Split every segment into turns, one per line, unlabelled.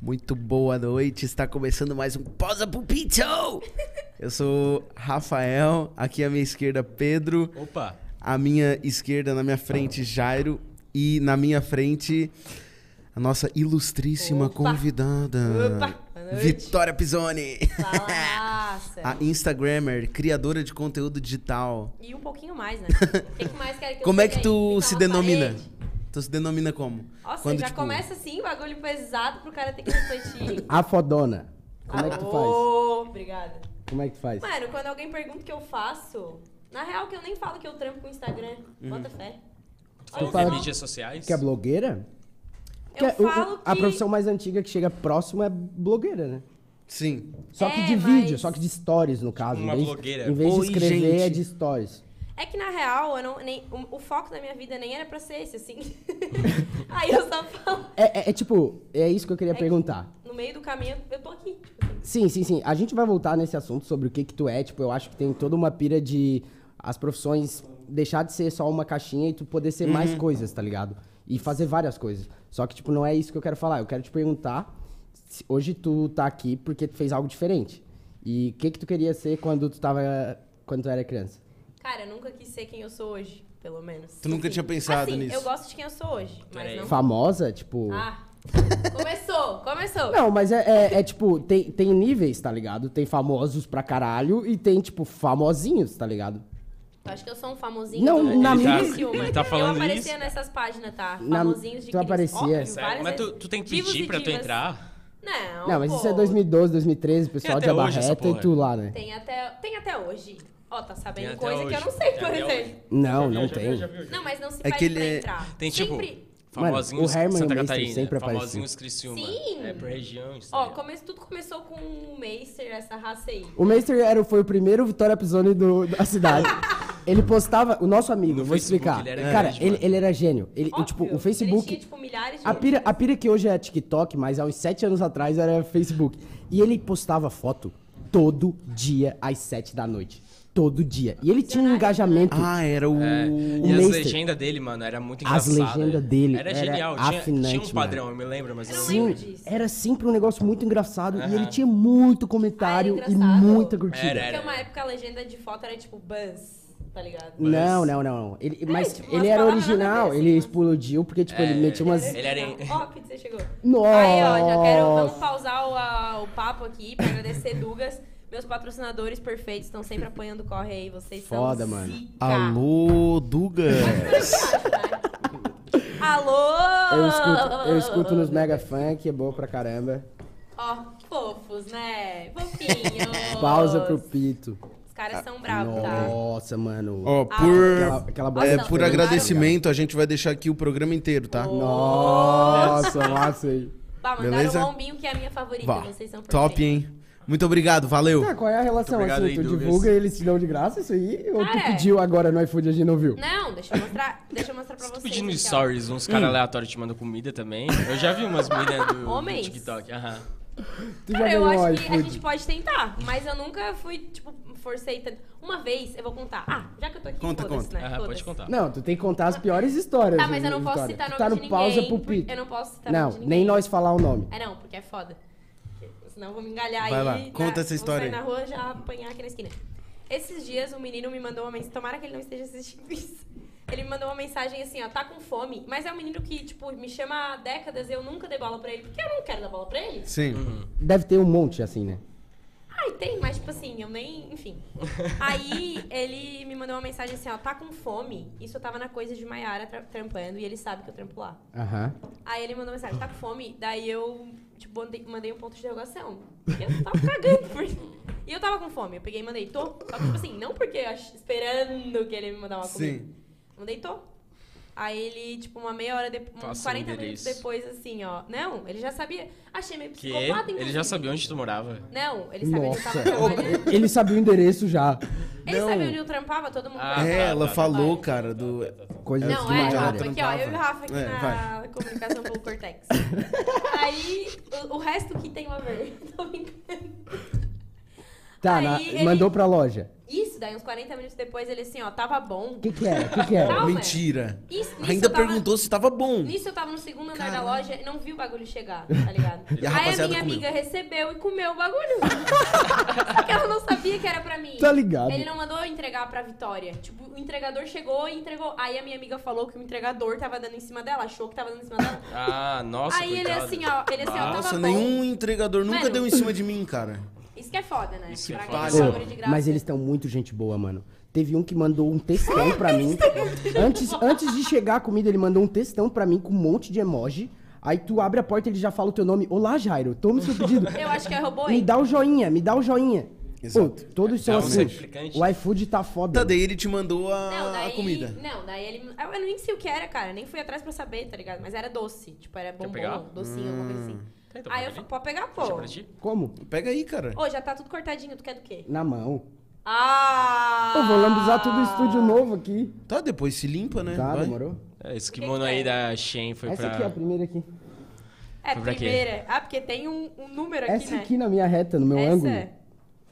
Muito boa noite, está começando mais um Posa pro Pinto! Eu sou Rafael, aqui à minha esquerda Pedro,
Opa!
à minha esquerda, na minha frente Jairo e na minha frente a nossa ilustríssima
Opa.
convidada,
Opa, boa noite.
Vitória Pisoni,
Falaça.
Ah.
a Instagrammer, criadora de conteúdo digital.
E um pouquinho mais, né? O que, que mais quer que eu
Como é
seja
que
aí?
tu
Ficar
se
na
denomina?
parede?
Tu se denomina como?
Nossa,
Quando,
já
tipo,
começa assim, bagulho pesado pro cara ter que refletir.
A fodona. Como é que tu faz?
Ô, Obrigada.
Como é que tu faz?
Mano, quando alguém pergunta o que eu faço, na real que eu nem falo que eu trampo com o Instagram.
Uhum.
Bota fé.
Eu
Olha
Falou
falo-
de
só,
mídias sociais?
Que é blogueira? Que
eu
é- o-
falo que...
A profissão mais antiga que chega próximo é blogueira, né?
Sim.
Só
É,
que de
mas-
vídeo, só que de stories, no caso.
Uma
em vez,
blogueira.
Em vez de
Oi,
escrever,
gente.
é de stories.
É que na real, eu não, nem, o, o foco da minha vida nem era pra ser esse, assim. Aí eu só falo.
É, é- é tipo, é isso que eu queria
que-
perguntar.
No meio do caminho, eu tô aqui. tipo,
Sim, sim, sim. A gente vai voltar nesse assunto sobre o que que tu é. Tipo, eu acho que tem toda uma pira de as profissões deixar de ser só uma caixinha e tu poder ser mais coisas, tá ligado? E fazer várias coisas. Só que, tipo, não é isso que eu quero falar. Eu quero te perguntar se hoje tu tá aqui porque tu fez algo diferente. E o que que tu queria ser quando tu tava... quando tu era criança?
Cara, eu nunca quis ser quem eu sou hoje, pelo menos.
Tu nunca tinha pensado
assim,
nisso?
Eu gosto de quem eu sou hoje, mas
Peraí.
não.
Famosa? Tipo...
Ah, começou, começou.
Não, mas é, é- é, tipo, tem, tem níveis, tá ligado? Tem famosos pra caralho e tem, tipo, famosinhos, tá ligado?
Eu acho que eu sou um famosinho.
Não,
do-
na
de
minha-
Criciúma.
ele tá
Eu
falando
aparecia
isso?
nessas páginas, tá?
Na-
Famosinhos de
tu
Criciúma.
aparecia?
Óbvio,
É Sério?
várias
Mas tu,
vezes.
tu tem que
Vivos
pedir
e
pra tu
divas.
entrar?
Não,
Não, mas
pô.
isso é 2012, 2013, o pessoal
até
de
hoje essa
Abarreta e
porra.
tu lá, né?
Tem até, tem até hoje. Ó, tá sabendo
Tem até
coisa que eu
hoje.
não sei,
Tem
por
até
exemplo.
Não, não tem.
Não, mas não se
É
pede
que ele
pra
é-
entrar.
Tem tipo.
Sempre...
Famosinhos
o Herman e o
Santa
Master
Catarina.
sempre apareciam.
famosinhos Criciúma.
Sim.
É por região. isso
Ó,
aí.
come... tudo começou com o Meister, essa raça aí.
O Meister era, foi o primeiro Vitória Pisoni do, da cidade. Ele postava, o nosso amigo,
No
vou
Facebook,
explicar.
ele era
Cara,
grande,
ele,
mano.
ele era gênio. Ele,
Óbvio,
tipo, o
Ele tinha,
Facebook.
tipo, milhares de...
A pira, a pira que hoje é TikTok, mas há uns 7 anos atrás era Facebook. E ele postava foto todo dia às 7 da noite. Todo dia. E ele tinha um engajamento.
né?
Ah, era o.
É,
O
E as
Leicester.
legendas dele, mano, era muito
As
engraçado. né?
legendas dele
Era
era
genial. Tinha, tinha um
afinante,
padrão, eu me lembro, mas eu não
Sim,
lembro disso.
era sempre um negócio muito engraçado. E ele
Aham.
tinha muito comentário
Ah, era
e
engraçado.
muita curtida.
Era,
Porque uma época a legenda de foto era tipo Buzz, tá ligado?
Mas-
Não, não, não. Ele, mas
tipo, umas
ele era
palavras
original,
nada a ver,
ele
assim, mas-
explodiu porque, tipo, ele
É,
metia umas.
ele era em-
Ó, a pizza chegou.
Nossa!
Aí, ó, já quero. Vamos pausar o, a- o papo aqui pra agradecer Dugas. Meus patrocinadores perfeitos estão sempre apoiando o corre aí. Vocês são.
Foda, mano.
zica.
Alô, Duga!
Alô!
Eu escuto, eu escuto nos Mega Funk, é bom pra caramba.
Ó, fofos, né? Fofinhos.
Pausa pro Pito.
Os caras são bravos, tá?
Nossa, mano.
Ó,
Ah,
Aquela,
por.
aquela
Nossa,
É,
bola
por
Nossa,
agradecimento, a gente vai deixar aqui o programa inteiro, tá?
Nossa, massa aí.
Bah, mandaram
Beleza?
o lombinho que é a minha favorita.
Vá.
Vocês são perfeitos.
Top, hein? Muito obrigado, valeu.
Tá, qual é a relação?
Muito obrigado
assim,
aí,
tu
Douglas.
divulga e eles te dão de graça isso aí? Ou tu
Cara, é.
pediu agora no iFood e a gente não viu?
Não, deixa eu mostrar, deixa eu mostrar pra
Tô
vocês.
tá pedindo
aqui, ó. Hum.
stories, uns caras aleatórios te mandam comida também. Eu já vi umas minas do, do
Homens?
TikTok. Aham.
Tu já
Cara, eu
ganhou o
acho que a
iFood.
gente pode tentar, mas eu nunca fui, tipo, forcei tanto. Uma vez, eu vou contar. Ah, já que eu tô aqui,
Conta,
foda-se,
conta.
né?
Aham,
Foda-se.
Ah, pode contar.
Não, tu tem que contar as piores histórias.
Tá, mas eu não posso
Vitória.
citar
Tu
nome
tá
de
no
ninguém.
pausa pro
porque-
Pito.
Eu não posso citar
Não,
nome de ninguém.
nem nós falar o nome.
É não, porque é foda. Porque Senão eu vou me engalhar
Vai
aí.
lá,
na-
conta essa
vou
história
sair
aí.
na rua e já apanhar aqui na esquina. Esses dias um menino me mandou uma mensagem. Tomara que ele não esteja assistindo isso. Ele me mandou uma mensagem assim, ó, tá com fome. Mas é um menino que, tipo, me chama há décadas e eu nunca dei bola pra ele. Porque eu não quero dar bola pra ele.
Sim.
uhum.
Deve ter um monte assim, né?
Ai, tem, mas tipo assim, eu nem. Enfim. Aí ele me mandou uma mensagem assim, ó, tá com fome? Isso eu tava na coisa de Maiara tra- trampando e ele sabe que eu trampo lá.
Aham.
Aí ele mandou mensagem, tá com fome? Daí eu, tipo, mandei, mandei um ponto de interrogação. Porque eu tava cagando por E eu tava com fome. Eu peguei e mandei, tô. Só que, tipo assim, não porque eu ach- esperando que ele me mandar uma comida.
Sim.
Mandei, tô. Aí ele, tipo, uma meia hora depois, uns
Passa o
40 minutos
endereço.
depois, assim, ó. Não, ele já sabia. Achei meio
Que?
psicopata,
Ele já sabia onde tu morava.
Não, ele sabia que eu
Nossa.
tava trabalhando.
Ele sabia o endereço já.
Ele
Não.
sabia onde eu trampava, todo mundo.
Ah,
conhece.
É, ela
tá,
falou,
tá.
cara, do.
Coisa
Não,
de
é,
Maiara.
ó,
Maiara.
tô aqui, ó, eu e o Rafa aqui
É,
na
vai.
comunicação pelo Cortex. Aí, o, o resto que tem a ver, tô brincando.
Tá,
Aí
na-
ele-
mandou pra loja.
Isso, isso. Daí, uns 40 minutos depois, ele assim, ó, tava bom.
O
é
que que era? O que é? que era?
Calma.
Mentira.
Isso- nisso
Ainda
eu tava-
perguntou se tava bom.
Nisso eu tava no segundo andar da
Caralho.
loja e não vi o bagulho chegar, tá ligado?
E a
Aí a
rapaziada
minha
comeu.
amiga recebeu e comeu o bagulho. Só que ela não sabia que era pra mim.
Tá ligado.
Ele não mandou eu entregar pra Vitória. Tipo, o entregador chegou e entregou. Aí a minha amiga falou que o entregador tava dando em cima dela, achou que tava dando em cima dela.
Ah, nossa,
Aí ele
coitado.
assim, ó, ele assim, ó, tava
Nossa,
bom.
nenhum entregador nunca
Mano.
deu em cima de mim, cara.
Isso que é foda, né?
Isso que
pra
é
quem
foda.
tem
Ô,
bagulho de graça.
mas eles estão muito gente boa, mano. Teve um que mandou um textão pra mim. Antes, antes de chegar a comida, ele mandou um textão pra mim com um monte de emoji. Aí tu abre a porta e ele já fala o teu nome. Olá, Jairo, tome seu pedido.
Eu acho que é robô,
me
hein?
dá o joinha, me dá o joinha.
Exato. é
Pô, todos são
Dá um
assim.
sacrificante.
O iFood tá foda.
Tá, daí ele te mandou a,
Não, daí,
a comida.
Não, daí ele. Eu eu nem sei o que era, cara. Nem fui atrás pra saber, tá ligado? Mas era doce. Tipo, era
pegar?
bombom, docinho, alguma coisa assim.
Tá, então
Aí
pega
eu
ali.
falei, pode pegar, pô.
Deixa pra ti.
Como?
Pega aí, cara.
Ô, já tá tudo cortadinho, tu quer do quê?
Na mão.
Ah!
Eu vou lambuzar todo o estúdio novo aqui.
Tá, depois se limpa, né?
Tá,
Vai.
demorou?
É, Esse kimono aí da Shen foi
Essa
pra...
aqui, ó, a primeira aqui.
É,
Foi pra quê?
primeira. Ah, porque tem um, um número aqui,
Essa
né?
aqui na minha reta, no meu
Essa
ângulo.
é.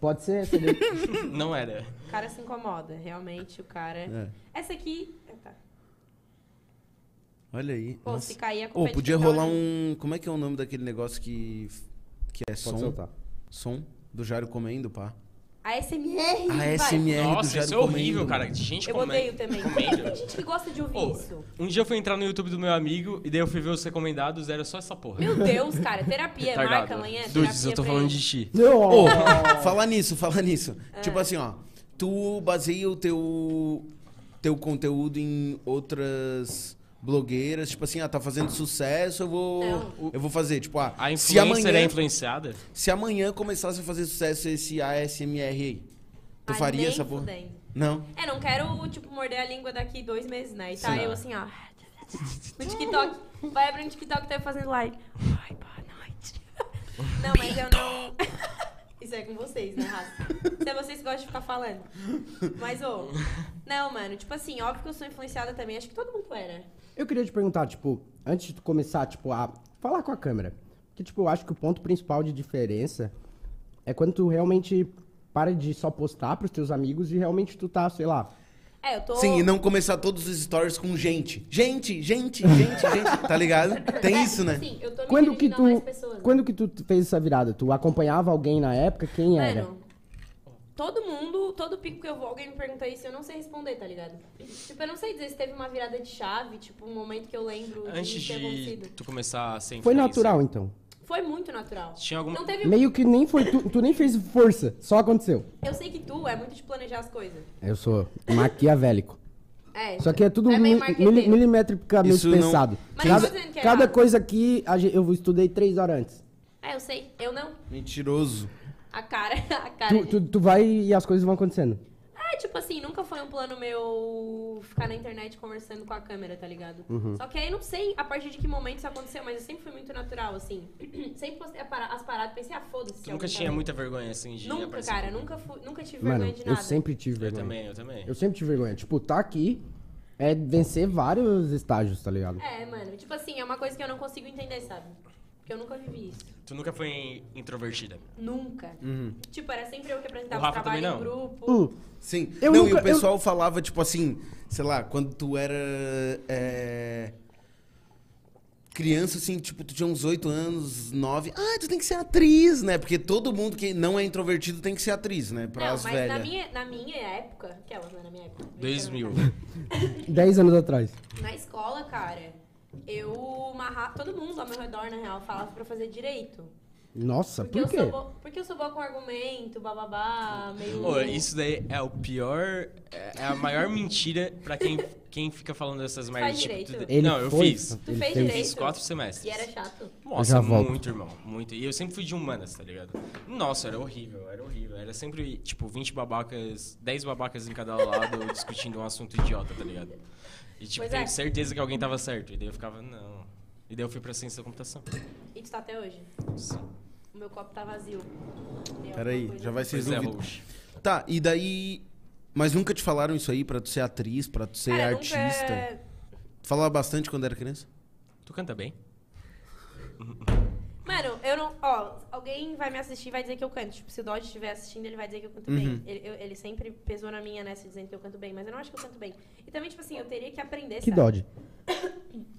Pode ser essa daí.
Hum, Não era.
O cara se incomoda, realmente, o cara.
É.
Essa aqui. Ah, tá.
Olha aí.
Pô,
Nossa.
se cair a
Ô,
culpa é de
podia
quem tá
rolar
olhando.
um. Como é que é o nome daquele negócio que. que é
Pode
som?
soltar.
Som do Jairo comendo, pá.
A SMR.
A
vai.
SMR do Jairo
Nossa, isso é
comendo.
horrível, cara. Gente
Eu
come-
odeio também. Tem
Comendo.
gente que gosta de ouvir
Ô,
isso.
um dia eu fui entrar no YouTube do meu amigo e daí eu fui ver os recomendados, era só essa porra.
Meu Deus, cara. Terapia, é
Retardado.
marca amanhã.
Dudes,
terapia
eu tô
pra
falando
ele.
de ti.
Ô,
Não.
falar nisso, falar nisso.
É.
Tipo assim, ó. Tu baseia o teu. teu conteúdo em outras blogueiras. Tipo assim, ah, tá fazendo sucesso, eu vou.
Não.
Eu vou fazer. Tipo, ah.
A
se
influencer
amanhã,
é influenciada?
se amanhã começasse a fazer sucesso esse ASMR aí, tu
Ah,
faria
nem
essa porra?
fudendo.
Não.
É, não quero, tipo, morder a língua daqui dois meses, né? E tá
Sim.
eu assim, ó. No TikTok. Vai abrir um TikTok e tá eu fazendo live. Ai, boa noite. Não, mas eu não. Isso é com vocês, né, Rafa? Se é vocês que gostam de ficar falando. Mas, ô. Não, mano, tipo assim, óbvio que eu sou influenciada também. Acho que todo mundo era.
Eu queria te perguntar, tipo, antes de tu começar, tipo, a falar com a câmera. Porque, tipo, eu acho que o ponto principal de diferença é quando tu realmente para de só postar pros teus amigos e realmente tu tá, sei lá.
É, eu tô.
Sim, e não começar todos os stories com gente. Gente, gente, gente, gente. Tá ligado? Tem
É,
isso, né?
Sim, eu tô me
Quando que
dirigindo a mais
tu.
pessoas. né?
Quando que tu fez essa virada? Tu acompanhava alguém na época? Quem era?
Mano, todo mundo, todo pico que eu vou, alguém me pergunta isso, eu não sei responder, tá ligado? Tipo, eu não sei dizer se teve uma virada de chave, tipo, um momento que eu lembro
Antes
de ter
de
acontecido.
tu começar a ser
Foi
influencer.
natural, então.
Foi muito natural.
Tinha alguma-
Não teve...
Meio que nem foi. Tu, tu nem fez força, só aconteceu.
Eu sei que tu é muito de planejar as coisas.
Eu sou maquiavélico.
É.
Só que é tudo
É meio
mili-
marqueteiro.
mili- milimetricamente
Isso não-
pensado.
Mas não
Cada,
tô dizendo que é
cada
errado.
coisa aqui a gen- eu estudei três horas antes.
É, eu sei. Eu não.
Mentiroso.
A cara, a cara...
Tu, tu, tu vai e as coisas vão acontecendo.
É, tipo assim, nunca foi um plano meu ficar na internet conversando com a câmera, tá ligado?
Uhum.
Só que aí eu não sei a partir de que momento isso aconteceu, mas eu sempre fui muito natural, assim. sempre postei a para- as paradas, pensei, ah, foda-se. se
Tu nunca
alguém tá
tinha
vendo.
muita vergonha, assim, de
Nunca,
aparecer.
cara, nunca, fui, nunca tive
Mano,
vergonha de
eu
nada.
sempre tive
Eu
vergonha.
também, eu também.
Eu sempre tive vergonha. Tipo, tá aqui é vencer vários estágios, tá ligado?
É, mano, tipo assim, é uma coisa que eu não consigo entender, sabe? Porque eu nunca vivi isso.
Tu nunca foi in- introvertida.
Nunca. Tipo, era sempre eu que
Uhum. O
apresentava o
Rafa também
trabalho em
não.
grupo.
Hum,
Sim.
Eu
não, e
nunca-
o pessoal falava, tipo assim, sei lá, quando tu era. é, Criança, assim, tipo, tu tinha uns 8 anos, 9. Ah, tu tem que ser atriz, né? Porque todo mundo que não é introvertido tem que ser atriz, né? Pra
não,
as
mas
velhas.
na minha, na minha época, aquelas, né, na minha época.
2000.
dez anos atrás.
Na escola, cara, eu amarrava. Todo mundo ao meu redor, na real, falava pra eu fazer direito.
Nossa,
Porque,
por quê?
eu, sou bo... Porque eu sou boa com argumento, bababá, meio.
Ô, isso daí é o pior... É é a maior mentira pra quem, quem fica falando dessas merdas.
direito?
tu-
Ele
não, eu
foi-
fiz.
Tu fez
fez-
direito?
Fiz quatro semestres.
E era chato.
Nossa,
já volto.
muito, irmão. Muito. E eu sempre fui de humanas, tá ligado? Nossa, era horrível, era horrível. Era sempre, tipo, 20 babacas, 10 babacas em cada lado discutindo um assunto idiota, tá ligado? E, tipo,
Pois
tenho
é.
certeza que alguém tava certo. E daí eu ficava, não. E daí eu fui pra ciência da computação.
E tu tá até hoje.
Sim.
O meu copo tá vazio. Tem alguma
Peraí,
coisa
já vai ser
Pois é,
resolvido.
Roxo.
Tá, e daí. Mas nunca te falaram isso aí pra tu ser atriz, pra tu ser
Cara, eu
artista?
Nunca... é-
Falava bastante quando era criança?
Tu canta bem?
Mano, eu não. Ó, alguém vai me assistir e vai dizer que eu canto. Tipo, se o Dodge estiver assistindo, ele vai dizer que eu canto bem.
Uhum.
Ele, eu- ele sempre pesou na minha nessa, dizendo que eu canto bem, mas eu não acho que eu canto bem. E também, tipo assim, eu teria que aprender.
Que
sabe?
Dodge.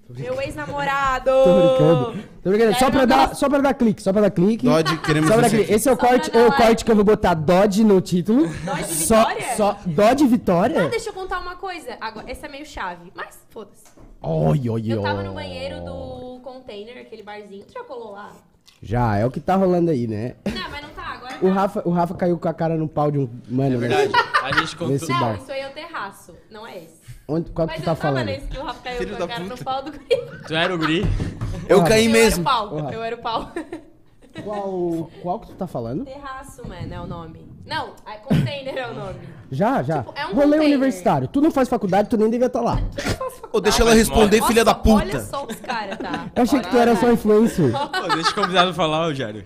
Meu ex-namorado!
Tô brincando. Tô brincando. Só
Oh. Sério,
pra,
não
dar,
gosto.
só pra dar clique, só pra dar clique.
Dodge, queremos
Só pra dar
você
clique.
aqui.
Esse é o
Só pra
corte,
dar
é o
like.
corte que eu vou botar Dodge no título.
Dodge
só,
Vitória?
Só Dodge Vitória?
Ah, deixa eu contar uma coisa. Agora, essa é meio chave, mas foda-se.
Oi, oi,
Eu tava no
oi.
banheiro do container, aquele barzinho. Tu já colou lá?
Já, é o que tá rolando aí, né?
Não, mas não tá, agora
O
tá.
Rafa, o Rafa caiu com a cara no pau de um. Mano,
É verdade. A gente contou.
Nesse-
Não,
bar.
isso aí é o terraço, não é esse.
Onde, qual que
mas
tu
eu
tá
tava
falando?
nesse que o Rafa caiu
Filho
com
da
a cara
puta.
no pau do guri.
Tu era o guri?
Eu caí
Eu era
mesmo.
o pau,
Ô, Rafa.
eu era o pau.
Qual, qual que tu tá falando?
terraço, mano, é o nome. Não, é container é o nome.
Já, já.
Tipo, é um
Rolê
container.
universitário. Tu não faz faculdade, tu nem devia estar lá.
Ô, deixa ela
mas
responder, filha da
Ah, Olha
puta.
só os caras, tá?
Eu achei que tu era só influencer.
Pô, deixa o convidado falar, ô Jário.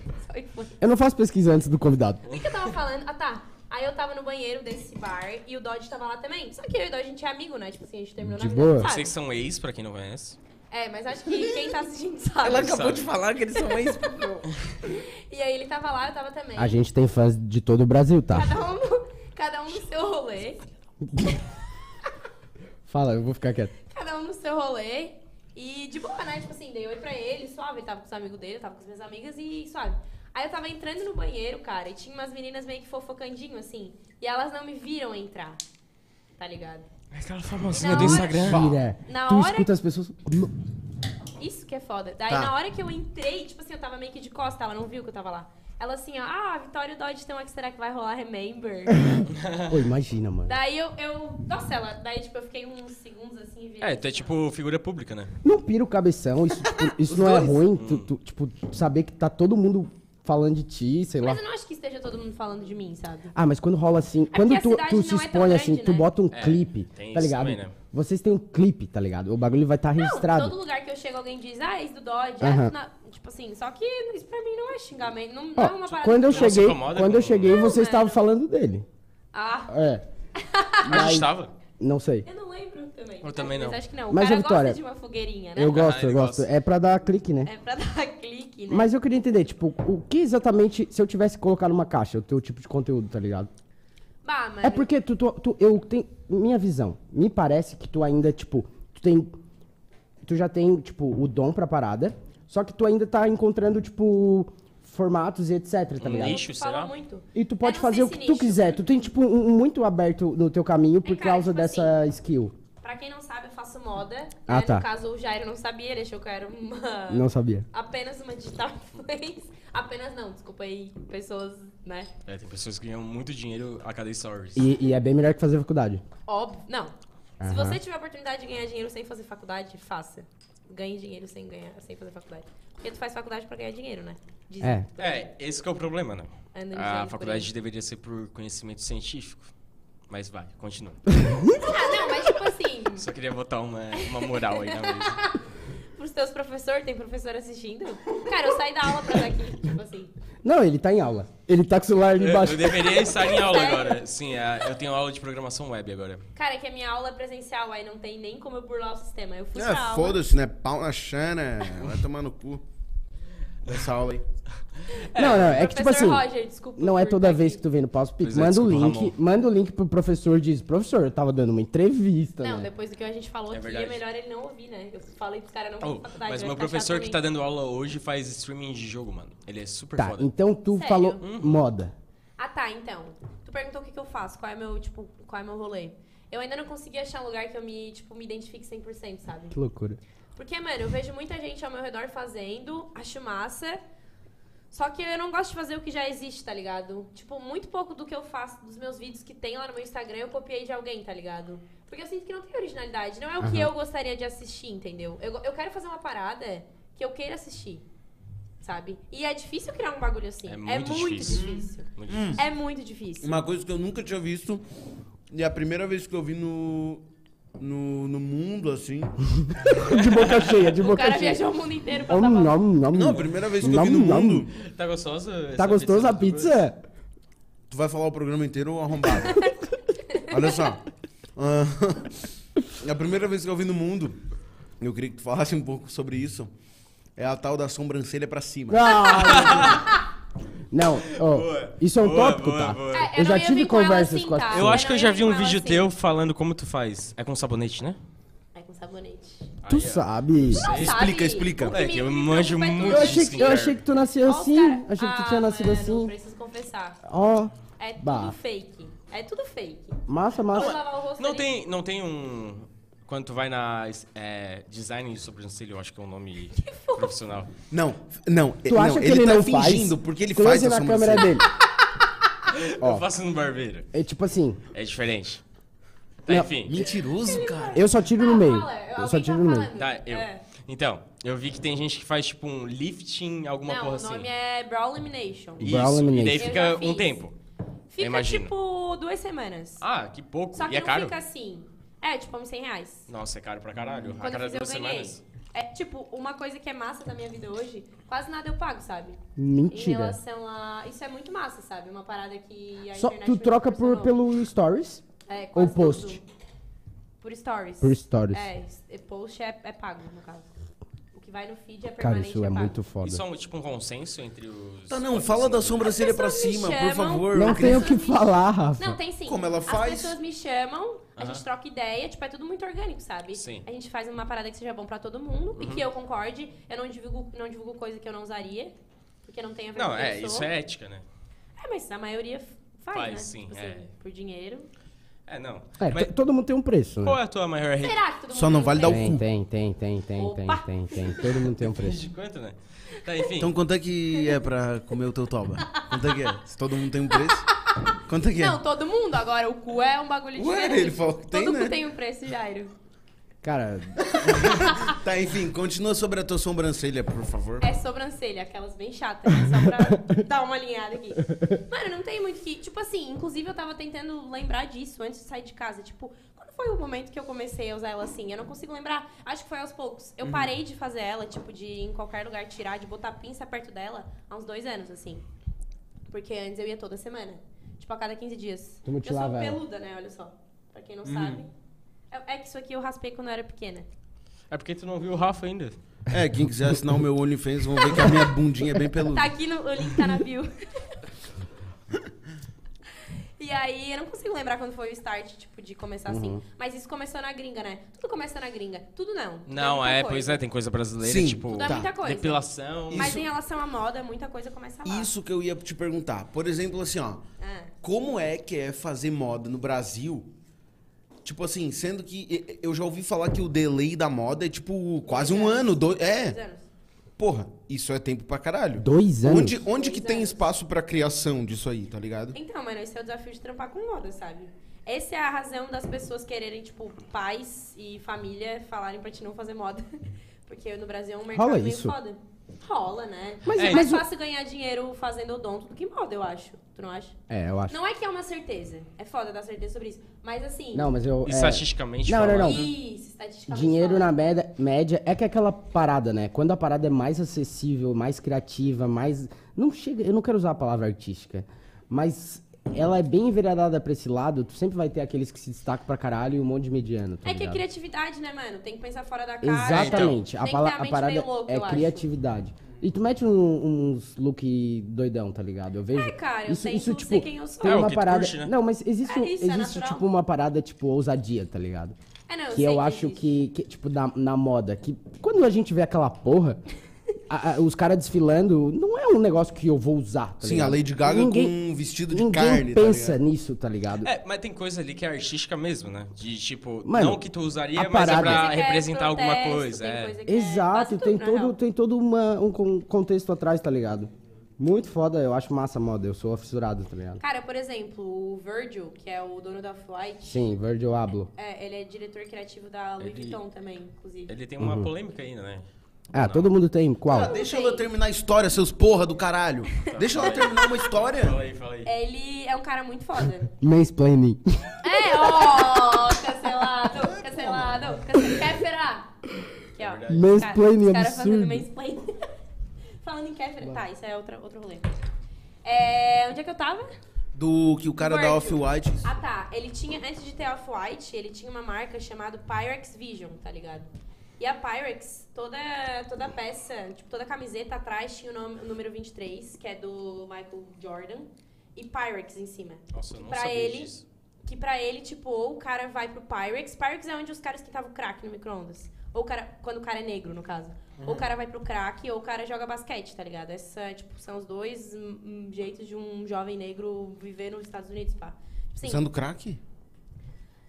só...
Eu não faço pesquisa antes do convidado.
O que, que eu tava falando? Ah, tá. Aí eu tava no banheiro desse bar e o Dodge tava lá também. Só que eu e o Dodge, a gente é amigo, né? Tipo assim, a gente terminou
De
na
boa.
vida, sabe?
Vocês são ex, pra quem não conhece.
É, mas acho que quem tá assistindo sabe.
Ela acabou
sabe.
de falar que eles são ex. pô.
E aí ele tava lá, eu tava também.
A gente tem fãs de todo o Brasil, tá?
Cada um, no- cada um no seu rolê.
Fala, eu vou ficar quieto.
Cada um no seu rolê. E de boa, né? Tipo assim, dei oi pra ele, suave. Ele tava com os amigos dele, eu tava com as minhas amigas e suave. Aí eu tava entrando no banheiro, cara, e tinha umas meninas meio que fofocandinho, assim. E elas não me viram entrar. Tá ligado?
É Aquela
E
famosinha
na
do
hora-
Instagram.
Tira.
Na
tu
hora-
escuta as pessoas.
Isso que é foda. Daí
Tá.
na hora que eu entrei, tipo assim, eu tava meio que de costa, ela não viu que eu tava lá. Ela assim, ó, ah, a Vitória e o Dodge estão aqui, será que vai rolar Remember?
Pô, imagina, mano.
daí eu, eu. Nossa, ela. Daí, tipo, eu fiquei uns segundos assim e vi.
É, tu é tipo figura pública, né?
Não pira o cabeção, isso, tipo, isso não é ruim.
Hum.
Tu, tu, tipo, saber que tá todo mundo falando de ti, sei lá.
Mas eu não acho que esteja todo mundo falando de mim, sabe?
Ah, mas quando rola assim, quando
porque a
tu,
cidade
tu
não
se
é tão
expõe assim,
grande,
tu
né?
bota um
É,
clipe,
tem
tá
isso
ligado?
também, né?
Vocês têm um clipe, tá ligado? O bagulho vai estar registrado.
Não, todo lugar que eu chego, alguém diz, ah, ex do Dodge. ah,
Aham.
na- Tipo assim, só que isso pra mim não é xingamento. Não, não
Ó,
é uma parada.
quando eu
que-
cheguei,
incomoda
quando
com-
eu cheguei,
Não,
vocês
mano.
estavam falando dele.
Ah,
É,
A gente tava.
não sei.
eu não lembro também.
Eu também não.
Mas acho que não. O
Mas,
cara
ô, Vitória,
gosta de uma fogueirinha, né?
Eu gosto, eu
Ah, ele
gosto.
gosta.
É pra dar clique, né?
É pra dar clique, né?
Mas eu queria entender, tipo, o que exatamente, se eu tivesse colocado numa caixa, o teu tipo de conteúdo, tá ligado?
Bah, mano.
É porque tu, tu, tu- eu tenho. Minha visão, me parece que tu ainda, tipo, tu tem. Tu já tem, tipo, o dom pra parada. Só que tu ainda tá encontrando, tipo, formatos e etc, tá
Um
ligado?
nicho,
fala
será?
muito.
E tu
Eu
pode
não
fazer
sei
o que
se
tu
nicho.
quiser. Tu tem, tipo, um, um muito aberto no teu caminho por
cara,
causa
tipo
dessa skill.
Pra quem não sabe, eu faço moda.
Ah,
né?
tá.
No caso, o Jairo não sabia, ele achou que eu era uma.
Não sabia.
Apenas uma digital influencer. Apenas não, desculpa aí, pessoas, né?
É, tem pessoas que ganham muito dinheiro a cada stories.
E, e é bem melhor que fazer faculdade.
Óbvio. Não. Se
Aham.
você tiver a oportunidade de ganhar dinheiro sem fazer faculdade, faça. Ganhe dinheiro sem ganhar, sem fazer faculdade. Porque tu faz faculdade pra ganhar dinheiro, né? Dizem.
É.
É, esse que é o problema, né?
É, não
A
sei,
faculdade
por
deveria ser por conhecimento científico. Mas vai, continua.
Ah, não, mas tipo assim,
Só queria botar uma, uma moral aí na mesa.
pros teus professores, tem professor assistindo? Cara, eu saí da aula pra estar aqui, tipo assim.
Não, ele tá em aula. Ele tá com o celular ali
Eu,
embaixo.
É, eu deveria estar em aula agora. Sim, é, eu tenho aula de programação web agora.
Cara, é que a minha aula é presencial, aí não tem nem como eu burlar o sistema. Eu fui pra
Ah,
É,
aula.
foda-se, né? Pau na chana. Vai tomar no cu. Dessa aula aí.
Não, não, é que tipo assim.
Professor Roger, desculpa
Não é
por
toda
estar
vez
tá aqui.
que tu vem no Pause Pico.
Pois é,
Manda o
desculpa,
link,
Ramon.
manda o link pro professor e diz, professor, eu tava dando uma entrevista,
Não,
né?
depois do que a gente falou
É
aqui, é
verdade.
melhor ele não ouvir, né? Eu falei pros caras não
Oh,
fazer faculdade. né?
mas
vai
meu
ficar
professor
chato
que
pra
tá
mim.
dando aula hoje faz streaming de jogo, mano. Ele é super
Tá,
foda.
então tu
Sério? Uhum.
falou moda.
Ah, tá, então. Tu perguntou o que, que eu faço, qual é meu, tipo, qual é meu rolê. Eu ainda não consegui achar um lugar que eu me, tipo, me identifique 100%, sabe?
Que loucura.
Porque, mano, eu vejo muita gente ao meu redor fazendo, acho massa. Só que eu não gosto de fazer o que já existe, tá ligado? Tipo, muito pouco do que eu faço, dos meus vídeos que tem lá no meu Instagram, eu copiei de alguém, tá ligado? Porque eu sinto que não tem originalidade. Não é o que
Aham.
eu gostaria de assistir, entendeu? Eu, eu quero fazer uma parada que eu queira assistir, sabe? E é difícil criar um bagulho assim.
É
É
muito
muito,
difícil.
difícil.
Muito
Hum.
difícil.
É muito difícil.
Uma coisa que eu nunca tinha visto, e a primeira vez que eu vi no, no, no mundo, assim.
De boca cheia, de
O
boca
cara
cheia.
viajou o mundo inteiro pra
Om,
tava-
nom, nom.
Não, a primeira vez que eu vi no
Nom, nom.
mundo, é
Tá gostosa?
Tá gostosa a pizza?
tu vai falar o programa inteiro ou arrombado? Olha só. Ah, a primeira vez que eu vi no mundo, eu queria que tu falasse um pouco sobre isso. É a tal da sobrancelha pra cima.
Não, ó,
Boa.
isso é um
Boa,
tópico,
boa,
tá?
boa.
É,
Eu
não
já
ia
tive
vir com ela
conversas
assim,
com as
tá?
Eu
Sim.
acho que eu
não
já
ia vir
vi um
com ela
vídeo
assim.
teu falando como tu faz. É com sabonete, né?
É com sabonete.
Tu
Aí, ó.
sabe.
Não,
Explica,
sabe?
explica.
O que
É
me-
que eu
me
manjo
preocupa é
muito
Eu
tudo.
de
achei, que- eu achei que tu nasceu
Ó, os
assim.
cara-
Achei que tu
Ah,
tinha nascido
mano,
assim.
preciso confessar.
Ó,
É tudo
Bah.
fake. É tudo fake.
massa,
Vou
massa.
lavar o rosto
Não
ali.
tem, não tem um. Quando tu vai na é, design de sobrancelha, eu acho que é um nome profissional.
Não, não.
Tu acha que
ele,
ele,
tá
não faz?
fingindo, porque ele
Close
faz a
na câmera
sobrancelha.
dele.
Eu
Ó,
faço no barbeiro.
é tipo assim,
É diferente. Tá,
Não.
enfim.
Mentiroso, cara.
eu só tiro no
Ah,
meio.
fala,
Eu
alguém
só
tá
tiro no meio.
falando.
Tá, eu.
É.
Então, eu vi que tem gente que faz tipo um lifting, alguma
Não,
porra
o
assim.
nome é Brow Elimination.
Isso. E
Brow
daí
lamination.
fica
Eu já
um
fiz.
tempo.
Fica
imagino.
tipo duas semanas.
Ah, que pouco.
Só que
e é
não
caro?
fica assim. É, tipo, uns 100 reais.
Nossa, é caro pra caralho. a
Quando
cada
eu fiz, eu
duas
ganhei.
semanas.
É, tipo, uma coisa que é massa da minha vida hoje, quase nada eu pago, sabe? Em
Mentira.
relação a... Isso é muito massa, sabe? Uma parada que a
Só,
internet é
tu
me
troca por,
proporcionou.
pelo stories?
É,
ou
quase
post?
tudo. Por stories.
Por stories.
É, s- e post é, é pago, no caso. O que vai no feed é
Cara,
permanente,
isso é
pago.
muito foda.
Isso é um, tipo um consenso entre os.
Tá, não, fala da sobrancelha pra
pessoas me
cima, por
chamam.
favor.
Não
porque-
tem o que
Isso é
falar, Rafa.
Não, tem sim.
Como ela
As
faz?
pessoas me chamam, a
Aham.
gente troca ideia, tipo, é tudo muito orgânico, sabe?
Sim. Uhum.
A gente faz uma parada que seja bom pra todo mundo e que eu concorde. Eu não divulgo, não divulgo coisa que eu não usaria, porque não tem a ver com
Não,
o que
é,
eu
isso
sou.
é ética, né?
É, mas a maioria f- faz,
Faz,
né?
sim,
Tipo
é.
por dinheiro.
É, não.
É,
Mas
to- todo mundo tem um preço,
qual
né?
é a tua maior rede?
Será que todo mundo
Só não vale dar o
tem?
cu.
Tem, tem, tem, tem, tem, tem,
Opa.
tem, tem. Todo mundo tem um preço.
De quanto, né? Tá, enfim.
Então quanto é que é pra comer o teu toba? Quanto é que é? Se todo mundo tem um preço, quanto é que é?
Não, todo mundo agora. O cu é um bagulho
Ué,
diferente.
ele falou que tem,
Todo
né?
cu tem um preço, Jairo.
Cara,
Tá, enfim, continua sobre a tua sobrancelha, por favor.
É sobrancelha, aquelas bem chatas, né? só pra dar uma alinhada aqui. Mano, não tem muito que. Tipo assim, inclusive eu tava tentando lembrar disso antes de sair de casa. Tipo, quando foi o momento que eu comecei a usar ela assim? Eu não consigo lembrar. Acho que foi aos poucos.
Uhum.
Eu parei de fazer ela, tipo, de ir em qualquer lugar tirar, de botar pinça perto dela há uns dois anos, assim. Porque antes eu ia toda semana. Tipo, a cada 15 dias.
Tu
eu sou
mutilava ela. Uhum.
peluda, né? Olha só. Pra quem não sabe. É é que isso aqui eu raspei quando eu era pequena.
É porque tu não viu o Rafa ainda.
É, quem quiser assinar o meu OnlyFans, vão ver que a minha bundinha é bem peluda.
Tá aqui no. O link tá na bio. e aí, eu não consigo lembrar quando foi o start, tipo, de começar assim. Mas isso começou na gringa, né? Tudo começa na gringa. Tudo não. Tudo
Não,
muita
é,
coisa.
pois é, tem coisa brasileira,
Sim. Tá.
tipo.
Tudo é muita coisa.
Depilação.
Mas
Isso-
em relação à moda, muita coisa começa lá.
Isso que eu ia te perguntar. Por exemplo, assim, ó.
Ah.
Como é que é fazer moda no Brasil? Tipo assim, sendo que e- eu já ouvi falar que o delay da moda é tipo quase um ano, dois.
Dois
É,
anos.
porra, isso é tempo pra caralho.
dois anos.
Onde, onde que
Dois
tem
anos.
espaço pra criação disso aí, tá ligado?
Então, mano, esse é o desafio de trampar com moda, sabe? Essa é a razão das pessoas quererem, tipo, pais e família falarem pra te não fazer moda. Porque no Brasil é um mercado
Rola
meio
isso?
foda. Rola, né?
Mas-
é
mas
mais
o-
fácil ganhar dinheiro fazendo odonto do que moda, eu acho. Tu não acha?
É, eu acho.
Não é que é uma certeza. É foda dar certeza sobre isso. Mas assim.
Não, mas eu.
E
é,
estatisticamente.
Não, não,
falando,
não.
Isso, estatisticamente.
Dinheiro
falando.
na média, média é que é aquela parada, né? Quando a parada é mais acessível, mais criativa, mais. Não chega. Eu não quero usar a palavra artística, mas ela é bem enveredada pra esse lado, tu sempre vai ter aqueles que se destacam pra caralho e um monte de mediano. Tá
É que é
ligado?
criatividade, né, mano? Tem que pensar fora da cara.
Exatamente.
Então, Tem
a,
que
pala-
ter
a
mente
parada
meio louca,
é
eu acho.
criatividade. E tu mete um- uns look doidão, tá ligado? Eu vejo.
É, cara, eu tento ser quem eu sou.
tipo, Tem
É, o
uma
que tu
parada.
curte, né?
Não, mas existe,
É isso, é
existe
natural.
tipo uma parada tipo ousadia, tá ligado?
É, não,
que
sei
eu acho
existe.
que, que, tipo, na, na moda, que quando a gente vê aquela porra, a- a- os caras desfilando, não é um negócio que eu vou usar, tá
Sim,
ligado?
a Lady Gaga
Ninguém-
com um vestido de
ninguém
carne, tá
pensa
ligado?
nisso, tá ligado?
É, mas tem coisa ali que é artística mesmo, né? De tipo,
Mano,
não que tu usaria, mas
a
é
parada-
pra
Mas é que é
representar alguma
protesto,
coisa.
tem
é.
coisa que é-
Exato,
quase
tem
tudo, na real.
todo, tem todo uma- um con- contexto atrás, tá ligado? Muito foda, eu acho massa a moda, eu sou fissurado, tá ligado?
Cara, por exemplo, o Virgil, que é o dono da Flight,
Sim, verde eu hablo.
é, ele é diretor criativo da Louis
Ele-
Vuitton também, inclusive.
Ele tem uma
Uhum.
polêmica ainda, né?
Ah, todo mundo tem,
Ah,
qual?
deixa ela terminar a história, seus porra do caralho. Deixa ela terminar uma história.
Fala aí, fala aí.
Ele é um cara muito foda.
Mansplaining.
é, ó, cancelado, cancelado, cancelado. Kéfera! Aqui, ó.
verdade.
Os cara-
Mansplaining
os caras fazendo
absurdo.
mansplaining. Falando em Kéfera. Tá, isso é outra, outro rolê. É, onde é que eu tava?
Do que o cara da Off-White.
Ah tá, ele tinha, antes de ter Off-White, ele tinha uma marca chamada Pyrex Vision, tá ligado? E a Pyrex, toda, toda a peça, tipo, toda a camiseta atrás tinha o, nome, o número 23, que é do Michael Jordan, e Pyrex em cima.
Nossa, eu
que
não
pra
sabia
ele,
disso.
Que pra ele, tipo, ou o cara vai pro Pyrex. Pyrex é onde os caras quentavam crack no micro-ondas. Ou o cara, quando o cara é negro, no caso.
Uhum.
Ou o cara vai pro crack, ou o cara joga basquete, tá ligado? Essa, tipo, são os dois hum, hum, jeitos de um jovem negro viver nos Estados Unidos, pá. Tipo, assim,
Usando crack?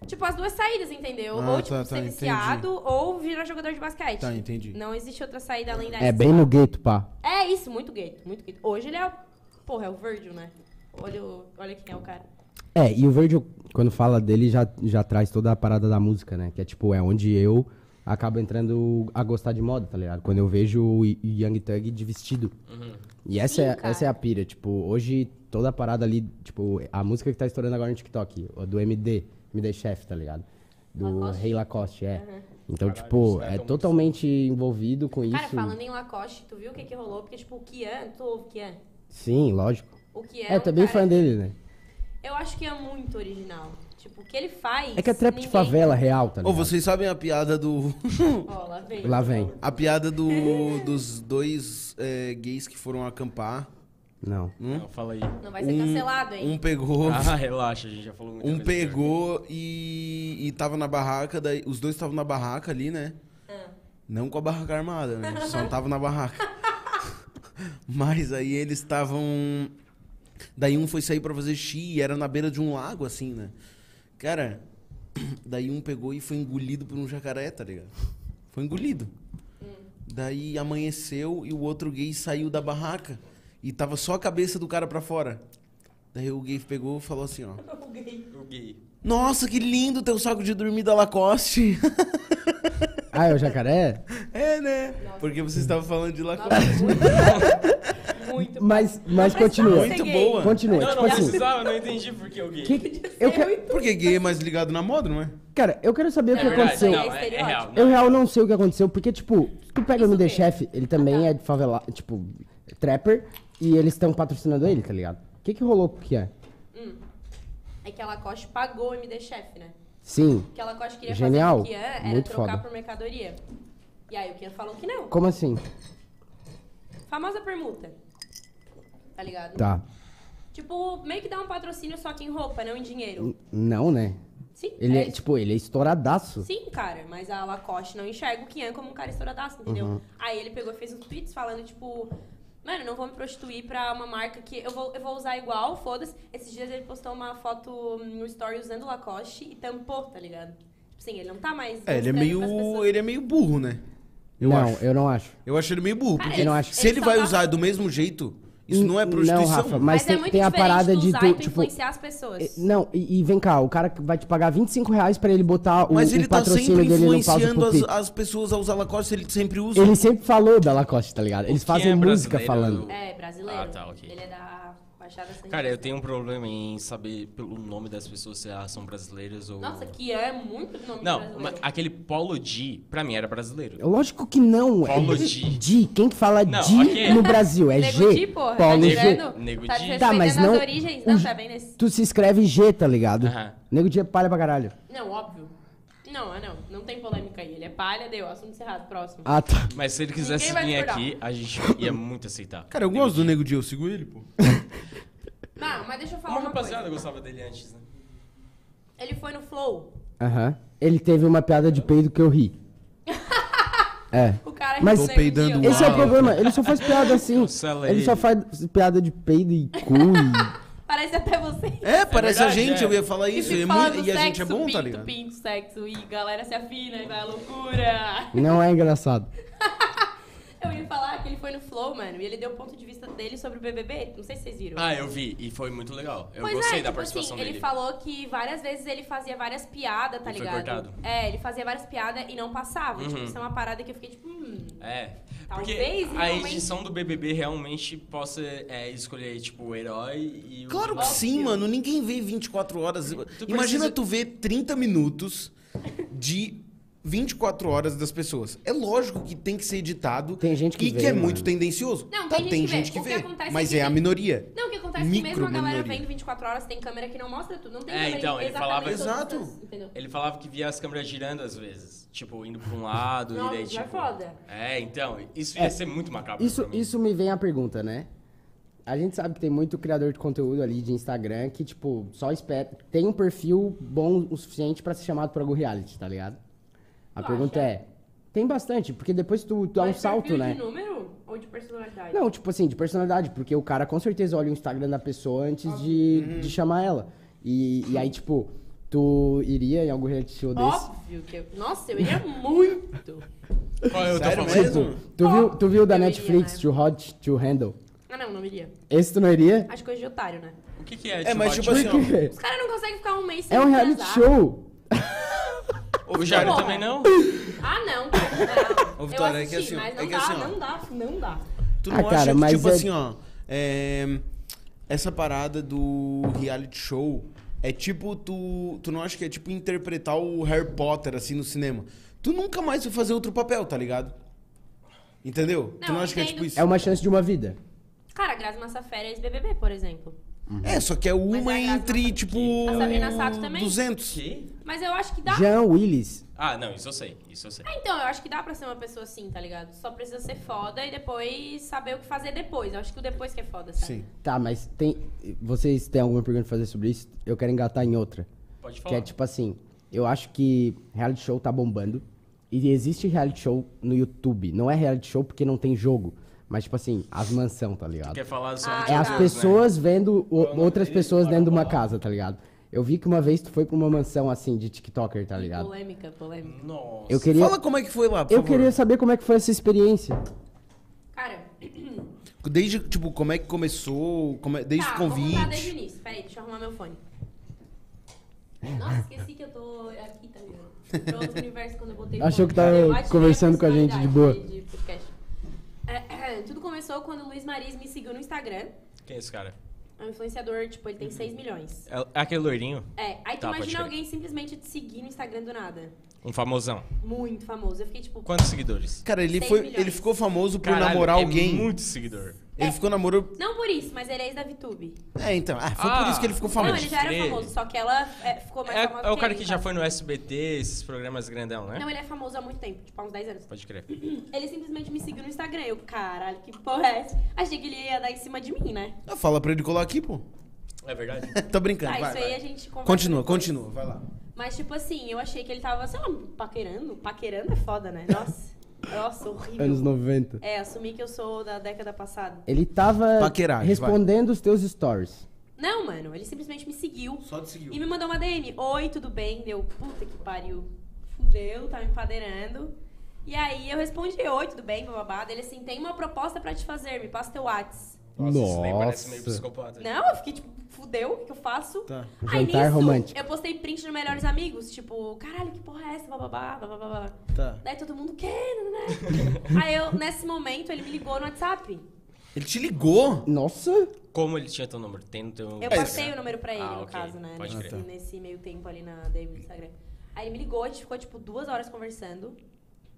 Tá
tipo, as duas saídas, entendeu?
Ah,
ou, tipo,
tá, tá,
ser
entendi.
viciado, ou virar jogador de basquete.
Tá, entendi.
Não existe outra saída além dessa.
É bem no gueto, pá.
É isso, muito gay, muito gay. Hoje ele é, o- porra, é o Virgil, né? Olha, o- olha quem é o cara.
É, e o Virgil, quando fala dele, já, já traz toda a parada da música, né? Que é tipo, é onde eu acabo entrando a gostar de moda, tá ligado? Quando eu vejo o Y- Young Thug de vestido. E essa,
Sim,
é,
cara.
essa é a pira, tipo, hoje toda a parada ali, tipo, a música que tá estourando agora no TikTok, a do MD, MD Chef, tá ligado? Do
Lacoste?
Rei Lacoste, é. Então,
Caralho,
tipo,
isso é
é
tão
totalmente envolvido com
Cara,
isso.
falando em Lacoste, tu viu o que que rolou? Porque, tipo, o Kian, tu ouve o Kian?
Sim, lógico.
O Kian
É,
um
também
cara-
fã dele, né?
Eu acho que é muito original. Tipo, o que ele faz...
É que é trap de
ninguém-
favela real, tá
Ô,
ligado?
vocês sabem a piada do.
Ó, lá vem.
Lá vem.
a piada do, dos dois é, gays que foram acampar.
Não.
Não, fala aí.
Não vai ser cancelado, hein?
Um pegou.
Ah, relaxa, a gente já falou muito.
Um pegou e, e tava na barraca, daí, os dois estavam na barraca ali, né? Não com a barraca armada, né? Só tava na barraca. Mas aí eles estavam. Daí um foi sair pra fazer xixi e era na beira de um lago, assim, né? Cara, daí um pegou e foi engolido por um jacaré, tá ligado? Foi engolido. Daí amanheceu e o outro gay saiu da barraca. E tava só a cabeça do cara pra fora. Daí o gay pegou e falou assim, ó.
O gay.
O gay.
Nossa, que lindo teu saco de dormir da Lacoste.
Ah, é o jacaré?
é, né? Porque você estava falando de
Nossa,
Lacoste.
muito. muito.
Mas, mas
Não tá precisava
continua.
ser
Muito
gay.
boa.
Continua,
Não,
tipo
não
assim.
precisava, não entendi por que o gay.
que- eu que-
Porque gay é mais ligado na moda, não é?
cara, eu quero saber o que
É verdade,
aconteceu.
Não, é, é
Estereótipo.
real.
Eu real não sei o que aconteceu, porque, tipo, tu pega o
Isso
MD
mesmo.
Chef, ele também é de favela, tipo, trapper, e eles estão patrocinando ele, tá ligado? O que que rolou com o que é?
É que a Lacoste pagou o MD Chef, né?
Sim.
O que a Lacoste queria
Genial.
fazer com o Kian era
Muito
trocar
foda.
por mercadoria. E aí o Kian falou que não.
Como assim?
Famosa permuta. Tá ligado?
Tá.
Tipo, meio que dá um patrocínio só que em roupa, não em dinheiro.
N- Não, né?
Sim,
Ele é,
isso.
tipo, ele é estouradaço.
Sim, cara, mas a Lacoste não enxerga o Kian como um cara estouradaço, entendeu?
Uhum.
Aí ele pegou e fez uns tweets falando, tipo, mano, não vou me prostituir pra uma marca que eu vou, eu vou usar igual, foda-se. Esses dias ele postou uma foto hum, no story usando Lacoste e tampou, tá ligado? Tipo assim, ele não tá mais.
É, ele é
mostrando pras
meio.
pessoas.
Ele é meio burro, né? Eu
não,
acho.
eu não acho.
Eu acho ele meio burro.
Cara,
Porque
Eu não acho. Hum,
se ele
só
vai
tá-
usar do mesmo jeito, isso não é
Não,
prostituição.
Rafa,
mano.
mas,
Mas é
tem,
muito
tem a
diferente
parada
tu
de
usar
tu,
e tu
tipo...
influenciar as pessoas.
e- Não, e, e vem cá, o cara que vai te pagar 25 reais pra ele botar o,
Mas
o
ele tá
patrocínio
sempre
dele no pausa
influenciando
pro
as,
Pix.
as pessoas a usar Lacoste, ele sempre usa.
Ele sempre falou da Lacoste, tá ligado? Eles
que
fazem
é
música
brasileiro?
falando.
É, brasileiro.
Ah, tá, ok.
Ele é da Baixada Santista.
Cara, eu tenho um problema em saber pelo nome das pessoas se elas são brasileiras ou.
Nossa, Kian é muito nome de
Não,
brasileiro.
mas aquele Polo G, pra mim, era brasileiro.
Lógico que não.
Paulo
é
G.
G. Quem que fala
Não,
G
ok.
no Brasil? É
Nego
G.
Di, porra,
Paulo
tá
G.
G.
tirando?
Nego
tá
Di.
desrespeitando
Tá, mas não.
as origens. Não,
o
tá
G-
bem nesse...
Tu se escreve G, tá ligado?
Aham.
Nego Di é palha pra caralho.
Não, óbvio. Não, é não. Não tem polêmica aí. Ele é palha, deu. Assunto encerrado. Próximo.
Ah, tá.
Mas se ele quisesse
Ninguém vai
vir
discordar.
aqui, a gente ia muito aceitar.
Cara, eu gosto do Nego Di, eu sigo ele, pô.
Não, mas deixa eu falar
Uma
uma, coisa.
rapaziada gostava dele antes, né?
Ele foi no Flow.
Aham. Ele teve uma piada de peido que eu ri. É.
O cara
Mas-
recebeu
Tô peidando
um dia.
muito.
Esse é o
Uau.
problema. Ele só faz piada assim.
Cancela
Ele
ele.
só faz piada de peido e cu. e-
Parece até você.
É, parece a
verdade,
gente,
é.
eu ia falar isso.
Que
e é
fala
muito-
do
e a gente é
sexo,
bom, tá
pinto,
ligado?
Pinto, sexo e galera se afina e vai loucura.
Não é engraçado.
Eu ia falar que ele foi no Flow, mano, e ele deu o ponto de vista dele sobre o BBB. Não sei se vocês viram.
Ah, eu vi, e foi muito legal. Eu gostei da participação
é, tipo assim, Ele
dele.
falou que várias vezes ele fazia várias piadas, tá
E foi
ligado?
cortado.
É, ele fazia várias piadas e não passava. Tipo,
Uhum.
isso é uma parada que eu fiquei tipo, hum.
É, porque
Talvez
a
realmente-
edição do BBB realmente possa é, escolher, tipo, o herói e o...
Claro que
vilão.
sim, mano. Ninguém vê 24 horas. Imagina
precisa-
tu ver 30 minutos de 24 horas das pessoas. É lógico que tem que ser editado.
Tem gente que
E
vê,
que é
mano.
muito tendencioso.
Não,
Tá,
tem gente que vê. O que acontece
mas
é
é,
que
a
tem-
minoria.
Não, o que acontece é que mesmo a galera
Microminoria.
vendo 24 horas tem câmera que não mostra tudo. Não tem
É,
câmera
então, ele falava-
exatamente
Exato.
todas, entendeu?
Ele falava que via as câmeras girando às vezes. Tipo, indo pra um lado
Nossa,
e daí,
isso é
tipo...
foda.
É, então, isso ia ser muito macabro
Isso,
pra mim.
isso me vem a pergunta, né? A gente sabe que tem muito criador de conteúdo ali de Instagram que, tipo, só espera. Tem um perfil bom o suficiente pra ser chamado pra algum reality, tá ligado? A
Tu
pergunta
acha?
é. Tem bastante, porque depois tu, tu dá um
Mas
salto,
perfil
né?
de número ou de personalidade?
Não, tipo assim, de personalidade, porque o cara com certeza olha o Instagram da pessoa antes de, de chamar ela. E, e aí, tipo, tu iria em algum reality show desse?
Óbvio que eu... Nossa, eu ia muito.
Qual é o teu
Sério
favorito?
mesmo?
Tipo, tu viu, tu viu da
Eu iria,
Netflix,
né?
Too Hot, Too Handle?
Ah, não, não iria.
Esse tu não iria?
Acho coisa de otário, né?
O que que é?
É, mas tipo
ótimo?
assim, ó.
Os caras não conseguem ficar um mês sem
É um reality
transar.
show.
O Jairo
Porra.
também não?
Ah, não. não.
Ô, Vitória,
eu
é que
assisti,
assim, ó,
mas não
é que
dá,
assim, ó.
não dá, não dá.
Tu
Ah,
não
cara,
acha que,
mas
tipo
é-
assim, ó. é, Essa parada do reality show é tipo tu. Tu não acha que é tipo interpretar o Harry Potter, assim, no cinema? Tu nunca mais vai fazer outro papel, tá ligado? Entendeu? tu
Não,
não acha que é
entendo.
tipo isso?
É uma chance de uma vida.
Cara, a Grazi Massafera é ex-BBB, por exemplo.
É, só que é uma
a Grazi
entre,
Massafera-
tipo.
A Sabrina Sato também?
200.
Que?
Mas eu acho que dá.
Jean Willis.
Ah, não, isso eu sei, isso eu sei.
Ah, Então, eu acho que dá pra ser uma pessoa assim, tá ligado? Só precisa ser foda e depois saber o que fazer depois. Eu acho que o depois que é foda, sabe?
Sim.
Tá, mas tem. Vocês têm alguma pergunta pra fazer sobre isso? Eu quero engatar em outra.
Pode falar.
Que é tipo assim, eu acho que reality show tá bombando. E existe reality show no YouTube. Não é reality show porque não tem jogo. Mas, tipo assim, as mansão, tá ligado?
Quer falar só
Ah,
de
É as
Deus, né?
pessoas
né?
vendo o-
Vamos
outras
ver,
pessoas
bora
dentro de uma
falar.
casa, tá ligado? Eu vi que uma vez tu foi pra uma mansão, assim, de TikToker, tá ligado?
Polêmica, polêmica.
Né? Nossa.
Eu queria,
Fala como é que foi lá, por
eu
favor.
queria saber como é que foi essa experiência.
Cara,
Desde, tipo, como é que começou, como é- desde
tá,
o
vou contar desde o
convite.
início. Peraí, deixa eu arrumar meu fone. Nossa, esqueci que eu tô aqui, tá ligado? Pro outro universo quando eu botei o
Achou
fone.
que tava
Eu ativei a
conversando com a gente de boa.
personalidade de podcast. É, tudo começou quando o Luiz Maris me seguiu no Instagram.
Quem é esse cara?
É um influenciador, tipo, ele tem 6 milhões.
É é aquele loirinho?
É, aí tu
Tá, pode
imagina
crer.
alguém simplesmente te seguir no Instagram do nada.
Um famosão.
Muito famoso. Eu fiquei tipo.
Quantos seguidores?
Cara, ele,
Seis
foi,
milhões.
ele ficou famoso por
Caralho,
namorar
é
alguém.
muito seguidor.
Ele ficou namorando.
Não por isso, mas ele é ex da VTube.
É, então. Ah, foi por
Ah.
isso que ele ficou
Não,
famoso.
ele já era
crer.
famoso, só que ela é, ficou mais
É,
famosa
é o cara
ele,
que já
tá?
foi no SBT, esses programas grandão, né?
Não, ele é famoso há muito tempo, tipo, há uns 10 anos.
Pode crer.
Ele simplesmente me seguiu no Instagram. Eu, caralho, que porra é essa? Achei que ele ia dar em cima de mim, né?
Ah, Fala pra ele colar aqui, pô.
É verdade?
Tô brincando,
Ah,
vai.
isso aí
vai.
a gente conversa
Continua,
depois.
continua, vai lá.
Mas, tipo assim, eu achei que ele tava, sei lá, paquerando. Paquerando é foda, né? Nossa, nossa, horrível.
Anos 90.
É, assumir que eu sou da década passada.
Ele tava
Paqueragem,
respondendo os teus stories.
Não, mano, ele simplesmente me seguiu.
Só te
E
seguiu.
me mandou uma DM. Oi, tudo bem? Deu, puta que pariu. Fudeu, tá me padeirando. E aí eu respondi, oi, tudo bem, bababá. Ele assim, tem uma proposta pra te fazer, me passa teu Whats.
isso daí parece meio
Nossa.
psicopata.
Não, eu fiquei tipo, fudeu, o que que eu faço?
Tá.
Aí
Um Jantar
nisso,
romântico.
eu postei print no Melhores Amigos, tipo, caralho, que porra é essa, bababá, bababá.
Tá.
Daí todo mundo, que, né? aí eu, nesse momento, ele me ligou no WhatsApp.
Ele te ligou?
Nossa!
Como ele tinha teu número? Tem no teu.
Eu
É
passei
Instagram?
o número pra ele,
Ah,
no
ok.
caso, né?
Pode
nesse,
crer.
nesse meio tempo ali na DM do Instagram. Aí ele me ligou, a gente ficou, tipo, duas horas conversando.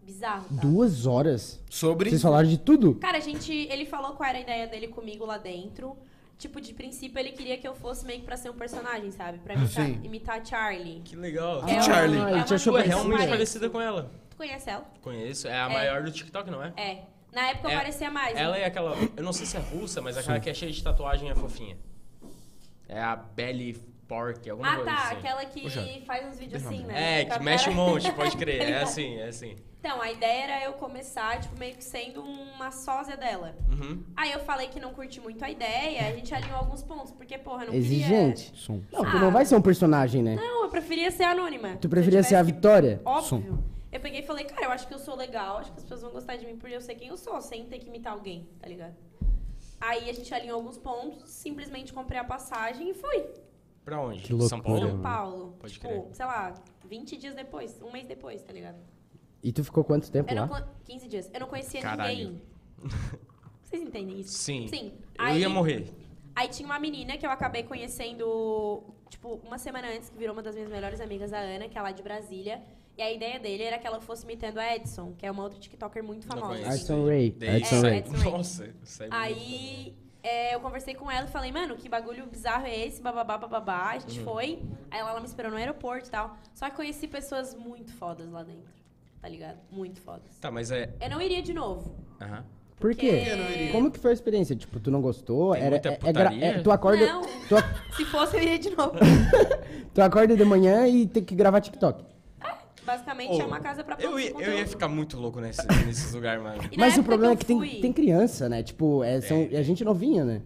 Bizarro, tá?
Duas horas?
Sobre.
Vocês falaram de tudo?
Cara, a gente... Ele falou qual era a ideia dele comigo lá dentro. Tipo, de princípio, ele queria que eu fosse meio que pra ser um personagem, sabe? Pra imitar,
Sim.
imitar Charlie.
Que legal.
Que
É
Charlie?
uma-
Ah,
é
ele
uma
te achou
Ué,
coisa
realmente
mais-
parecida com ela.
Tu conhece ela?
Conheço. É a maior do TikTok, não é?
É. Na época
É.
eu parecia mais. um. né?
Ela é aquela. Eu não sei se é russa, mas aquela que é cheia de tatuagem e é fofinha. É a Belly Pork, alguma
Ah,
coisa
tá.
assim.
Aquela que faz uns vídeos assim, né?
É,
Com a
que mexe um
cara-
monte, pode crer. É
Exato.
assim, é assim.
Então, a ideia era eu começar, tipo, meio que sendo uma sósia dela.
Uhum.
Aí eu falei que não curti muito a ideia, a gente alinhou alguns pontos, porque, porra, eu não
Exigente.
Som.
Não, tu
Ah.
não vai ser um personagem, né?
queria... Não, eu preferia ser anônima. Se
Tu
eu
preferia ser a
tivesse que-
Vitória?
Óbvio. Eu peguei e falei, cara, eu acho que eu sou legal, acho que as pessoas vão gostar de mim por eu ser quem eu sou, sem ter que imitar alguém, tá ligado? Aí a gente alinhou alguns pontos, simplesmente comprei a passagem e fui.
Pra onde?
Que loucura,
São
mano.
Paulo?
São Paulo.
Uhum. Pode
tipo,
crer.
sei lá, 20 dias depois, um mês depois, tá ligado?
E tu ficou quanto tempo
Eu não,
lá?
con- 15 dias. Eu não conhecia
Caralho.
ninguém. Vocês entendem isso?
Sim.
Sim.
Eu
Aí-
ia morrer.
Aí tinha uma menina que eu acabei conhecendo, tipo, uma semana antes, que virou uma das minhas melhores amigas, a Ana, que é lá de Brasília. E a ideia dele era que ela fosse imitando a Edson, que é uma outra TikToker muito
Não
famosa.
conheço.
assim.
Edson Ray.
Daí sai-
Edson Ray.
Edson Ray.
Nossa, sai é muito.
Aí é, eu conversei com ela e falei, mano, que bagulho bizarro é esse, bababá, bababá. A
Uhum.
gente foi, aí ela, ela me esperou no aeroporto e tal. Só que conheci pessoas muito fodas lá dentro, tá ligado? Muito fodas.
Tá, mas é.
Eu não iria de novo.
Aham.
Por quê?
Porque eu não iria.
Como que foi a experiência? Tipo, tu não gostou?
Tem
Era,
muita
é- é gra-
putaria?
é- tu, acorda,
Não.
tu, ac-
Se fosse, eu iria de novo.
tu acorda de manhã e tem que gravar TikTok.
Basicamente,
Ô,
é uma casa pra
eu
produzir
ia, eu
conteúdo.
ia ficar muito louco nesse, nesses lugares, mano.
E na
Mas o
época
problema é
eu
que tem,
fui-
tem criança, né? Tipo, é, são,
Tem.
é gente novinha, né?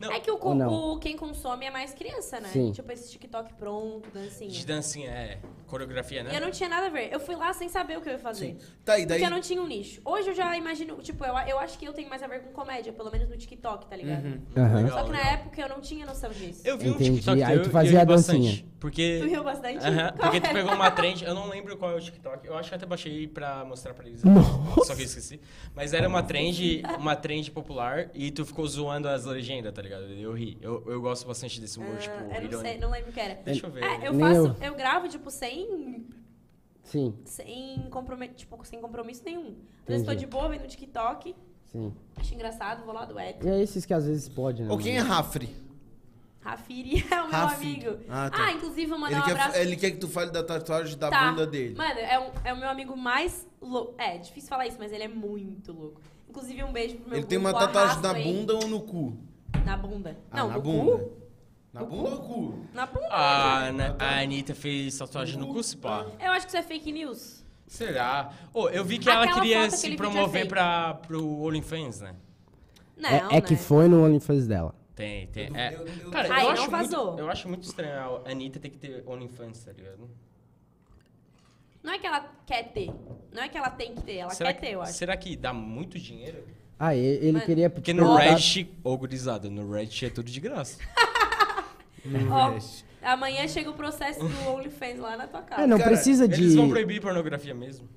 Não,
É que o,
Ou não?
o- quem consome é mais criança, né?
Sim.
Tipo, esse TikTok pronto, dancinha.
de dancinha, é. Coreografia, né?
E eu não tinha nada a ver. Eu fui lá sem saber o que eu ia fazer.
Tá, e daí.
Porque eu não tinha um nicho. Hoje eu já imagino, tipo, eu, eu acho que eu tenho mais a ver com comédia, pelo menos no TikTok, tá ligado?
Aham.
Legal,
Só que na
legal.
época eu não tinha noção disso.
Eu vi
Entendi,
um TikTok
aí
teu
tu
e eu
fazia
ri
a
bastante.
dancinha.
Porque...
Tu riu bastante?
Aham,
Qual
porque tu
era?
pegou uma trend, eu não lembro qual é o TikTok, eu acho que até baixei pra mostrar pra eles.
Nossa.
Só que eu esqueci. Mas era uma trend, uma trend popular e tu ficou zoando as legendas, tá ligado? Eu ri. Eu, eu gosto bastante desse humor,
Ah,
tipo,
eu não sei,
irônico.
não lembro o que era.
Deixa eu ver.
Ah, eu
Nem
faço, eu gravo, tipo, sem,
Sim,
sem, compromet, tipo, sem compromisso nenhum. Às vezes tô
Entendi.
de boa, vendo TikTok,
sim.
acho engraçado, vou lá do Ed.
E é esses que às vezes pode, né?
Ô, quem é
mano?
Rafri?
Rafiri é o meu
Rafiri.
amigo.
Ah,
Ah,
tá.
inclusive, vou mandar
Ele
um abraço.
quer, ele quer que tu fale da tatuagem da
Tá.
bunda dele.
Mano, é, um- é o meu amigo mais louco. É, difícil falar isso, mas ele é muito louco. Inclusive, um beijo pro meu
Ele tem uma
grupo,
tatuagem
Arrasta,
na
hein?
bunda ou no cu?
Na bunda.
Ah,
Não,
na
no
bunda.
cu?
Na bunda ou cu?
Na bunda.
Ah.
A, Ah, Ana- a Anitta fez tatuagem no Cuspá.
Eu acho que isso é fake news.
Será? Ô, eu vi que ela
Aquela
queria
foto,
se
aquele vídeo é
promover
fake.
pra, pro OnlyFans, né?
Não,
É, é
né?
que foi no OnlyFans dela.
Tem, tem.
Eu-
é.
eu- eu-
Cara,
Ai,
eu,
não
acho
vazou.
muito, eu acho muito estranho a Anitta ter que ter OnlyFans, tá ligado?
Não é que ela quer ter. Não é que ela tem que ter, ela
será
quer
que,
ter, eu acho.
Será que dá muito dinheiro?
Ah, e- ele,
Mano.
queria.
Porque
te
no
perguntar-
Reddit, ô gurizada, no Reddit é tudo de graça.
Ó, amanhã chega o processo do OnlyFans lá na tua casa.
É, não
Cara,
precisa de.
Eles vão proibir pornografia mesmo.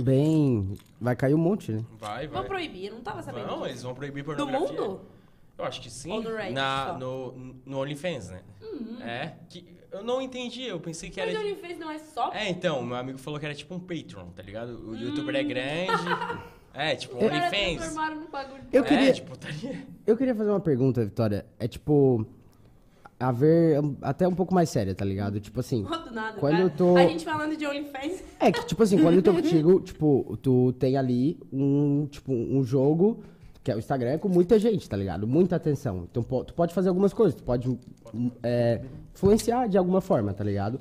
Bem. Vai cair um monte, né?
Vai, vai.
Vou proibir, eu não tava sabendo.
Não,
é
disso.
eles vão proibir
Do
pornografia.
mundo?
Eu acho que sim.
Ou do Reddit
Na,
só? Uhum.
no, no OnlyFans, né? É. Que, eu não entendi, eu pensei que
Mas o
era...
OnlyFans não é só.
É, então, meu amigo falou que era tipo um Patreon, tá ligado?
Hum.
O youtuber é grande. é, tipo,
Os caras
OnlyFans.
transformaram no bagulho.
Eu
é,
queria-
tipo, putaria.
Eu queria fazer uma pergunta, Vitória. É tipo. A ver. Até um pouco mais séria, tá ligado? Tipo assim.
Do nada,
Quando
cara.
eu tô-
A gente falando de OnlyFans.
É que, tipo assim, quando eu tô contigo, tipo, tu tem ali um, tipo, um jogo, que é o Instagram, com muita gente, tá ligado? Muita atenção. Então, po- tu pode fazer algumas coisas, tu pode hum, é, influenciar de alguma forma, tá ligado?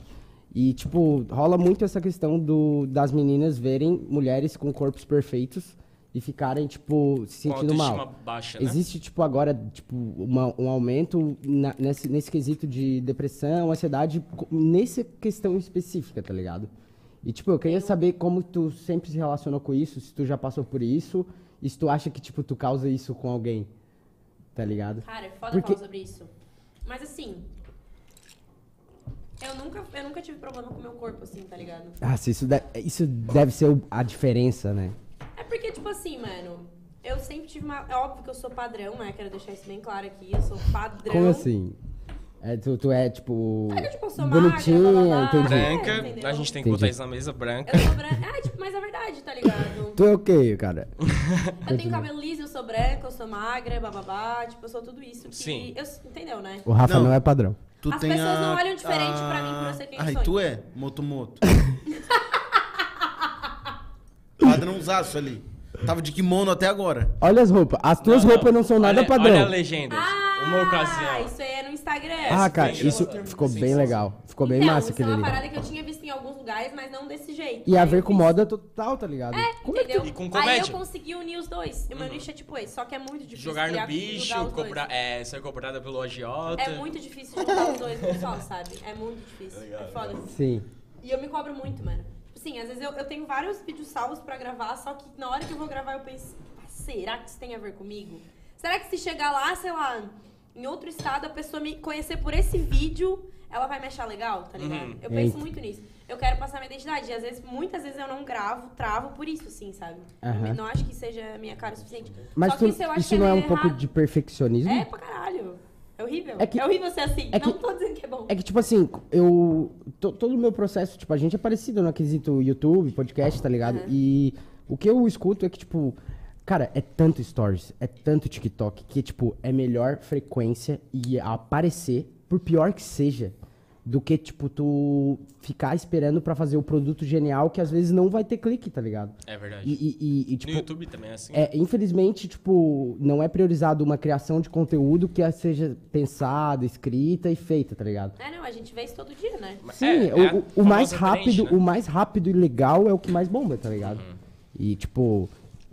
E, tipo, rola muito essa questão do, das meninas verem mulheres com corpos perfeitos e ficarem, tipo, se
Com
sentindo
autoestima
mal.
baixa, né?
Existe, tipo, agora, tipo, uma- um aumento na- nesse, nesse quesito de depressão, ansiedade, co- nessa questão específica, tá ligado? E, tipo, eu queria saber como tu sempre se relacionou com isso, se tu já passou por isso, e se tu acha que, tipo, tu causa isso com alguém, tá ligado?
Cara, é foda
Porque-
falar sobre isso. Mas assim. Eu nunca, eu nunca tive problema com o meu corpo, assim, tá ligado?
Ah, se isso, de- isso deve ser o- a diferença, né?
É porque, tipo assim, mano. Eu sempre tive uma. É óbvio que eu sou padrão, né? Quero deixar isso bem claro aqui. Eu sou padrão.
Como assim? É, tu, tu é, tipo,
É que, tipo, eu sou
bonitinha,
magra, blá, blá, blá.
entendi.
Branca,
É, entendeu?
a gente tem que
Entendi.
botar isso na mesa, branca.
Eu sou branca. Ah, tipo, mas é verdade, tá ligado?
Tu é o quê, cara?
Eu tenho cabelo liso, eu sou branca, eu sou magra, bababá. Tipo, eu sou tudo isso. Que
Sim.
Eu, entendeu, né?
O Rafa
Não.
não, é padrão.
Tu
As
tem
pessoas
a-
não olham diferente pra mim por eu ser quem eu
Ai,
sou.
tu é? Motomoto. Padrãozaço ali. Tava de kimono até agora.
Olha as roupas. As tuas roupas não são nada
olha,
padrão.
Olha a legenda. uma
Ah,
ocasião.
isso aí é no Instagram.
Ah, cara,
Sensacional.
isso ficou bem
Sensacional.
legal. Ficou bem
então,
massa
isso é
aquele
uma
ali.
parada que eu tinha visto em alguns lugares, mas não desse jeito. né?
E a
Aí
ver
eu
com
fiz-
moda total, tá ligado?
É,
Como é que
entendeu?
E com
Aí eu
comédia. Uhum.
consegui unir os dois. O meu nicho é tipo esse, só que é muito difícil.
Jogar
criar-
no bicho,
julgar os dois.
cobrar, é, ser cobrada pelo agiota.
É muito difícil juntar os dois no só, sabe? É muito difícil.
Legal,
é foda.
Sim.
E eu me cobro muito, mano. Tipo assim, às vezes eu, eu tenho vários vídeos salvos pra gravar, só que na hora que eu vou gravar eu penso, "Ah, será que isso tem a ver comigo? Será que se chegar lá, sei lá, em outro estado, a pessoa me conhecer por esse vídeo, ela vai me achar legal, tá ligado?
Uhum.
Eu penso
Eita.
muito nisso. Eu quero passar minha identidade. E às vezes, muitas vezes eu não gravo, travo por isso, assim, sabe?
Aham.
Não acho que seja a minha cara o suficiente.
Mas
só
tu-
que isso eu acho
isso
que
não é um
meio
pouco
errado.
de perfeccionismo?
É pra caralho. É horrível.
É
É,
que-
horrível ser assim.
é que-
não tô dizendo que é bom.
É que, tipo assim, eu. to- todo o meu processo, tipo, a gente é parecido no quesito YouTube, podcast, tá ligado? E o que eu escuto é que, tipo, Cara, é tanto stories, é tanto TikTok, que, tipo, é melhor frequência e aparecer, por pior que seja, do que, tipo, tu ficar esperando pra fazer o produto genial que às vezes não vai ter clique, tá ligado?
É verdade.
E, e- e- e, tipo,
no YouTube também é assim.
é, infelizmente, tipo, não é priorizado uma criação de conteúdo que seja pensada, escrita e feita, tá ligado?
É, não, a gente vê isso todo dia, né?
Mas-
Sim,
é,
o-
é a
o, o mais
famosa
rápido,
trend, né? Uhum.
o mais rápido e legal é o que mais bomba, tá ligado? E tipo,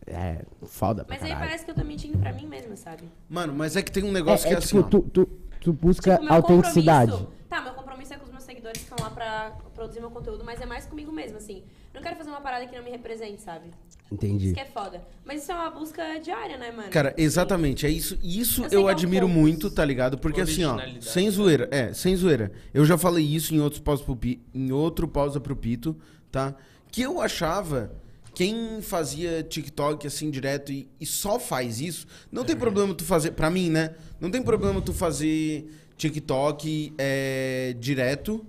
é foda pra
Mas aí
caralho.
parece que eu tô mentindo pra mim mesma, sabe?
Mano, mas é que tem um
É,
negócio
é
que é
tipo,
assim, ó.
tu, tu, tu busca
Tipo, meu
É autenticidade.
compromisso- Tá, meu compromisso é com os meus seguidores que estão lá pra produzir meu conteúdo, mas é mais comigo mesmo, assim. Não quero fazer uma parada que não me represente, sabe?
Entendi.
Isso que é foda. Mas isso é uma busca diária, né, mano?
Cara, exatamente, é isso. E isso
Eu sei
eu,
que é um
admiro
pouco.
muito, tá ligado? Porque assim, ó,
Originalidade,
sem
né?
zoeira, é, sem zoeira. Eu já falei isso em outros pausa pro pi, em outro pausa pro pito, tá? Que eu achava quem fazia TikTok assim direto e, e só faz isso, não
É.
tem problema tu fazer, pra mim, né? Não tem problema tu fazer TikTok é, direto.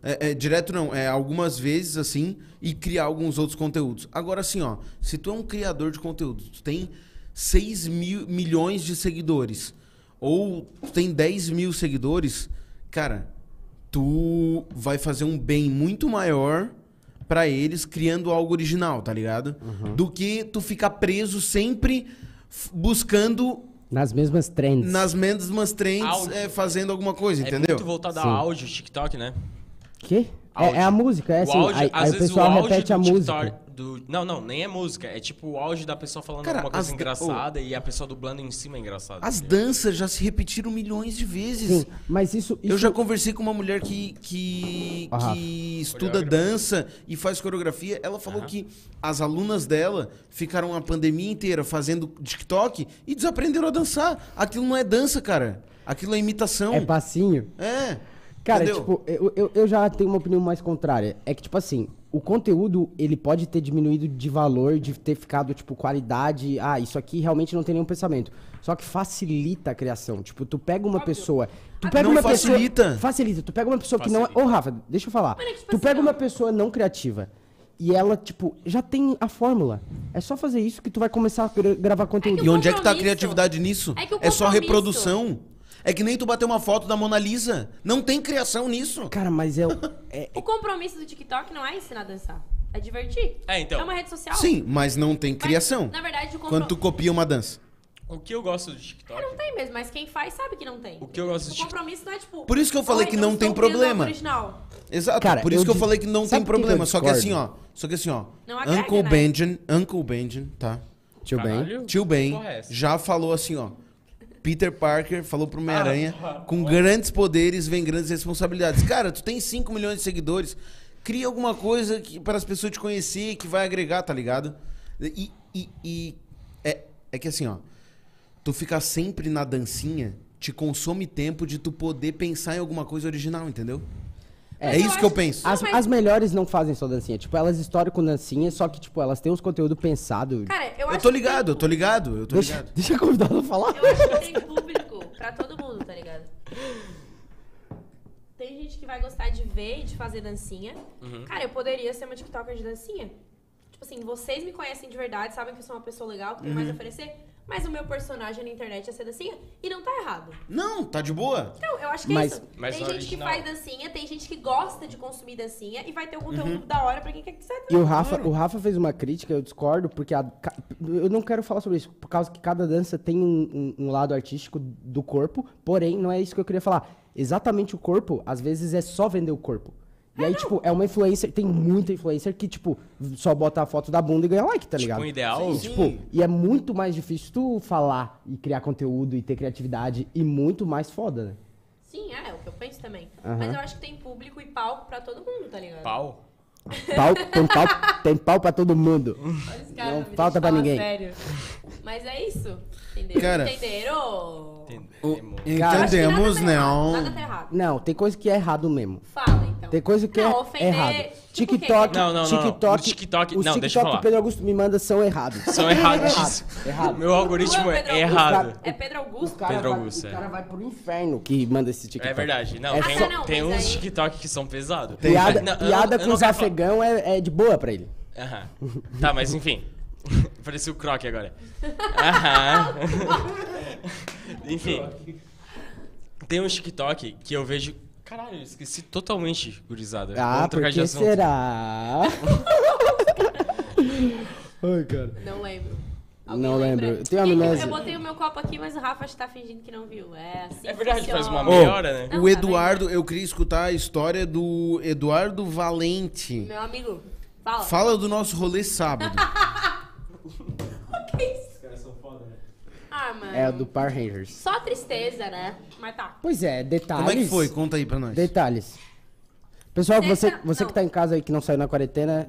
É, é, direto não, é algumas vezes assim e criar alguns outros conteúdos. Agora assim, ó, se tu é um criador de conteúdo, tu tem 6 mil, milhões de seguidores ou tu tem 10 mil seguidores, cara, tu vai fazer um bem muito maior pra eles criando algo original, tá ligado? Do que tu ficar preso sempre f- buscando
Nas mesmas trends.
nas mesmas trends
Áudio.
é, fazendo alguma coisa,
É
entendeu?
muito voltado a
Sim.
áudio, TikTok, né?
Quê?
Áudio.
É, é a música, é
O
assim.
áudio,
aí
às
aí o
vezes
pessoal
o áudio
repete
do
a música.
TikTok do- Não, não, nem é música. É tipo o áudio da pessoa falando
Cara,
alguma coisa
as-
engraçada e a pessoa dublando em cima é engraçada.
As
tá ligado?
danças já se repetiram milhões de vezes.
Sim, mas isso. isso
Eu já conversei com uma mulher que, que,
Ah, Rafa.
que estuda
Coreógrafa.
dança e faz coreografia. Ela falou
Aham.
que as alunas dela ficaram a pandemia inteira fazendo TikTok e desaprenderam a dançar. Aquilo não é dança, cara. Aquilo é imitação.
É passinho.
É.
Cara,
Entendeu?
tipo, eu, eu, eu já tenho uma opinião mais contrária. É que, tipo assim, o conteúdo, ele pode ter diminuído de valor, de ter ficado, tipo, qualidade. Ah, isso aqui realmente não tem nenhum pensamento. Só que facilita a criação. Tipo, tu pega uma
Óbvio.
pessoa. Tu
Ah,
pega
não
uma
facilita.
Pessoa, facilita. Tu pega uma pessoa que não é. Ô, Rafa, deixa eu falar.
Mas é que, tipo
tu
assim,
pega
ó.
uma pessoa não criativa. E ela, tipo, já tem a fórmula. É só fazer isso que tu vai começar a gra- gravar conteúdo.
que
E
o
onde é que tá a
compromisso-
criatividade nisso?
É que o
só
compromisso-
reprodução. É que nem tu bater uma foto da Mona Lisa. Não tem criação nisso.
Cara, mas é, é,
O compromisso do TikTok não é ensinar a dançar. É divertir.
É, então.
É uma rede social.
Sim, mas não tem
Mas, é um
criação.
na verdade, o
Quando tu
compromisso.
copia uma dança.
O que eu gosto do
Não
TikTok.
tem mesmo, mas quem faz sabe que não tem.
O que eu gosto do
O
TikTok.
compromisso não é tipo.
Por isso que eu falei
"Oi,
que
eu
não
sou
tem
o criador
problema."
Original.
Exato,
Cara,
por isso
eu
que eu
di-
falei que não
Sabe
tem
por que que eu
problema. Só que assim, ó.
discordo?
Só que assim, ó.
Não agrega,
Uncle
né?
Benjen, Uncle Benjen, tá?
Tio Ben.
Caralho.
Tio Ben
Porra, é essa?
já falou assim, ó. Peter Parker falou pro Homem-Aranha:
Ah,
com grandes poderes vem grandes responsabilidades. Cara, tu tem 5 milhões de seguidores, cria alguma coisa que, para as pessoas te conhecer, que vai agregar, tá ligado? E, e- e- é, é que assim, ó. Tu ficar sempre na dancinha te consome tempo de tu poder pensar em alguma coisa original, entendeu? É,
Mas eu
isso que eu
acho-
penso.
Ah,
As,
mas-
as melhores não fazem só dancinha. Tipo, elas estouram com dancinha, só que, tipo, elas têm os conteúdo pensado.
Cara, eu,
Eu
acho
tô
que
ligado, eu tô ligado, eu tô
deixa,
ligado.
deixa a convidada falar.
Eu acho que tem público pra todo mundo, tá ligado? Tem gente que vai gostar de ver e de fazer dancinha.
Uhum.
Cara, eu poderia ser uma TikToker de dancinha. Tipo assim, vocês me conhecem de verdade, sabem que eu sou uma pessoa legal, que tem
Uhum.
mais a oferecer. Mas o meu personagem na internet é ser dancinha. E não tá errado.
Não, tá de boa.
Então, eu acho que
Mas-
é isso.
Mas
tem
no
gente
original.
que faz dancinha, tem gente que gosta de consumir dancinha e vai ter um
Uhum.
conteúdo da hora pra quem quer que seja.
E o Rafa, o Rafa fez uma crítica, eu discordo, porque a ca- eu não quero falar sobre isso, por causa que cada dança tem um, um- um lado artístico do corpo, porém, não é isso que eu queria falar. Exatamente o corpo, às vezes, é só vender o corpo. E aí, tipo, é uma influencer, tem muita influencer que, tipo, só bota a foto da bunda e ganha like, tá ligado?
Tipo, um ideal.
Sim, sim.
Tipo, e é muito mais difícil tu falar e criar conteúdo e ter criatividade e muito mais foda, né?
Sim, é, é o que eu penso também.
Aham.
Mas eu acho que tem público e palco pra todo mundo, tá ligado?
Pau.
Pau, tem, pau, tem pau pra todo mundo.
Olha esse cara,
Não
me deixa
falta pra
falar
ninguém.
Sério. Mas é isso. Entendeu?
Cara.
Entenderam?
O-
Entendemos.
Cara,
Entendemos,
Acho que nada tá errado, Nada tá
não.
errado.
Não, tem coisa que é errado mesmo.
Fala, então.
Tem coisa que
Não,
é
ofender-
errado.
Tipo
TikTok,
quem?
Não, não, não, não.
TikTok,
No TikTok-
os
não, deixa eu
TikTok que
falar.
o Pedro Augusto me manda são errados.
São erradíssimos.
Errado.
Meu algoritmo
Não
é
é Pedro
errado.
É Pedro
Os
Augusto?
cara
Pedro
vai,
Augusto,
o
é.
cara vai pro inferno que manda esse TikTok.
É verdade. Não,
É
tem,
só-
tem
mas
uns
aí-
TikTok que são pesados.
Piada,
Não, eu não-
piada
eu
com
não
os
quero falar-
afegão é, é de boa pra ele.
Aham. Tá, mas enfim. Parecia o Croc agora. Aham. Enfim. Tem um TikTok que eu vejo. Caralho, eu esqueci totalmente, gurizada.
Ah,
Vamos
por
trocar de
que
assunto.
será? Ai, cara.
Não lembro.
Não lembro. Eu tenho
Quem-
amnésia.
Eu botei o meu copo aqui, mas o Rafa tá fingindo que não viu. É assim.
É verdade, faz uma
funciona.
Ô,
melhora, né?
Não,
o
tá
Eduardo, eu queria escutar a história do Eduardo Valente.
Meu amigo, fala.
Fala do nosso rolê sábado.
Os caras são foda, né?
Ah, mano.
É o do Power Rangers.
Só tristeza, né? Mas tá.
Pois é, detalhes.
Como é que foi? Conta aí pra nós.
Detalhes. Pessoal,
Deixa-
você, você
não.
que tá em casa aí, que não saiu na quarentena,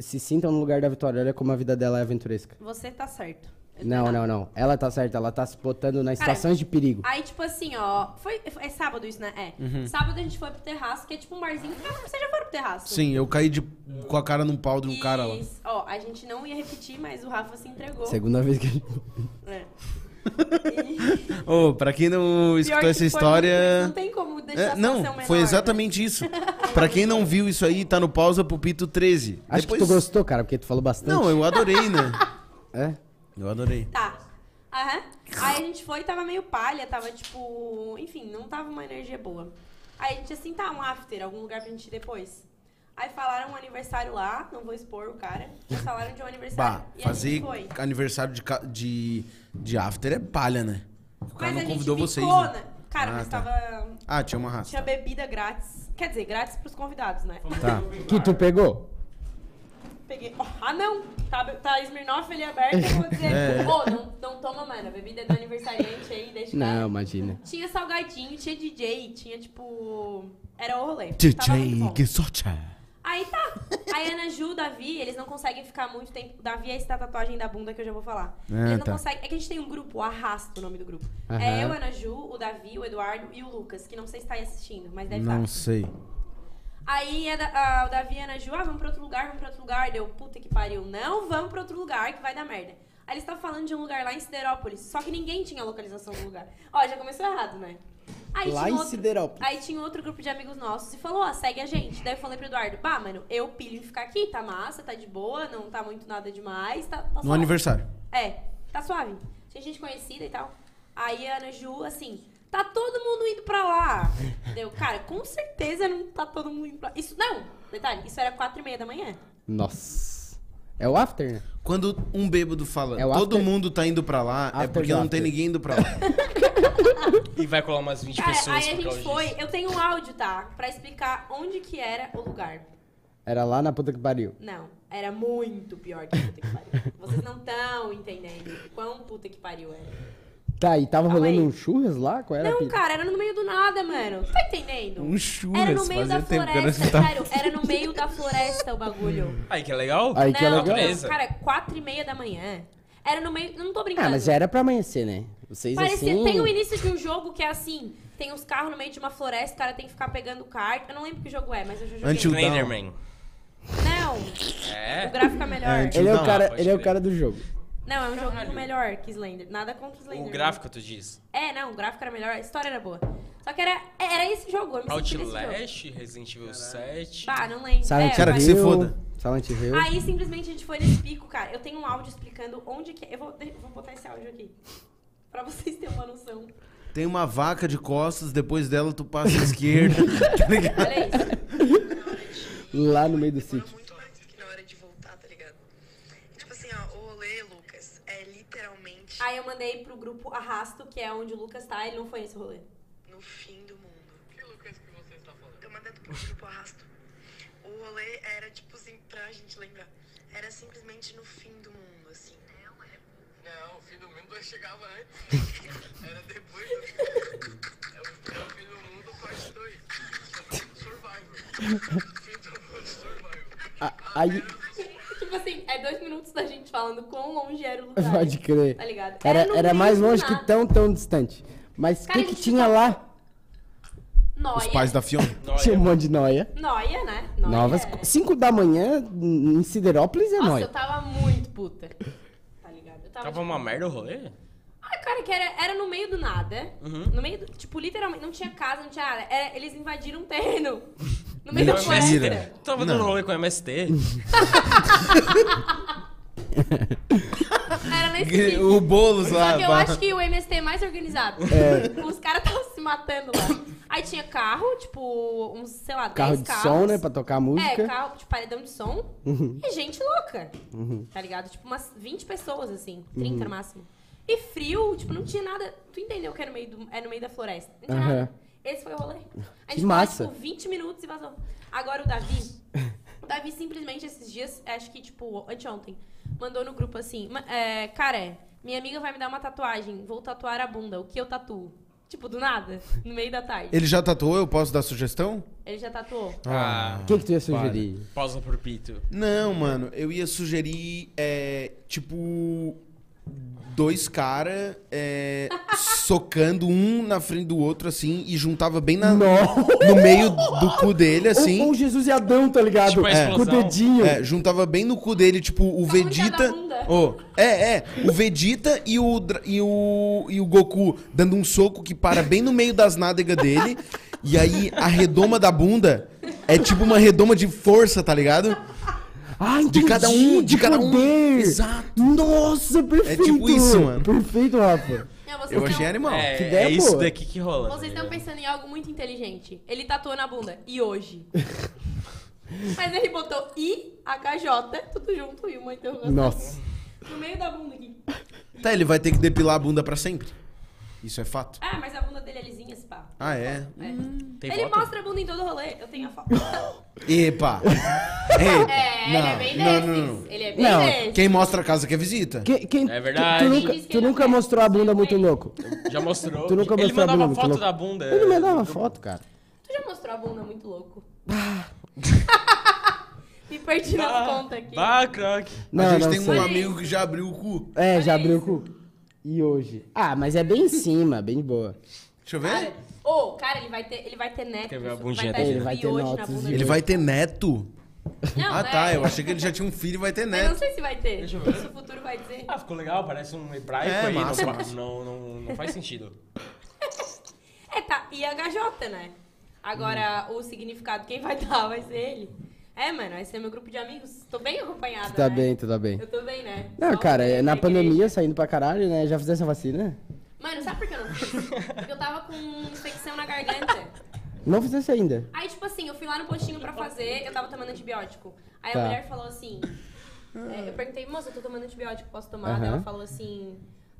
se sintam no lugar da Vitória. Olha como a vida dela é aventuresca.
Você tá certo. Eu
Não,
tô
não,
errado.
não. Ela tá certa, ela tá se botando nas
Cara,
situações de perigo.
Aí, tipo assim, ó. Foi, é sábado isso, né? É.
Uhum.
Sábado a gente foi pro terraço, que é tipo um barzinho. Ah, Vocês já foram pro terraço?
Sim, eu caí de, com a cara num pau de um
E,
cara lá.
Ó, a gente não ia repetir, mas o Rafa se entregou.
Segunda vez que a gente.
É.
Ô, pra quem não
Pior
escutou
que
essa
foi muito-
história.
Não tem como deixar
É,
a
não,
situação menor,
foi
né?
exatamente isso. Pra quem não viu isso aí, tá no pausa pro Pito 13.
Acho
Depois-
que tu gostou, cara, porque tu falou bastante.
Não, eu adorei, né?
É?
Eu adorei.
Tá. Aham. Aí a gente foi e tava meio palha, tava tipo. Enfim, não tava uma energia boa. Aí a gente assim, tá um after, algum lugar pra gente ir depois. Aí falaram um aniversário lá, não vou expor o cara. Mas falaram de um aniversário.
Bah,
e a
fazer
gente foi.
aniversário de, ca- de, de after é palha, né? O cara
mas a
não
gente
convidou
ficou,
vocês. né?
né? Cara,
Ah,
mas
tá.
tava.
Ah, tinha uma
Tinha
raça.
bebida grátis. Quer dizer, grátis pros convidados, né?
Tá.
Que tu pegou?
Peguei. Ó, ah, não! Tá, tá Smirnoff ali aberto, eu vou dizer.
É.
Ô, não, não toma, mano. A bebida é do aniversariante aí, deixa o cara.
Não, imagina.
Tinha salgadinho, tinha DJ, tinha tipo. Era o rolê. Tava
DJ
muito bom.
Gesocha.
Aí tá. Aí Ana Ju, Davi, eles não conseguem ficar muito tempo. Davi é esse da tatuagem da bunda que eu já vou falar.
Ah,
eles não
tá.
conseguem. É que a gente tem um grupo, o Arrasto, o nome do grupo.
Aham.
É eu, Ana Ju, o Davi, o Eduardo e o Lucas, que não sei se tá aí assistindo, mas deve tá. estar.
Não sei.
Aí a, Da- a, o Davi e a Ana Ju, ah, vamos pra outro lugar, vamos pra outro lugar. Deu, puta que pariu. Não, vamos pra outro lugar que vai dar merda. Aí eles estavam falando de um lugar lá em Siderópolis, só que ninguém tinha a localização do lugar. Ó, já começou errado, né? Aí
Lá
tinha
em
outro-
Siderópolis.
Aí tinha outro grupo de amigos nossos e falou, ó, segue a gente. Daí eu falei pro Eduardo, bah, mano, eu pilho em ficar aqui, tá massa, tá de boa, não tá muito nada demais, tá, tá
No
suave."
aniversário.
É, tá suave. Tinha gente conhecida e tal. Aí a Ana Ju, assim, tá todo mundo indo pra lá. Deu, cara, com certeza não tá todo mundo indo pra Isso, não! Detalhe, isso era quatro e meia da manhã.
Nossa. É o after, né?
Quando um bêbado fala,
É o
todo
after-
mundo tá indo pra lá, é
after
porque
do
não tem
after.
ninguém indo pra lá.
E vai colar umas 20
Cara,
pessoas
É, aí
por
a gente
causa
foi.
disso.
Eu tenho um áudio, tá? Pra explicar onde que era o lugar.
Era lá na puta que pariu.
Não, era muito pior que puta que pariu. Vocês não estão entendendo quão puta que pariu era.
Tá, e tava
Calma
rolando
aí.
um churras lá? Qual era a
Não,
pita?
cara, era no meio do nada, mano. Tá entendendo?
Um churras,
Era no meio da
fazia tempo que eu não
floresta,
escutava.
sério. Era no meio da floresta o bagulho.
Aí que é legal.
Aí que é
não, tipo,
legal.
Natureza.
Cara, quatro e meia da manhã. Era no meio. Não tô brincando.
Ah, mas já era pra amanhecer, né? Vocês
Parecia,
assim...
Tem o início de um jogo que é assim: tem uns carros no meio de uma floresta, o cara tem que ficar pegando carta. Eu não lembro que jogo é, mas eu já joguei.
Antes- Down.
Slenderman.
Não, o
É.
gráfico é melhor.
É, antes-
Ele é,
Não,
o cara,
pode
ele é o
crer.
cara do jogo.
Não, é um joguinho melhor que Slender. Nada contra Slender. né?
O gráfico, tu diz.
É, não, o gráfico era melhor, a história era boa. Só que era, era esse jogo, eu me senti nesse jogo.
Outlast, Resident Evil 7.
Bah, não lembro.
Silent
É,
Cara, que
mas-
se
Hill,
foda.
Silent Hill.
Aí simplesmente a gente foi nesse pico, cara. Eu tenho um áudio explicando onde que. é. Eu vou, de- vou botar esse áudio aqui. Pra vocês terem uma noção.
Tem uma vaca de costas, depois dela tu passa à esquerda. tá ligado?
Olha isso.
Lá no meio do sítio.
muito antes que na hora de voltar, tá ligado? E, tipo assim, ó, o rolê, Lucas, é literalmente
Aí eu mandei pro grupo Arrasto, que é onde o Lucas tá, ele não foi nesse rolê.
no fim do mundo. Que Lucas que você está falando? Eu mandando pro grupo arrasto. O rolê era, tipo assim, pra gente lembrar, era simplesmente no fim do mundo, assim.
Não, o fim do mundo chegava antes. Era depois do fim do mundo. É o, é o fim do mundo parte 2. Survival. Fim do mundo survival.
A- Aí...
Tipo assim, é dois minutos da gente falando quão longe era o lugar.
Pode crer.
Tá ligado?
Era,
no
era
meio
mais
do
longe
nada.
que tão, tão distante. Mas o
Cara,
que
a
que
gente
tinha
tá-
lá?
Os
Noia.
pais da Fiona.
Noia,
Tinha um
mano.
monte de noia.
Noia, né? Noia.
Novas...
é.
5 da manhã em Siderópolis é
Nossa,
noia.
eu tava muito puta. Tá ligado? Eu tava.
Tava uma merda o rolê?
Ah, cara, que era, era no meio do nada.
Uhum.
No meio do. Tipo, literalmente, não tinha casa, não tinha nada. Era- eles invadiram um terreno. No meio
Mentira.
da
um
floresta.
Tava
Não.
dando rolê com o MST.
Era nesse nível.
O Boulos lá.
Só que eu
pá.
acho que o MST é mais organizado.
É.
Os caras estavam se matando lá. Aí tinha carro, tipo, uns, sei lá,
Carro
10
de
carros.
som, né? Pra tocar música. Uhum.
É, carro, tipo, paredão de som. E gente louca. Tá ligado? Tipo, umas 20 pessoas, assim. 30
Uhum.
no máximo. E frio, tipo, não tinha nada. Tu entendeu que é no meio, do, é no meio da floresta? Não tinha
Aham.
nada. Esse foi o rolê. A
Que
gente
massa.
ficou, tipo, 20 minutos e vazou. Agora o Davi. O Davi simplesmente esses dias, acho que, tipo, anteontem, mandou no grupo assim: "Ma- é, Cara, minha amiga vai me dar uma tatuagem. Vou tatuar a bunda. O que eu tatuo? Tipo, do nada, no meio da tarde.
Ele já tatuou? Eu posso dar sugestão?
Ele já tatuou.
Ah,
O que, que tu ia sugerir?
pausa pro pito.
Não, mano, eu ia sugerir, é, tipo, dois caras socando um na frente do outro, assim, e juntava bem na-
Nossa!
no meio do cu dele,
Ou, ou
assim.
Um, Jesus e Adão, tá ligado?
Tipo a
Com o
explosão.
dedinho.
É, juntava bem no cu dele, tipo, o
Só um em cada
Vegeta.
bunda.
Ô, é, é, o Vegeta e o, Dra- e, o, e o Goku dando um soco que para bem no meio das nádegas dele. E aí a redoma da bunda é tipo uma redoma de força, tá ligado?
Ah, entendi,
cada um, de cada um.
poder.
Exato.
Nossa, perfeito.
tipo isso, mano.
Perfeito, Rafa.
Não, vocês
Eu
não-
achei animal.
É,
que ideia
é isso
boa.
daqui que rola.
Vocês
tá
estão
ligado?
pensando em algo muito inteligente. Ele tatuou na bunda. E hoje? Mas ele botou I, HJ, tudo junto e uma interrogação.
Nossa.
No meio da bunda aqui.
Tá, ele vai ter que depilar a bunda pra sempre. Isso é fato.
Ah, mas a bunda dele é lisinha, esse pá.
Ah, é?
É.
Tem
ele
foto?
mostra a bunda em todo rolê. Eu tenho a foto.
Epa! Epa!
É, ele é bem
não,
desses.
não, não.
Ele é bem
Não,
desses.
Quem mostra a casa quer visita.
Quem- quem-
É
tu-
verdade.
Tu,
Diz
nunca,
que
tu
não
nunca
quer.
mostrou a bunda
Sim,
muito
ele.
louco.
Já mostrou.
Tu nunca
ele
mostrou a
mandava
bunda, tu
foto
louco.
da bunda. é, tipo,
Ele me dava foto, cara.
Tu já mostrou a bunda muito louco? Me perdi nas contas aqui.
Ah, croc.
Não,
a gente
não
tem
sei.
um amigo que já abriu o cu.
É, já
Olha
abriu o
isso.
cu. E hoje? Ah, mas é bem em cima, bem de boa.
Deixa eu
Cara,
ver.
ô, cara, ele vai ter, ele vai ter neto.
Quer ver a bundinha
vai
dele?
Ter
Ele vai
e
ter
hoje na
notas
bunda
e-
Ele vai ter neto?
dele. Não,
ah,
é.
tá. Eu achei que ele já tinha um filho e vai ter
Eu não
neto.
sei se vai ter.
né? Deixa eu ver.
Isso o futuro vai dizer.
Ah, ficou legal, parece um hebraico
É,
aí. não
massa,
fa-
massa.
Não, não, não faz sentido.
É, tá. E HJ, né? Agora,
Hum.
o significado, quem vai dar vai ser ele. É, mano, esse é meu grupo de amigos. Tô bem acompanhada,
Tu tá
né?
bem, tu tá bem.
Eu tô bem, né?
Não,
Só
cara,
que
é na
igreja.
pandemia, saindo pra caralho, né? Já fizesse a vacina?
Mano, sabe por que eu não fiz? Porque eu tava com infecção na garganta.
Não fizesse ainda.
Aí, tipo assim, eu fui lá no postinho pra fazer, eu tava tomando antibiótico. Aí
Tá.
a mulher falou assim. é, eu perguntei, moça, eu tô tomando antibiótico, posso tomar? Daí
Aham.
Ela falou assim.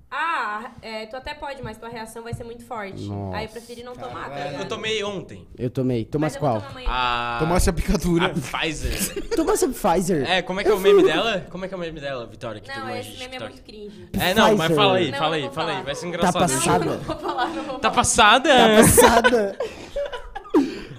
Ah, é, tu até pode, mas tua reação vai ser muito forte.
Nossa.
Aí eu preferi não tomar, tá ligado?
Eu tomei ontem.
Eu tomei.
Mas
Tomas
eu vou
qual?
tomar amanhã.
A.
Tomasse a
a
picadura.
Ah,
Pfizer.
Tomas a Pfizer.
É, como é que é o meme dela? Como é que é o meme dela, Vitória? Que tu
Não,
manja
esse
de
meme é
TikTok?
muito cringe.
Tá
É, não, mas
Pfizer.
fala aí,
Não,
fala aí,
não vou
fala aí.
falar.
Vai ser engraçado.
Tá passado.
Não, não vou falar, não vou
Tá
falar.
passada?
Passada.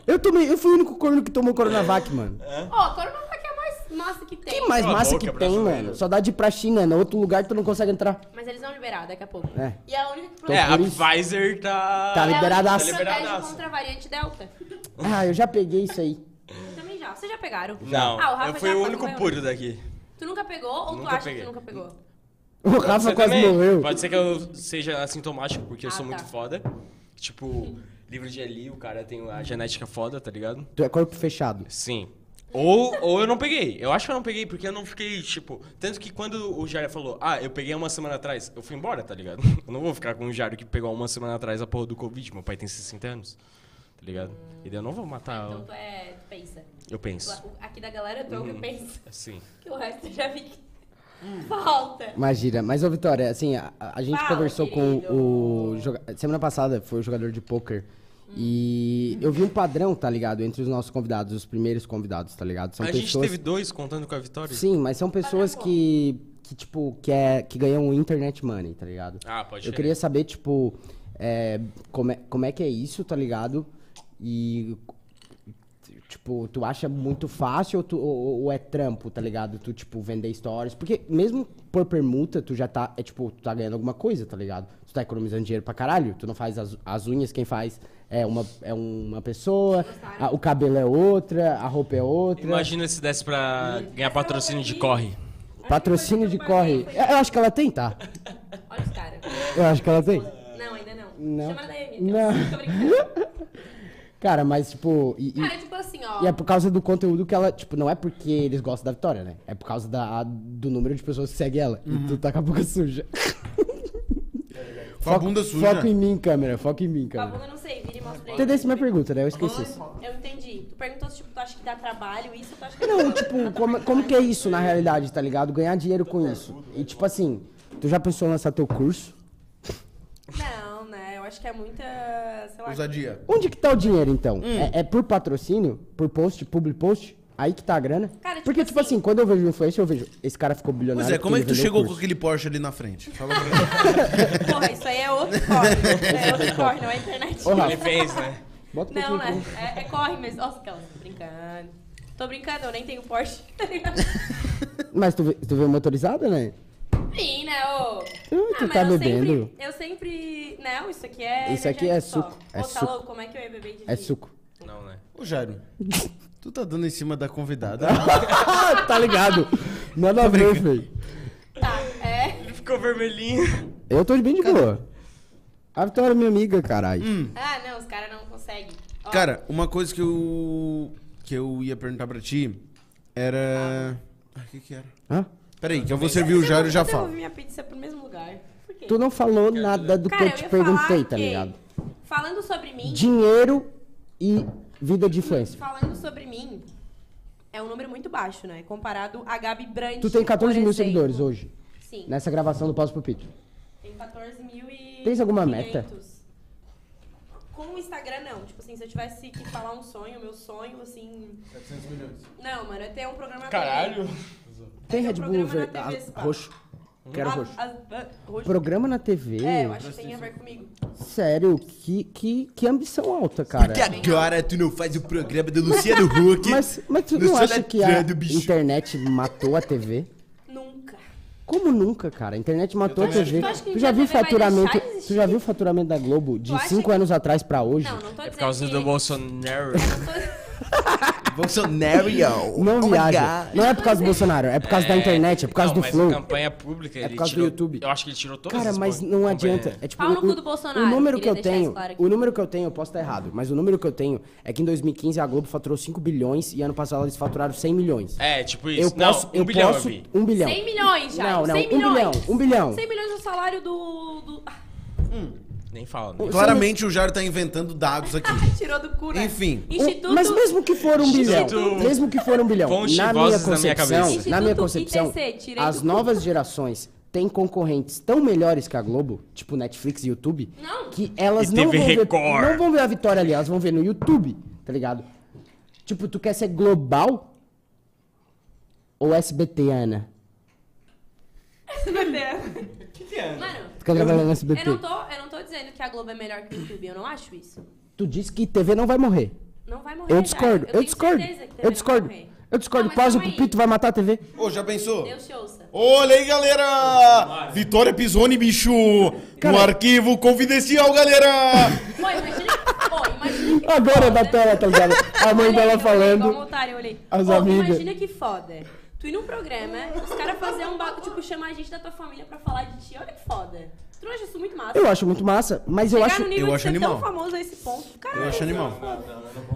eu tomei, eu fui o único corno que tomou Coronavac, mano.
Ó, Coronavac é a mais massa que tem.
Que mais
Cala a
massa
boca,
que tem,
brasileiro.
mano. Só dá de ir pra China, no outro lugar tu não consegue entrar.
Mas eles vão liberar daqui a pouco.
É.
E a única que
É, a
por isso.
Pfizer tá.
é
Tá
a única
liberadaça.
que
Tá
protege
liberadaça.
contra a variante Delta.
Ah, eu já peguei isso aí.
Eu também já. Vocês já pegaram?
Não,
Ah, o Rafa
eu fui
já
o
foi
único
maior.
puro daqui.
Tu nunca pegou ou
Nunca
tu acha
peguei.
que tu nunca pegou?
O Rafa
Você
quase
também.
morreu.
Pode ser que eu seja assintomático, porque eu
Ah,
sou
tá.
muito foda. Tipo, livro de Eli, o cara tem a genética foda, tá ligado?
Tu é corpo fechado.
Sim. Ou, ou eu não peguei. Eu acho que eu não peguei, porque eu não fiquei, tipo. Tanto que quando o Jairo falou, ah, eu peguei uma semana atrás, eu fui embora, tá ligado? Eu não vou ficar com o Jairo que pegou uma semana atrás a porra do Covid. Meu pai tem 60 anos, tá ligado? E daí eu não vou matar.
Então
o-
tu é. Tu pensa.
Eu
Tu-
penso.
o- Aqui da galera tu é o que pensa.
Assim.
Que o resto eu já vi que
Hum.
falta.
Imagina, mas ô Vitória, assim, a, a gente
Fala,
conversou
querido.
com o. joga- Semana passada foi o jogador de pôquer.
Hum.
E eu vi um padrão, tá ligado? Entre os nossos convidados, os primeiros convidados, tá ligado? São
a
pessoas.
gente teve dois contando com a vitória?
Sim, mas são pessoas
Padrão
que, que, tipo, que, é, que ganham internet money, tá ligado?
Ah, pode
Eu
ser.
queria saber, tipo, é, como, é, como é que é isso, tá ligado? E, tipo, tu acha muito fácil ou, tu- ou- ou é trampo, tá ligado? Tu, tipo, vender stories. Porque mesmo por permuta, tu já tá, é tipo, tu tá ganhando alguma coisa, tá ligado? Tu tá economizando dinheiro pra caralho. Tu não faz as, as unhas, quem faz é uma, é uma pessoa, a- o cabelo é outra, a roupa é outra.
Imagina se desse pra ganhar patrocínio de corre.
Patrocínio de
A única coisa que
corre.
eu paguei
Eu acho que ela tem, tá?
foi- Olha os caras.
Eu acho que ela tem.
Não, ainda não.
Não.
Chama na DM.
Não.
Tô brincando.
Cara, mas tipo. e- e-
Cara, tipo assim, ó, dó.
E é por causa do conteúdo que ela, tipo, não é porque eles gostam da Vitória, né? É por causa da, do número de pessoas que seguem ela.
Uhum.
E tu tá com a boca suja.
Com a bunda suja.
Foco em mim, câmera. Foco em mim,
Babu,
câmera.
eu não sei, vira e mostra aí.
Entendeu essa minha pergunta, né? Eu esqueci isso.
Eu entendi. Tu perguntou se tipo, tu acha que dá trabalho isso ou tu acha que
Não,
dá
tipo, como, como que é isso na realidade, tá ligado? Ganhar dinheiro com isso. E tipo assim, tu já pensou em lançar teu curso?
Não, né? Eu acho que é muita. sei lá.
Ousadia.
Onde que tá o dinheiro, então?
Hum.
É, é por patrocínio? Por post? Public post? Aí que tá a grana?
Cara, tipo
Porque, tipo
assim-
assim, quando eu vejo influencer, eu vejo, esse cara ficou bilionário.
Pois é, como é que tu
porque ele vendeu
chegou
o
com
curso.
aquele Porsche ali na frente? Fala pra mim.
Porra, isso aí é outro corre. É outro corre, não é internet.
Ô, Rafa.
Ele fez, né?
Bota um
Não,
pouquinho
né?
aqui.
É, é corre mesmo. Nossa, Kelly, tô brincando. Tô brincando, eu nem tenho Porsche. tá ligado? é.
Mas tu, vê- tu veio motorizada, né?
Sim, né, ô? Ah,
tu
mas
tá
eu
bebendo?
Sempre, eu sempre... Não, isso aqui é...
Isso aqui é
energético
suco,
só.
é
Ô, tá
suco.
louco? Como é que eu ia beber de
É
vinho?
suco.
Não, né?
Ô, Jairo, tu tá dando em cima da convidada.
Ah, tá ligado? Nada a ver, feio.
Tá, é...
Ele ficou vermelhinho.
Eu tô bem de boa. A Vitória é minha amiga, caralho.
Ah, não, os caras não conseguem. Ó,
Cara, uma coisa que eu. que eu ia perguntar pra ti era. Ah, o que que era?
Hã?
Peraí, que eu vou servir
eu
o Jairo
não-
e já
eu devolvi
falo.
minha pizza pro mesmo lugar. Por quê?
Tu não falou nada do que
Cara,
eu te
ia
perguntei,
falar
tá
que,
ligado?
Falando sobre mim...
Dinheiro e vida de influencer.
Falando sobre mim... É um número muito baixo, né? Comparado a Gabi Brandt,
Tu tem 14
por
mil
exemplo.
seguidores hoje,
Sim.
nessa gravação do Paulo Pupito.
Tem 14 mil e.
Tens alguma meta?
500. Com o Instagram, não. Tipo assim, se eu tivesse que falar um sonho, meu sonho, assim.
700 milhões.
Não, mano, é ter um programa. na
Caralho.
Tem
Tem
um
Red Bull
programa
ver-
na TV
a-
Spa.
roxo.
TV.
Quero
A-
roxo.
a- a- roxo.
Programa na TV?
É, eu acho que tem a ver comigo.
Sério, que, que, que ambição alta, cara.
Porque agora tu não faz o programa do Luciano Huck.
Mas, mas tu
no
não acha que
é
a
soletrando, bicho.
internet matou a TV?
Nunca.
Como nunca, cara? A internet matou a TV.
Tu acha que um
Tu já
dia
viu
a TV vai
faturamento?
deixar de existir?
Tu já viu o faturamento da Globo de
Tu acha
5
que-
anos atrás pra hoje?
Não, não tô
É
dizendo.
por causa
que...
do Bolsonaro.
Bolsonaro.
Não
Oh my
viaja.
God.
Não é por causa do Bolsonaro, é por causa da internet, é por causa
né? não,
do
mas
flow. É
a campanha pública, ele
por causa do
tirou...
YouTube.
Eu acho que ele tirou todas
Cara,
as
mas
campan-
não
campanha.
adianta. É tipo
Pau no
o-
cu do Bolsonaro,
O número que
queria
eu
deixar
tenho,
isso claro aqui.
o número que eu tenho, eu posso estar errado, mas o número que eu tenho é que em 2015 a Globo faturou 5 bilhões e ano passado eles faturaram 100 milhões.
É, tipo isso.
eu posso,
não, um
eu
bilhão
posso,
eu vi.
1 bilhão.
100 milhões já.
Não, não,
100
um
milhões.
bilhão, um bilhão.
100 milhões é o salário do. do... Ah,
Nem fala, né?
Claramente o Jairo tá inventando dados aqui.
tirou do cu, né?
Enfim.
Um-
Instituto.
Mas mesmo que for um bilhão,
Instituto-
mesmo que for um bilhão,
Fonte e
na minha
vozes na minha
concepção,
cabeça.
na minha
Instituto
concepção,
ITC, tirei do
as
cu.
novas gerações têm concorrentes tão melhores que a Globo, tipo Netflix e YouTube,
Não.
que elas
E
não
TV
vão, ver,
Record.
não vão ver a vitória ali, elas vão ver no YouTube, tá ligado? Tipo, tu quer ser global ou SBT, Ana?
é, né?
Mano,
Tu quer trabalhar no
eu
SBT?
não, tô, eu não tô dizendo que a Globo é melhor que o YouTube. Eu não acho isso.
Tu disse que TV não vai morrer.
Não vai morrer.
Eu
Jairo.
discordo, eu,
É tenho
discordo,
certeza que também
eu
não
discordo,
vai morrer.
eu discordo.
Não, mas
Pausa
calma
pro
aí.
Pito, vai matar a TV?
Ô, já pensou?
Deus te ouça.
Olha aí, galera! Vitória Pisoni, bicho!
Cara-
Um arquivo confidencial, galera!
Pô, imagina. Pô, imagina que
Agora
foda. né?
da tela, tá ligado? A
Olha
mãe
aí,
dela
eu olhei igual
falando.
uma otária, eu olhei.
as
Pô,
amigas.
Imagina que foda. Tu ir num programa, os caras fazer um bagulho, tipo, chamar a gente da tua família pra falar de ti. Olha que foda. Tu não acha isso é muito massa?
Eu acho muito massa, mas eu
Chegar
acho.
no nível
eu
de
acho
ser
animal.
tão famoso a esse ponto. Caralho.
Eu acho animal.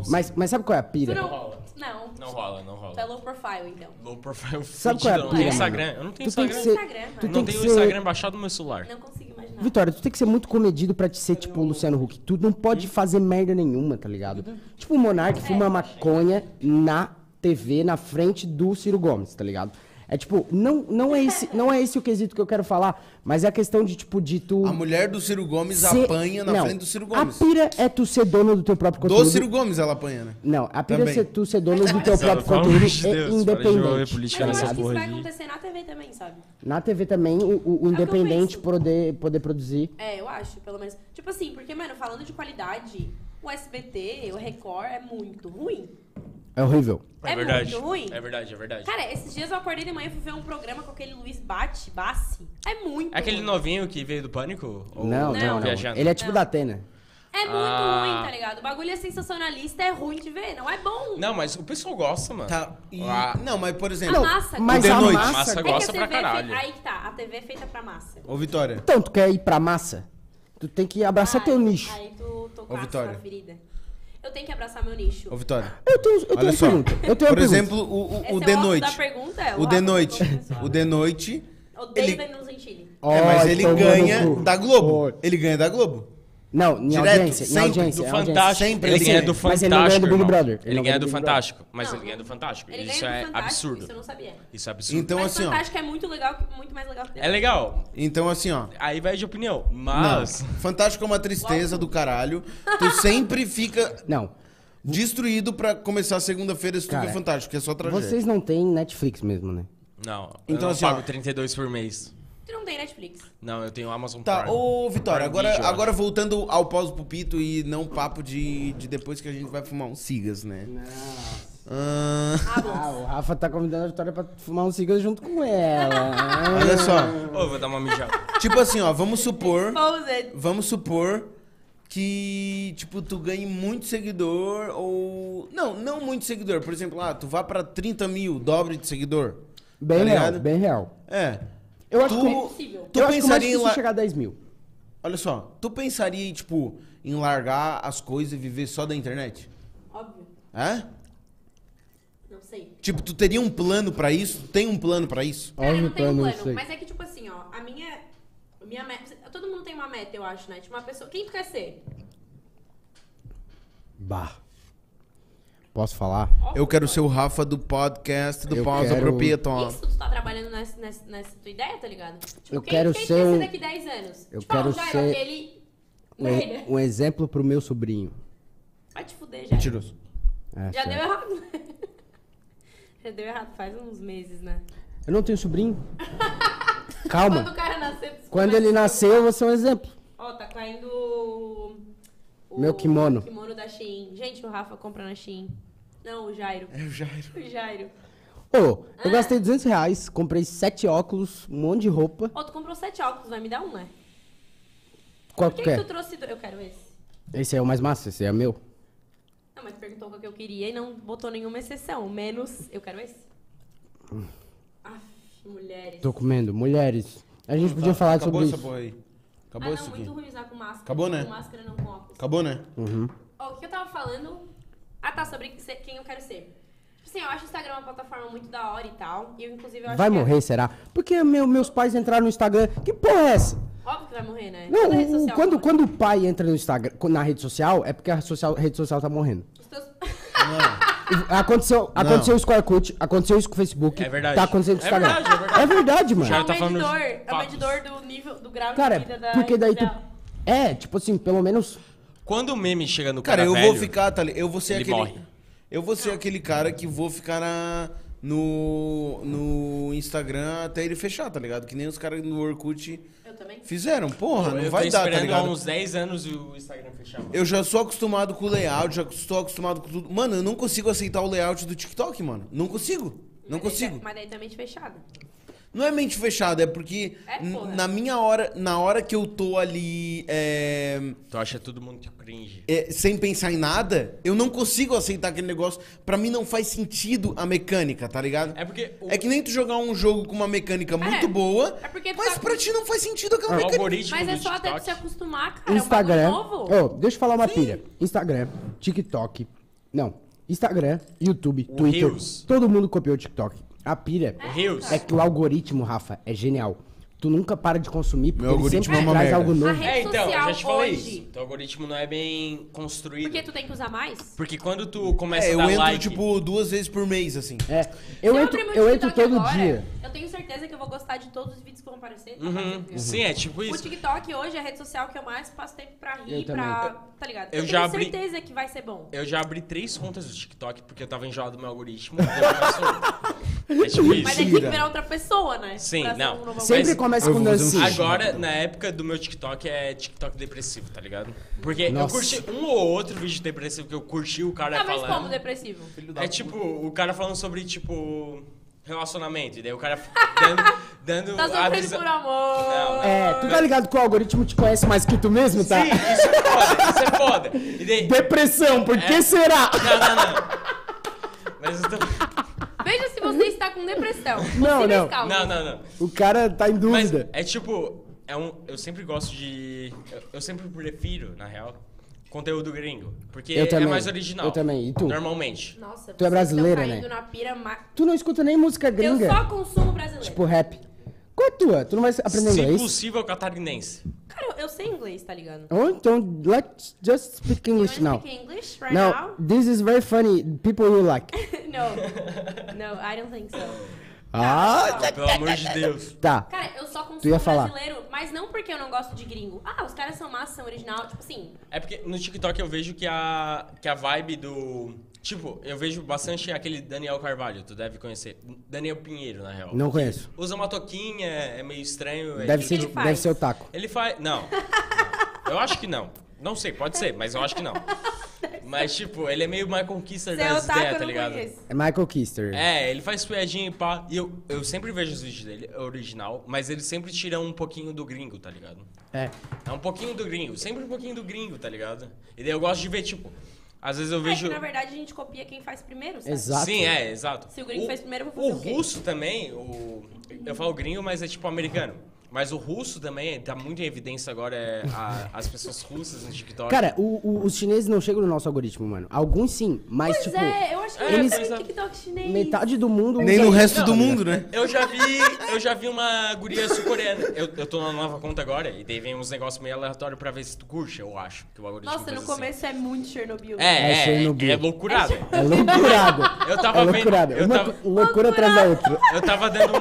Mas, mas sabe qual é a
Tu
pira?
não... Não.
Não rola, não
Tu é
rola.
low profile, então.
Low profile fudido,
Sabe qual é a
eu não tenho
pira?
Instagram. Eu não tenho
Tu tem que
Instagram.
ser.
Instagram,
Tu
Eu não
tem que
tenho o
ser.
Instagram baixado no meu celular.
Não consigo imaginar.
Vitória, tu tem que ser muito comedido pra te ser tipo o Luciano Huck. Tu não pode fazer merda nenhuma, tá ligado? Tipo, o Monark
É.
fuma maconha na TV, na frente do Ciro Gomes, tá ligado? É tipo, não, não, é esse, não é esse o quesito que eu quero falar, mas é a questão de, tipo, de tu.
A mulher do Ciro Gomes
ser-
apanha na
não,
frente do Ciro Gomes.
A pira é tu ser dono do teu próprio
Do
conteúdo.
Ciro Gomes ela apanha, né?
Não, a pira é
Também.
ser tu ser dono do teu
Sabe,
próprio
pelo amor
conteúdo
de
é
Deus, para de jogar
independente. tá
política
Mas eu
nessa
acho que isso
porra
vai
aí.
acontecer na TV também, sabe?
Na TV também, o, o- o independente
penso.
poder, poder produzir.
É, eu acho, pelo menos. Tipo assim, porque, mano, falando de qualidade, o SBT, o Record é muito ruim.
É horrível.
É
É verdade.
muito ruim.
É verdade, é verdade.
Cara, esses dias eu acordei de manhã e fui ver um programa com aquele Luiz Bate, Bassi. É muito
É aquele
ruim.
novinho que veio do pânico? Ou-
não,
não,
não, não.
viajando?
Ele é tipo
Não.
da Atena.
É muito
Ah.
ruim, tá ligado? O bagulho é sensacionalista, é ruim de ver, não é bom.
Não, mas o pessoal gosta, mano.
Tá. e-
Ah.
Não, mas por
A
exemplo.
massa.
Mas
O The
a
Noite.
massa...
Massa
é que a
gosta
TV
pra
É
caralho.
feita... Aí que tá, a TV é feita pra massa.
Ô, Vitória.
Então, tu quer ir pra massa? Tu tem que abraçar
Ai,
teu nicho.
Aí tu
Ô,
tocasse
Vitória.
na ferida. eu tenho que abraçar meu nicho.
Ô, Vitória.
Eu tenho, eu tenho
Olha
uma
só.
pergunta. Eu tenho uma
Por
pergunta.
exemplo, o, o,
Esse
o
é
de
alvo
noite.
da pergunta, é
O de noite. O de noite.
Odeio
ele-
Danilo Gentili.
É, mas ele
tomando
ganha
cu.
da Globo.
Oi.
Ele ganha da Globo.
Não, em
Direto,
audiência, em
sempre,
Do
audiência. em audiência.
Fantástico.
É, Sempre
ele
ele
ganha
ganha.
do
Mas
Fantástico.
ele não ganha do Big
irmão.
Brother. Ele
Ele, ganha
não ganha
do
do Big
Fantástico. Mas
Não,
ele ganha do Fantástico.
Ele
Isso
ganha
é
do Fantástico, Isso eu
absurdo.
não sabia.
Isso é absurdo.
Então,
Mas
assim, ó.
Fantástico é muito legal, muito mais legal que
É legal.
Então, assim, ó.
Aí vai de opinião.
Não.
Mas.
Fantástico é uma tristeza do caralho. Tu sempre fica
Não.
destruído pra começar segunda-feira se tu
Cara,
vê Fantástico, que é só tragédia.
Vocês não têm Netflix mesmo, né?
Não. Então, eu
Então,
não
assim,
pago
ó.
32 por mês.
Tu não tem Netflix.
Não, eu tenho Amazon
Tá,
Prime.
ô Vitória,
Prime Video,
agora,
eu
agora voltando ao pós do pupito e não papo de, de depois que a gente vai fumar um cigas, né? Ah,
Ah, bom.
Ah, o Rafa tá convidando a Vitória pra fumar um cigarro junto com ela.
Ah, olha só.
acho. Ô, vou dar uma mijada.
Tipo assim, ó, vamos supor.
Exposed.
Vamos supor que, tipo, tu ganhe muito seguidor ou. Não, não muito seguidor. Por exemplo, ah, tu vá pra 30 mil, dobre de seguidor.
Bem
Tá
real,
ligado?
bem real.
É.
Eu acho
Tu-
que...
É possível.
Tu
eu acho que o mais
pensaria em
difícil
la-
é chegar a 10 mil.
Olha só, tu pensaria, em, tipo, em largar as coisas e viver só da internet?
Óbvio.
É?
Não sei.
Tipo, tu teria um plano pra isso? Tu tem um plano pra isso?
Cara, eu não
Óbvio que
tenho
eu
um
não
plano.
sei.
Mas é que, tipo assim, ó, a minha. a Minha meta. Todo mundo tem uma meta, eu acho, né? Tipo, uma pessoa. Quem tu quer ser?
Bah. Posso falar?
Eu quero ser o Rafa do podcast do
Eu
Pausa
quero-
Proprietor.
Isso tu tá trabalhando nessa, nessa, nessa tua ideia, tá ligado? Tipo,
Eu
quem,
quero
quem
ser
quer
um-
daqui 10 anos?
Eu
tipo, ah, o
quero
Jairo,
ser
aquele. merda.
Um, um exemplo pro meu sobrinho.
Vai te fuder, já.
Mentiroso.
É,
Já
sério.
deu errado. Já deu errado faz uns meses, né?
Eu não tenho sobrinho.
Quando o
Calma.
cara nasceu. tu
Quando
começa-
ele nasceu, eu vou ser um exemplo.
Ó, tá caindo. o- o-
Meu kimono.
O kimono da Shein. Gente, o Rafa compra na Shein. Não, o Jairo.
É o Jairo.
O Jairo.
Ô,
Ah.
eu gastei 200 reais, comprei sete óculos, um monte de roupa.
Ó, tu comprou sete óculos, vai me dar um, né?
Qual
Por que,
que é?
que tu tá- trouxe dois? Eu quero esse.
Esse é o mais massa, esse é meu.
Não, mas perguntou qual que eu queria e não botou nenhuma exceção. Menos, eu quero esse. Aff, mulheres.
Hum. Tô comendo. Mulheres. A gente podia falar
Tá, Acabou
sobre
essa
isso.
porra aí.
ah,
Acabou
não,
isso aqui.
muito ruim usar com máscara.
Acabou, né?
Com máscara, não com óculos.
Acabou, né?
Hum.
Ó, o que eu tava falando. Ah, tá, sobre ser- quem eu quero ser. Tipo assim, eu acho o Instagram uma plataforma muito da hora e tal. E eu, inclusive, eu acho
Vai
que é-
morrer, será? Porque meu- meus pais entraram no Instagram. Que porra é essa?
Óbvio que vai morrer, né?
Não,
Toda rede
o-
social
quando,
morre.
quando o pai entra no Instagram, na rede social, é porque a social- rede social tá morrendo.
Os teus-
Aconteceu, aconteceu isso com o Orkut, aconteceu isso com o Facebook.
É verdade.
Tá acontecendo com o
É
Instagram.
verdade, é verdade.
verdade,
É
mano.
Já-
um
tá falando
medidor.
de
É um
papos.
medidor do nível, do grau
Cara,
de vida da é
porque daí tu.
rede social.
É, tipo assim, pelo menos.
Quando o meme chega no
Cara,
cara
eu
velho,
vou ficar, tá li- Eu vou ser
ele
aquele.
morre.
Eu vou ser aquele cara que vou ficar na- no, no Instagram até ele fechar, tá ligado? Que nem os caras no Orkut
Eu também.
fizeram. Porra, não
eu
vai
tô
dar, tá
esperando há
ligado?
uns 10 anos o Instagram fechar. mano.
Eu já sou acostumado com o layout, já estou acostumado com tudo. Mano, eu não consigo aceitar o layout do TikTok, mano. Não consigo. Não
Mas daí-
consigo.
É, Mas daí também de fechada.
Não é mente fechada, é porque
É,
n-
porra.
na minha hora, na hora que eu tô ali é,
Tu acha todo mundo cringe.
é, sem pensar em nada, eu não consigo aceitar aquele negócio. Pra mim não faz sentido a mecânica, tá ligado?
É porque o,
É que nem tu jogar um jogo com uma mecânica muito boa,
É porque tu
mas
tá-
pra ti não faz sentido aquela
o
mecânica.
algoritmo
Mas é
do
só até tu
TikTok...
se acostumar, cara. é um
Instagram. Oh.
bagulho novo.
Ô, deixa eu falar uma pilha. Instagram, TikTok. Não. Instagram, YouTube,
O
Twitter.
Reels.
Todo mundo copiou o TikTok. A pilha
O Reels.
é que o algoritmo, Rafa, é genial. Tu nunca para de consumir porque
Meu
ele
algoritmo
sempre
é uma
traz
merda.
algo
A
novo.
rede
É, então, eu
social
já te falei
hoje.
isso. Teu algoritmo não é bem construído.
Porque tu tem que usar mais?
Porque quando tu começa
É,
a
eu
dar
entro,
like...
tipo, duas vezes por mês, assim.
É. Eu
Se
entro,
abrir meu
eu entro
um TikTok
todo
agora,
dia.
Eu tenho certeza que eu vou gostar de todos os vídeos que vão aparecer. tá
Uhum.
aparecendo.
Sim, é tipo
O
isso.
TikTok hoje é a rede social que eu mais passo tempo pra rir,
Eu também.
pra. Tá ligado?
Eu
tenho
já abri-
certeza que vai ser bom.
Eu já abri três contas do TikTok porque eu tava enjoado do meu algoritmo. e eu faço- é tipo
Mas
isso.
aí tem que virar outra pessoa, né?
Sim,
Pra ser
não.
um novo
Sempre
Mas-
começa
Eu
com
vou fazer um
dancinha.
Agora, na época do meu TikTok, é TikTok depressivo, tá ligado? Porque
Nossa.
eu curti um ou outro vídeo depressivo que eu curti o cara
Tá, mas como
falando.
depressivo?
É tipo, o cara falando sobre, tipo, relacionamento. E daí o cara dando, dando
Tá
a
sofrendo
visão.
por amor.
Não,
É, tu tá ligado que o algoritmo te conhece mais que tu mesmo, tá?
Sim, isso é foda, isso é foda. E daí.
Depressão, por que será?
Não, não, não. Mas eu tô...
Veja se você está com depressão.
Não,
Possíveis
não.
causas.
Não, não, não.
O cara tá em
Mas
dúvida.
é tipo, é um, eu sempre gosto de. Eu, eu sempre prefiro, na real, Conteúdo gringo. Porque
Eu também.
é mais original.
Eu também. E tu?
Normalmente.
Nossa,
Tu
vocês
é brasileira,
tão caindo
né?
na pira ma-
Tu não escuta nem música
Eu
gringa?
só consumo brasileiro.
Tipo rap. Qual é a tua? Tu não vai aprender
Se
inglês?
possível, catarinense.
Cara, eu- eu sei inglês, tá ligado?
Oh, então, let's just speak English
you wanna
now.
speak English é right
Now,
now?
this is very funny. People will like.
no. No, I don't think so.
Ah,
Pelo amor de Deus.
tá.
Cara, eu só consumo
Tu ia falar.
brasileiro, mas não porque eu não gosto de gringo. Ah, os caras são massa, são original. Tipo assim,
É porque no TikTok eu vejo que a, que a vibe do. Tipo, eu vejo bastante aquele Daniel Carvalho, tu deve conhecer. Daniel Pinheiro, na real.
Não conheço.
Usa uma toquinha, é meio estranho. é
Deve
de-
ser,
ele
deve
faz?
ser o taco.
Ele faz. Não. Eu acho que não. Não sei, pode ser, mas eu acho que não. Mas, tipo, ele é meio uma conquista
você é
das
otaku, eu
ideias,
não
tá ligado?
conheço.
É Michael Kister.
É, ele faz piadinha e pá. E eu, eu sempre vejo os vídeos dele, é original, mas ele sempre tira um pouquinho do gringo, tá ligado?
É.
É um pouquinho do gringo, sempre um pouquinho do gringo, tá ligado? E daí eu gosto de ver, tipo, às vezes eu
É que,
vejo.
na verdade, a gente copia quem faz primeiro, sabe?
Exato.
Sim, é, exato.
Se o gringo fez primeiro, eu vou
O
fazer o quê?
russo também, o. Eu falo gringo, mas é tipo americano. Mas o russo também tá muito em evidência agora, é a- as pessoas russas no TikTok.
Cara, o- o- os chineses não chegam no nosso algoritmo, mano. Alguns sim, mas
Pois
tipo,
é, eu acho que
é,
eles
pois
têm
é.
TikTok chinês.
metade do mundo.
Nem
usa
no
isso,
resto
tá
do
ligado?
mundo, né?
Eu já vi, eu já vi uma guria sul-coreana. Eu, eu tô na nova conta agora, e daí vem uns negócios meio aleatórios pra ver se tu curte, eu acho. Que o algoritmo
Nossa,
faz
no
assim.
começo é muito Chernobyl.
É, é,
É
é,
Chernobyl.
é loucurada.
É loucurada.
Eu tava
é
vendo-
loucurada.
eu
Uma
tava-
co- loucura atrás da outra.
Eu tava dando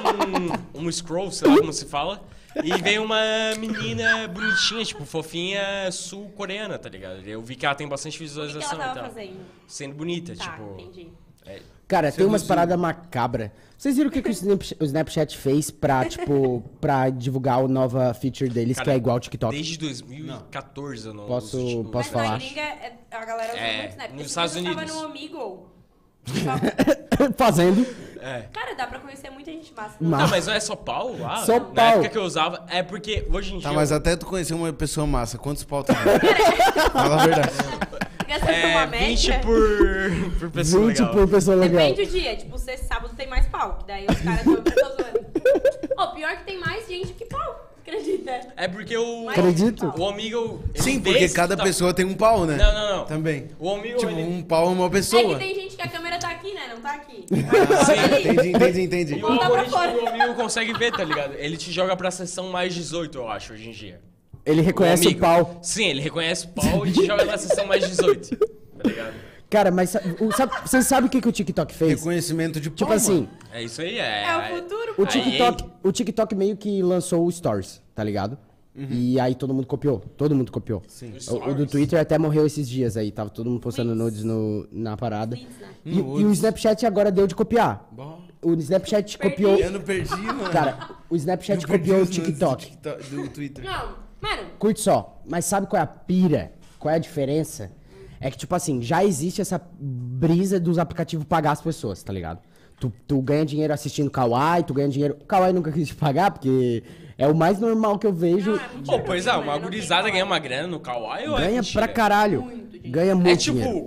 um, um scroll, sei lá como se fala, e veio uma menina bonitinha, tipo, fofinha sul-coreana, tá ligado? Eu vi que ela tem bastante
O que, que
visualização
ela tava
e tal.
fazendo?
Sendo bonita,
Tá,
tipo.
entendi.
Cara, tem umas paradas macabras. Vocês viram o que, que o, Snapchat, o Snapchat fez pra, tipo, pra divulgar a nova feature deles, que
Cara,
é igual ao TikTok?
Desde 2014 eu não uso
Posso-
TikTok.
posso
Mas
falar?
na gringa, é- a galera usa
É,
muito né? Snap.
nos
Esse
Estados
dia eu
Unidos.
tava no Omegle.
Fazendo.
Cara, dá pra conhecer muita gente massa. né?
Mas-
Não, mas não é só pau lá?
Só
Na
pau.
época que eu usava, é porque hoje em dia...
Tá, mas até tu conhecer uma pessoa massa, quantos pau tu Fala a verdade.
Essa é uma
É, 20
média.
por, por pessoa
20
é legal.
por um, tipo, pessoa legal.
Depende do dia. Tipo, sexta e sábado tem mais pau. Que daí os caras estão zoando. Ô, pior que tem mais gente que pau. Acredita?
É porque o...
Mas-
Acredito.
O amigo...
Sim, porque cada pessoa tem um pau, né?
tá- Não, não, não.
Também.
O amigo...
Tipo,
ele-
um pau é uma
É que
pessoa.
tem gente que a câmera tá aqui, né? Não tá aqui.
Ah,
Entendi, entendi, entendi.
E o
Volta pra
algoritmo
fora.
do amigo consegue ver, tá ligado? Ele te joga pra sessão mais 18, eu acho, hoje em dia.
Ele reconhece o
Um amigo.
pau.
Sim, ele reconhece o pau e te joga na sessão mais 18. Tá ligado?
Cara, mas sa- o- sabe- vocês sabem o que, que o TikTok fez?
Reconhecimento de pau.
Tipo assim,
mano.
É isso aí, é.
É o futuro, pô.
o tipo-
Aí,
TikTok, o TikTok meio que lançou o Stories, tá ligado? E aí todo mundo copiou, todo mundo copiou.
Uhum. Sim.
O, o do Twitter até morreu esses dias aí, tava todo mundo postando nudes no, na parada.
Please, né?
E, e o Snapchat agora deu de copiar.
Bom,
O Snapchat
Perdi.
copiou.
Eu não perdi, mano.
Cara, o
Eu
Snapchat
perdi
copiou o
os nudes do
TikTok.
TikTok- Do Twitter.
Não, mano.
Curte só, mas sabe qual é a pira? Qual é a diferença? É que, tipo assim, já existe essa brisa dos aplicativos pagar as pessoas, tá ligado? Tu, tu ganha dinheiro assistindo Kawaii, tu ganha dinheiro. O Kawaii nunca quis te pagar, porque é o mais normal que eu vejo.
Ah, mentira,
Pô, pois é, uma
mano, não tem
gurizada
como.
ganha uma grana no Kawaii ou é
ganha
mentira?
pra caralho.
Muito dinheiro.
ganha muito.
É tipo.
dinheiro.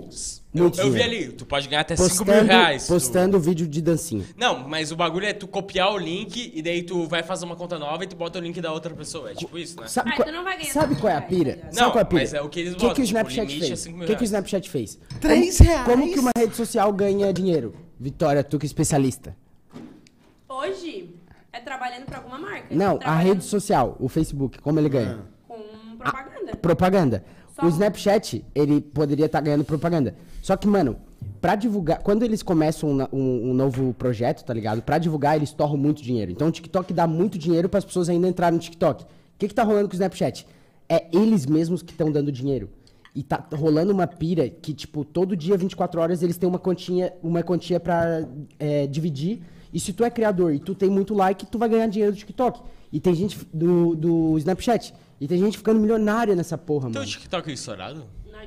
Eu,
Muito
eu vi
dinheiro.
ali, tu pode ganhar até 5 mil
Postando,
reais. tu-
postando vídeo de dancinha.
Não, mas o bagulho é tu copiar o link e daí tu vai fazer uma conta nova e tu bota o link da outra pessoa. É tipo isso, né?
Sabe,
Ah,
qual,
então não vai ganhar
sabe
nada,
qual é a
vai,
pira?
vai, vai.
sabe
Não,
qual é a pira?
mas é o que eles
que,
botam,
o
tipo,
Snapchat
limite é
fez?
5
O
mil
que, que o
reais.
Snapchat fez?
Três
Como- Como
reais?
que uma rede social ganha dinheiro? Vitória, tu que é especialista.
Hoje é trabalhando pra alguma marca. Tipo,
Não, a
Trabalhando
rede social, o Facebook, como ele ganha?
Ah. Com propaganda.
Propaganda.
Só. um
O Snapchat, ele poderia estar ganhando propaganda. Só que, mano, pra divulgar. Quando eles começam um, na- um- um novo projeto, tá ligado? Pra divulgar, eles torram muito dinheiro. Então o TikTok dá muito dinheiro pras pessoas ainda entrarem no TikTok. O que, que tá rolando com o Snapchat? É eles mesmos que estão dando dinheiro. E tá rolando uma pira que, tipo, todo dia, 24 horas, eles têm uma quantia, uma quantia pra é, dividir. E se tu é criador e tu tem muito like, tu vai ganhar dinheiro do TikTok. E tem gente f- do, do Snapchat. E tem gente ficando milionária nessa porra,
Teu
mano.
TikTok é estourado?
Na-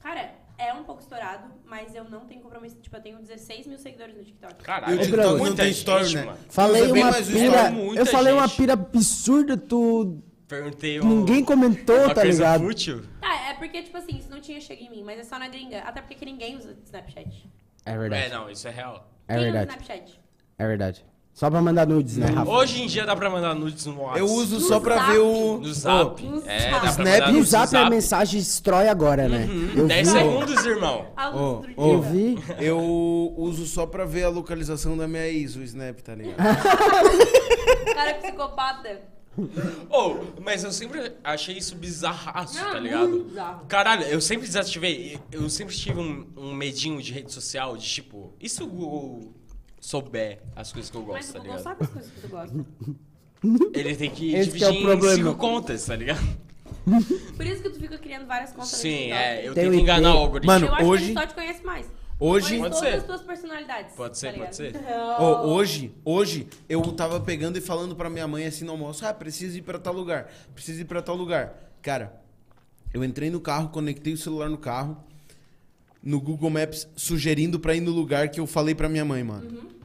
Cara, é um pouco estourado, mas eu não tenho compromisso. Tipo, eu tenho 16 mil seguidores no TikTok.
E
Caralho,
o
Bruno,
TikTok não
é muita
tem
gente,
story, né?
mano.
Usa
Falei
bem
uma
mais o
pira.
story.
muita
Eu falei uma
gente.
pira absurda, tu.
Perguntei um-
Ninguém comentou,
uma
tá
coisa
ligado?
fútil.
Tá, é porque, tipo assim, isso não tinha chegado em mim, mas é só na gringa. Até porque ninguém usa Snapchat.
É
É,
verdade.
não, isso é real.
É
Quem usa
verdade.
Snapchat?
É verdade. Só pra mandar nudes, né, Rafa?
Hoje em dia dá pra mandar nudes no WhatsApp.
Eu uso
No
só pra
zap.
ver o.
No Zap.
No
é,
Zap.
dá pra
Snap
mandar
E o
nudes
zap, é mensagem destrói agora, né? Eu
10
vi,
Uhum. segundos, irmão.
A
Ô,
luz do
ô,
eu
dia.
vi.
Eu uso só pra ver a localização da minha ex, o Snap, tá
Ah.
ligado?
O cara é psicopata.
Oh, mas eu sempre achei isso bizarraço,
Ah,
tá ligado?
muito bizarro.
Caralho, eu sempre desativei. Eu sempre tive um, um medinho de rede social, de tipo, e se o Google souber as coisas que eu
Mas
gosto,
o
tá
Google
ligado?
sabe as coisas que tu gosta.
Ele tem que
Esse que é
dividir
o
em
problema.
cinco contas, tá ligado?
Por isso que tu fica criando várias contas no
Sim,
TikTok.
é, eu
Tem um o
tenho que enganar
IP.
o algoritmo.
Mano,
Eu acho
hoje-
que ele só te conhece mais.
Hoje.
Conhece
Pode
todas
ser.
as tuas personalidades.
Pode ser,
tá
pode
ligado?
ser.
Ó, hoje, hoje, eu tava pegando e falando pra minha mãe assim no almoço: ah, preciso ir pra tal lugar, preciso ir pra tal lugar. Cara, eu entrei no carro, conectei o celular no carro, no Google Maps, sugerindo pra ir no lugar que eu falei pra minha mãe, mano.
Uhum.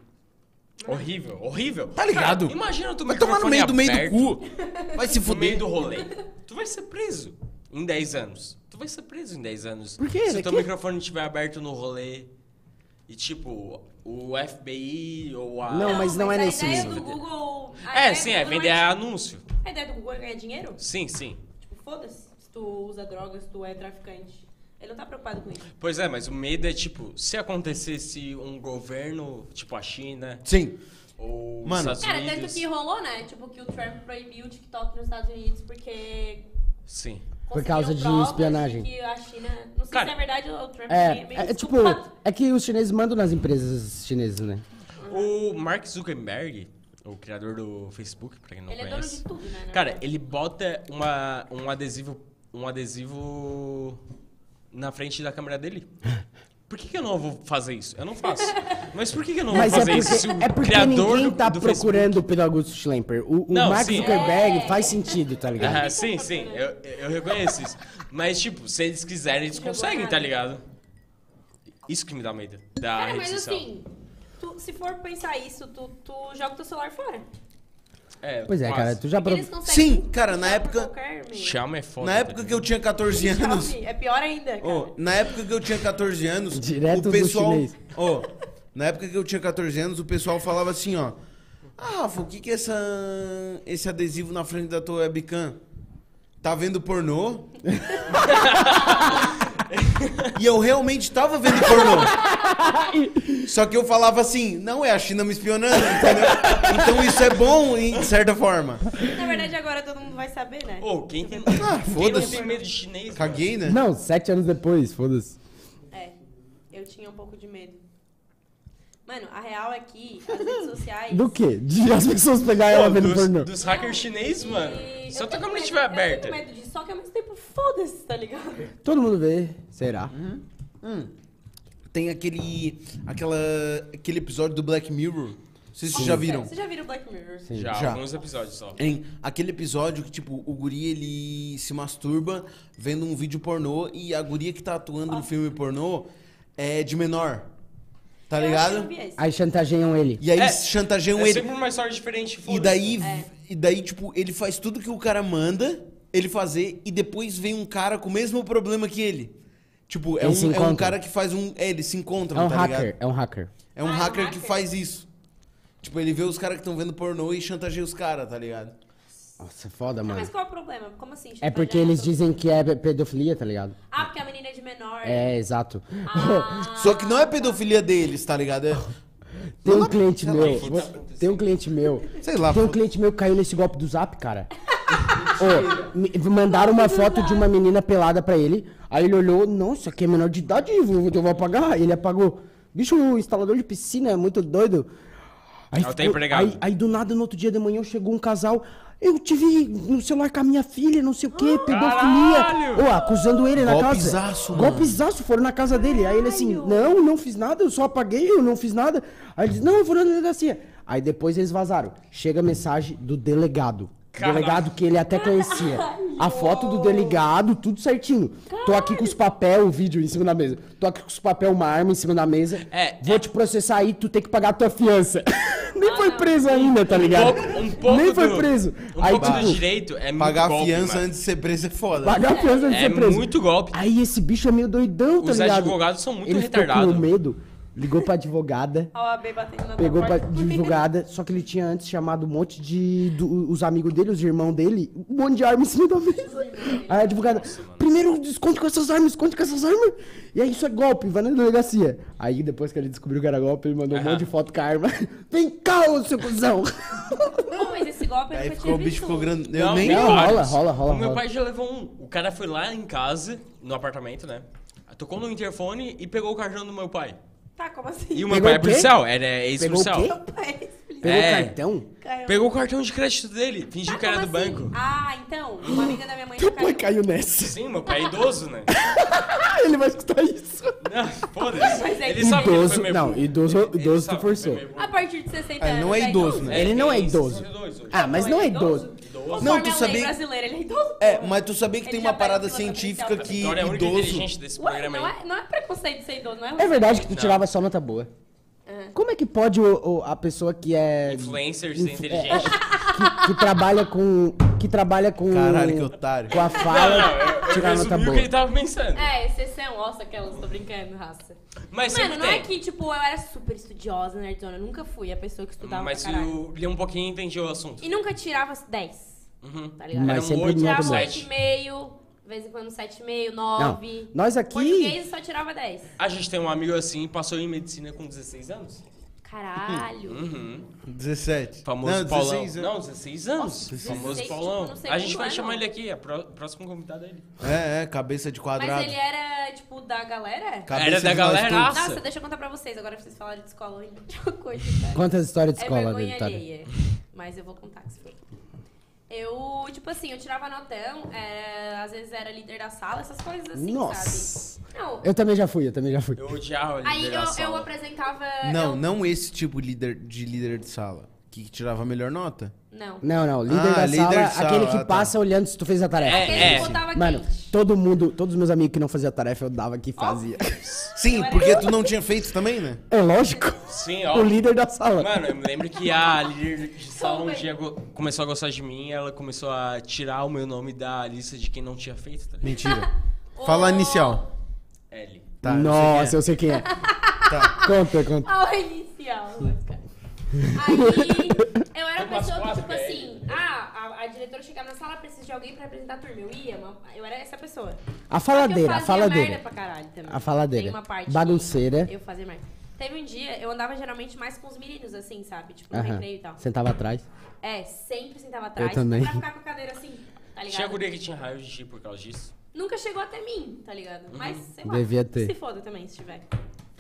Horrível, horrível.
Tá ligado?
Cara, imagina tu
Vai tomar no meio do meio do
cu,
cu. Vai se
no meio
fuder.
do rolê. Tu vai ser preso em 10 anos. Tu vai ser preso em 10 anos.
Por quê?
Se o teu
Que-
microfone estiver aberto no rolê e tipo, o FBI ou a.
Não, mas não é
a
nesse
ideia
nível.
Do Google, a
É,
ideia
sim,
do
é
Google
vender
não tipo-
anúncio.
A ideia do Google é ganhar dinheiro?
Sim, sim.
Tipo, foda-se. Se tu usa drogas, se tu é traficante. Ele não tá preocupado com isso.
Pois é, mas o medo é tipo, se acontecesse um governo, tipo a China
Sim.
ou os
Mano.
Estados
Cara, tanto
Unidos.
que rolou, né? Tipo, que o Trump proibiu o TikTok nos Estados Unidos porque.
Sim.
Por causa
conseguiram
de
provas
espionagem.
de Que a China. Não sei
Cara,
se é verdade ou o Trump
É,
meio
é, tipo,
psicopata.
é que os chineses mandam nas empresas chinesas, né?
O Mark Zuckerberg, o criador do Facebook, pra quem não
Ele é dono
conhece.
de tudo, né? na
Cara,
verdade.
ele bota uma, um adesivo um adesivo na frente da câmera dele. Por que, que eu não vou fazer isso? Eu não faço. Mas por que, que eu não
Mas
vou
é
fazer isso? Se
porque,
o
é porque
criador
ninguém
do-
tá
do
procurando pelo Augusto Schlemper. O, o
Não,
Mark
sim.
Zuckerberg
É.
faz sentido, tá
Facebook-
ligado?
Ah, sim, sim, eu, eu reconheço isso. Mas, tipo, se eles quiserem, eles
Jogou
conseguem,
errado.
tá ligado? Isso que me dá medo. Da
Cara,
rede
mas
social.
assim, tu- se for pensar isso, tu, tu joga teu celular fora.
É,
Pois é,
quase.
cara, tu já... Pro...
Eles conseguem
Sim, cara, na
puxar por
época-
qualquer meio.
Chama é foda.
Na época que eu tinha 14 anos.
Xiaomi, É pior ainda, cara.
Ô, na época que eu tinha 14 anos,
Direto
o
do
pessoal.
chinês.
Ô, na época que eu tinha 14 anos, o pessoal falava assim, ó. Ah, Rafa, o que, que é essa, esse adesivo na frente da tua webcam? Tá vendo pornô? e eu realmente tava vendo pornô. Só que eu falava assim, não é a China me espionando, entendeu? Então isso é bom, em- de certa forma.
Na verdade, agora todo mundo vai saber, né?
Ô, quem
Ah,
tem. quem não
foda-se.
tem medo de chinês? mano?
Caguei, né?
Não, sete anos depois, foda-se.
É, eu tinha um pouco de medo. Mano, a real é que as redes sociais...
Do quê? De as pessoas pegarem
Pô,
ela vendo
dos,
pornô.
dos hackers é chinês, mano.
E
Só
eu
tá
tenho
como
medo-
estiver
Eu
aberta.
tenho medo disso, só que ao mesmo tempo, foda-se, tá ligado?
Todo mundo vê, Uhum. será?
Tem aquele, aquela, aquele episódio do Black Mirror. Vocês
Ó,
já
sério,
viram?
Vocês já viram Black Mirror?
Sim.
Já,
Já.
alguns episódios só.
Em aquele episódio que, tipo, o guri, ele se masturba vendo um vídeo pornô e a guria que tá atuando
Ah.
no filme pornô é de menor. Tá
Eu acho que eu
ligado?
vi esse.
Aí chantageiam ele.
E aí
É,
chantageiam
É
um ele.
sempre uma história diferente,
E
foda-se. Um
daí,
É.
e daí, tipo, ele faz tudo que o cara manda ele fazer e depois vem um cara com o mesmo problema que ele. Tipo, é,
Eles se
um, é um
encontram.
cara que faz um. É, eles se
É
encontram,
um
tá
hacker,
ligado?
é um hacker.
É um
Ah, é um
hacker que
hacker.
faz isso. Tipo, ele vê os caras que estão vendo pornô e chantageia os caras, tá ligado?
Nossa, foda,
Ah,
mano.
mas qual é o problema? Como assim?
É
chantagear
porque eles
todo-
dizem que é pedofilia, tá ligado?
Ah, porque a menina é de menor.
É, exato.
Ah.
Só que não é pedofilia deles, tá ligado? É-
Tem um cliente
Sei lá,
meu.
o que
vou-
tá
Tem um cliente meu.
Sei lá,
Tem um
foda-
cliente meu que caiu nesse golpe do zap, cara. Ô, me me mandaram uma foto de uma menina pelada pra ele. Aí ele olhou, não, isso aqui é menor de idade, vou- eu vou apagar. Ele apagou. Bicho, o instalador de piscina é muito doido. Aí,
É o teu empregado.
aí, aí do nada, no outro dia de manhã, chegou um casal. Eu tive no celular com a minha filha, não sei o que, pedofilia.
Caralho!
Ô, acusando ele na casa.
Golpezaço, mano.
Golpe pisaço, foram na casa dele. Aí ele assim, não, não fiz nada, eu só apaguei, eu não fiz nada. Aí ele disse, não, eu vou na delegacia. Aí depois eles vazaram. Chega a mensagem do delegado.
Caralho.
Delegado que ele até conhecia. A foto do delegado, tudo certinho. Tô aqui com os papel, o vídeo em cima da mesa. Tô aqui com os papel, uma arma em cima da mesa.
É,
Vou
é.
te processar aí, tu tem que pagar a tua fiança. Nem foi preso ainda, tá ligado?
Um pouco, um pouco
Nem foi
do-
preso.
Um
aí,
pouco do
tipo,
direito é muito
Pagar
golpe,
a fiança
mano.
antes de ser preso é foda.
pagar a fiança de
É
ser preso.
muito golpe.
Aí esse bicho é meio doidão, tá
Os
ligado?
advogados são muito
Ele ficou
retardados. né?
com medo. ligou pra advogada.
A OAB batendo na
Pegou
tua
pra
porta.
divulgada, só que ele tinha antes chamado um monte de. do- os amigos dele, os irmãos dele, um monte de arma em cima da mesa. Aí a advogada, primeiro esconde com essas armas, esconde com essas armas. E aí isso é golpe, vai na delegacia. Aí depois que ele descobriu que era golpe, ele mandou um monte de foto com a arma. Vem cá, ô seu cuzão!
Pô, mas esse golpe eu
Aí
nunca
ficou, o bicho
tinha visto.
ficou grande. Eu
Não,
nem.
tem
Não,
vários.
rola, rola, rola,
O meu
rola.
pai já levou um. O cara foi lá em casa, no apartamento, né? Tocou no interfone e pegou o cartão do meu pai.
Tá, como assim?
E o
Pegou
meu pai
o
é
quê?
policial, era
Pegou o
ex-policial.
quê?
Pai, explica.
É.
Pegou o cartão?
Caiu.
Pegou o cartão de crédito dele, fingiu
Tá,
que era do
como assim?
banco.
Ah, então, uma amiga da minha mãe
Teu
já
pai
caiu.
caiu nessa.
Sim, meu pai é idoso, né?
Ah, ele vai escutar isso.
Não, foda-se.
Mas é
Ele
que-
sabe que ele foi
Idoso,
meio
não,
burro.
idoso,
Ele
idoso
sabe
tu
que ele
forçou.
foi meio burro.
A partir de 60
Ah,
anos.
não é idoso, né?
Ele não é
tem
idoso.
62 hoje.
Ah, mas não é idoso.
Idoso.
Não,
Não,
tu sabia-
tu sabia. brasileira, ele é idoso.
É, mas tu sabia que
Ele
tem
já
uma parada
parece uma
científica
policial.
que
Então, ele é o único
idoso.
inteligente desse
Ué,
programa
não
aí.
é, não é preconceito de ser idoso, não é?
É verdade que tu
Não.
tirava só nota boa.
É.
Como é que pode o- o- a pessoa que é.
Influencer ser
Influ-
inteligente.
é, que, que trabalha com. Que trabalha com.
Caralho, que otário.
Com a
Não,
fala.
não, eu, eu
tirar nota
resumi o
boa.
que ele tá- tava pensando.
É, exceção, nossa, aquelas, tô brincando, raça.
Mas
Mano,
sempre
não
tem.
é que, tipo, eu era super estudiosa, nerdzona. Eu nunca fui a pessoa que estudava
Mas
pra caralho.
eu li um pouquinho e entendi o assunto.
E nunca tirava 10,
Uhum.
tá ligado?
Mas
Era um
sempre
oito,
nota
tirava
boa.
sete.
8,5, de vez em quando 7,5,
Não,
9.
nós aqui-
Português eu só tirava 10.
A gente tem um amigo assim, passou em medicina com 16 anos.
Caralho.
Uhum.
17.
Famoso
não, né?
Paulão.
16 anos.
Não, 16 anos. famoso
16,
Paulão.
tipo, no
a gente vai
segundo
chamar
ano.
ele aqui, a pró- próximo convidado é ele.
É, é, cabeça de quadrado.
Mas ele era, tipo, da galera?
Cabeça
Era
de
da
nós
galera.
todos.
Nossa.
Nossa, deixa eu contar pra vocês. Agora vocês falaram de escola, eu lembrei de uma coisa, cara.
Quantas histórias de
É
escola, tá?
vergonha
Vitória?
alheia. Mas eu vou contar que se for. Eu, tipo assim, eu tirava notão, era- às vezes era líder da sala, essas coisas assim,
Nossa.
sabe? Não.
Eu também já fui, eu também já fui.
Eu odiava ele.
Aí eu,
da
eu
sala.
apresentava.
Não,
eu-
não esse tipo líder de líder de sala. Que tirava a melhor nota.
Não.
Não, não, líder
Ah,
da
líder
sala,
de sala,
aquele
ah,
que
tá.
passa olhando se tu fez a tarefa.
É,
Aquele
é.
que botava
Mano,
quente.
todo mundo, todos os meus amigos que não faziam tarefa, eu dava que fazia.
Sim, porque tu não tinha feito também, né?
É lógico.
Sim, ó.
O líder da sala.
Mano, eu me lembro que a líder de sala um dia go- começou a gostar de mim e ela começou a tirar o meu nome da lista de quem não tinha feito, tá? ligado?
Mentira. Fala a inicial.
L.
Tá, eu sei quem
Nossa, eu sei quem é.
é. Tá.
Conta, conta.
Olha o inicial, mas, cara. Aí eu era
Tem
uma
umas
pessoa que,
quatro
tipo
que é
assim, ah, a, a diretora chegava na sala, precisa de alguém pra apresentar a turma. Eu ia, mas eu era essa pessoa.
A
eu
faladeira, a
fazia
faladeira.
merda pra caralho também.
A faladeira.
Tem uma parte que
Bagunceira.
Eu fazia merda. Teve um dia, eu andava geralmente mais com os meninos, assim, sabe? Tipo, no
Aham.
recreio e tal.
Sentava atrás.
É, sempre sentava atrás.
também.
Pra ficar com a cadeira assim, tá ligado?
Tinha guria que tinha raio de ti por causa disso.
Nunca chegou até mim, tá ligado? Mas, sei lá.
Devia ter.
Se foda também, se tiver.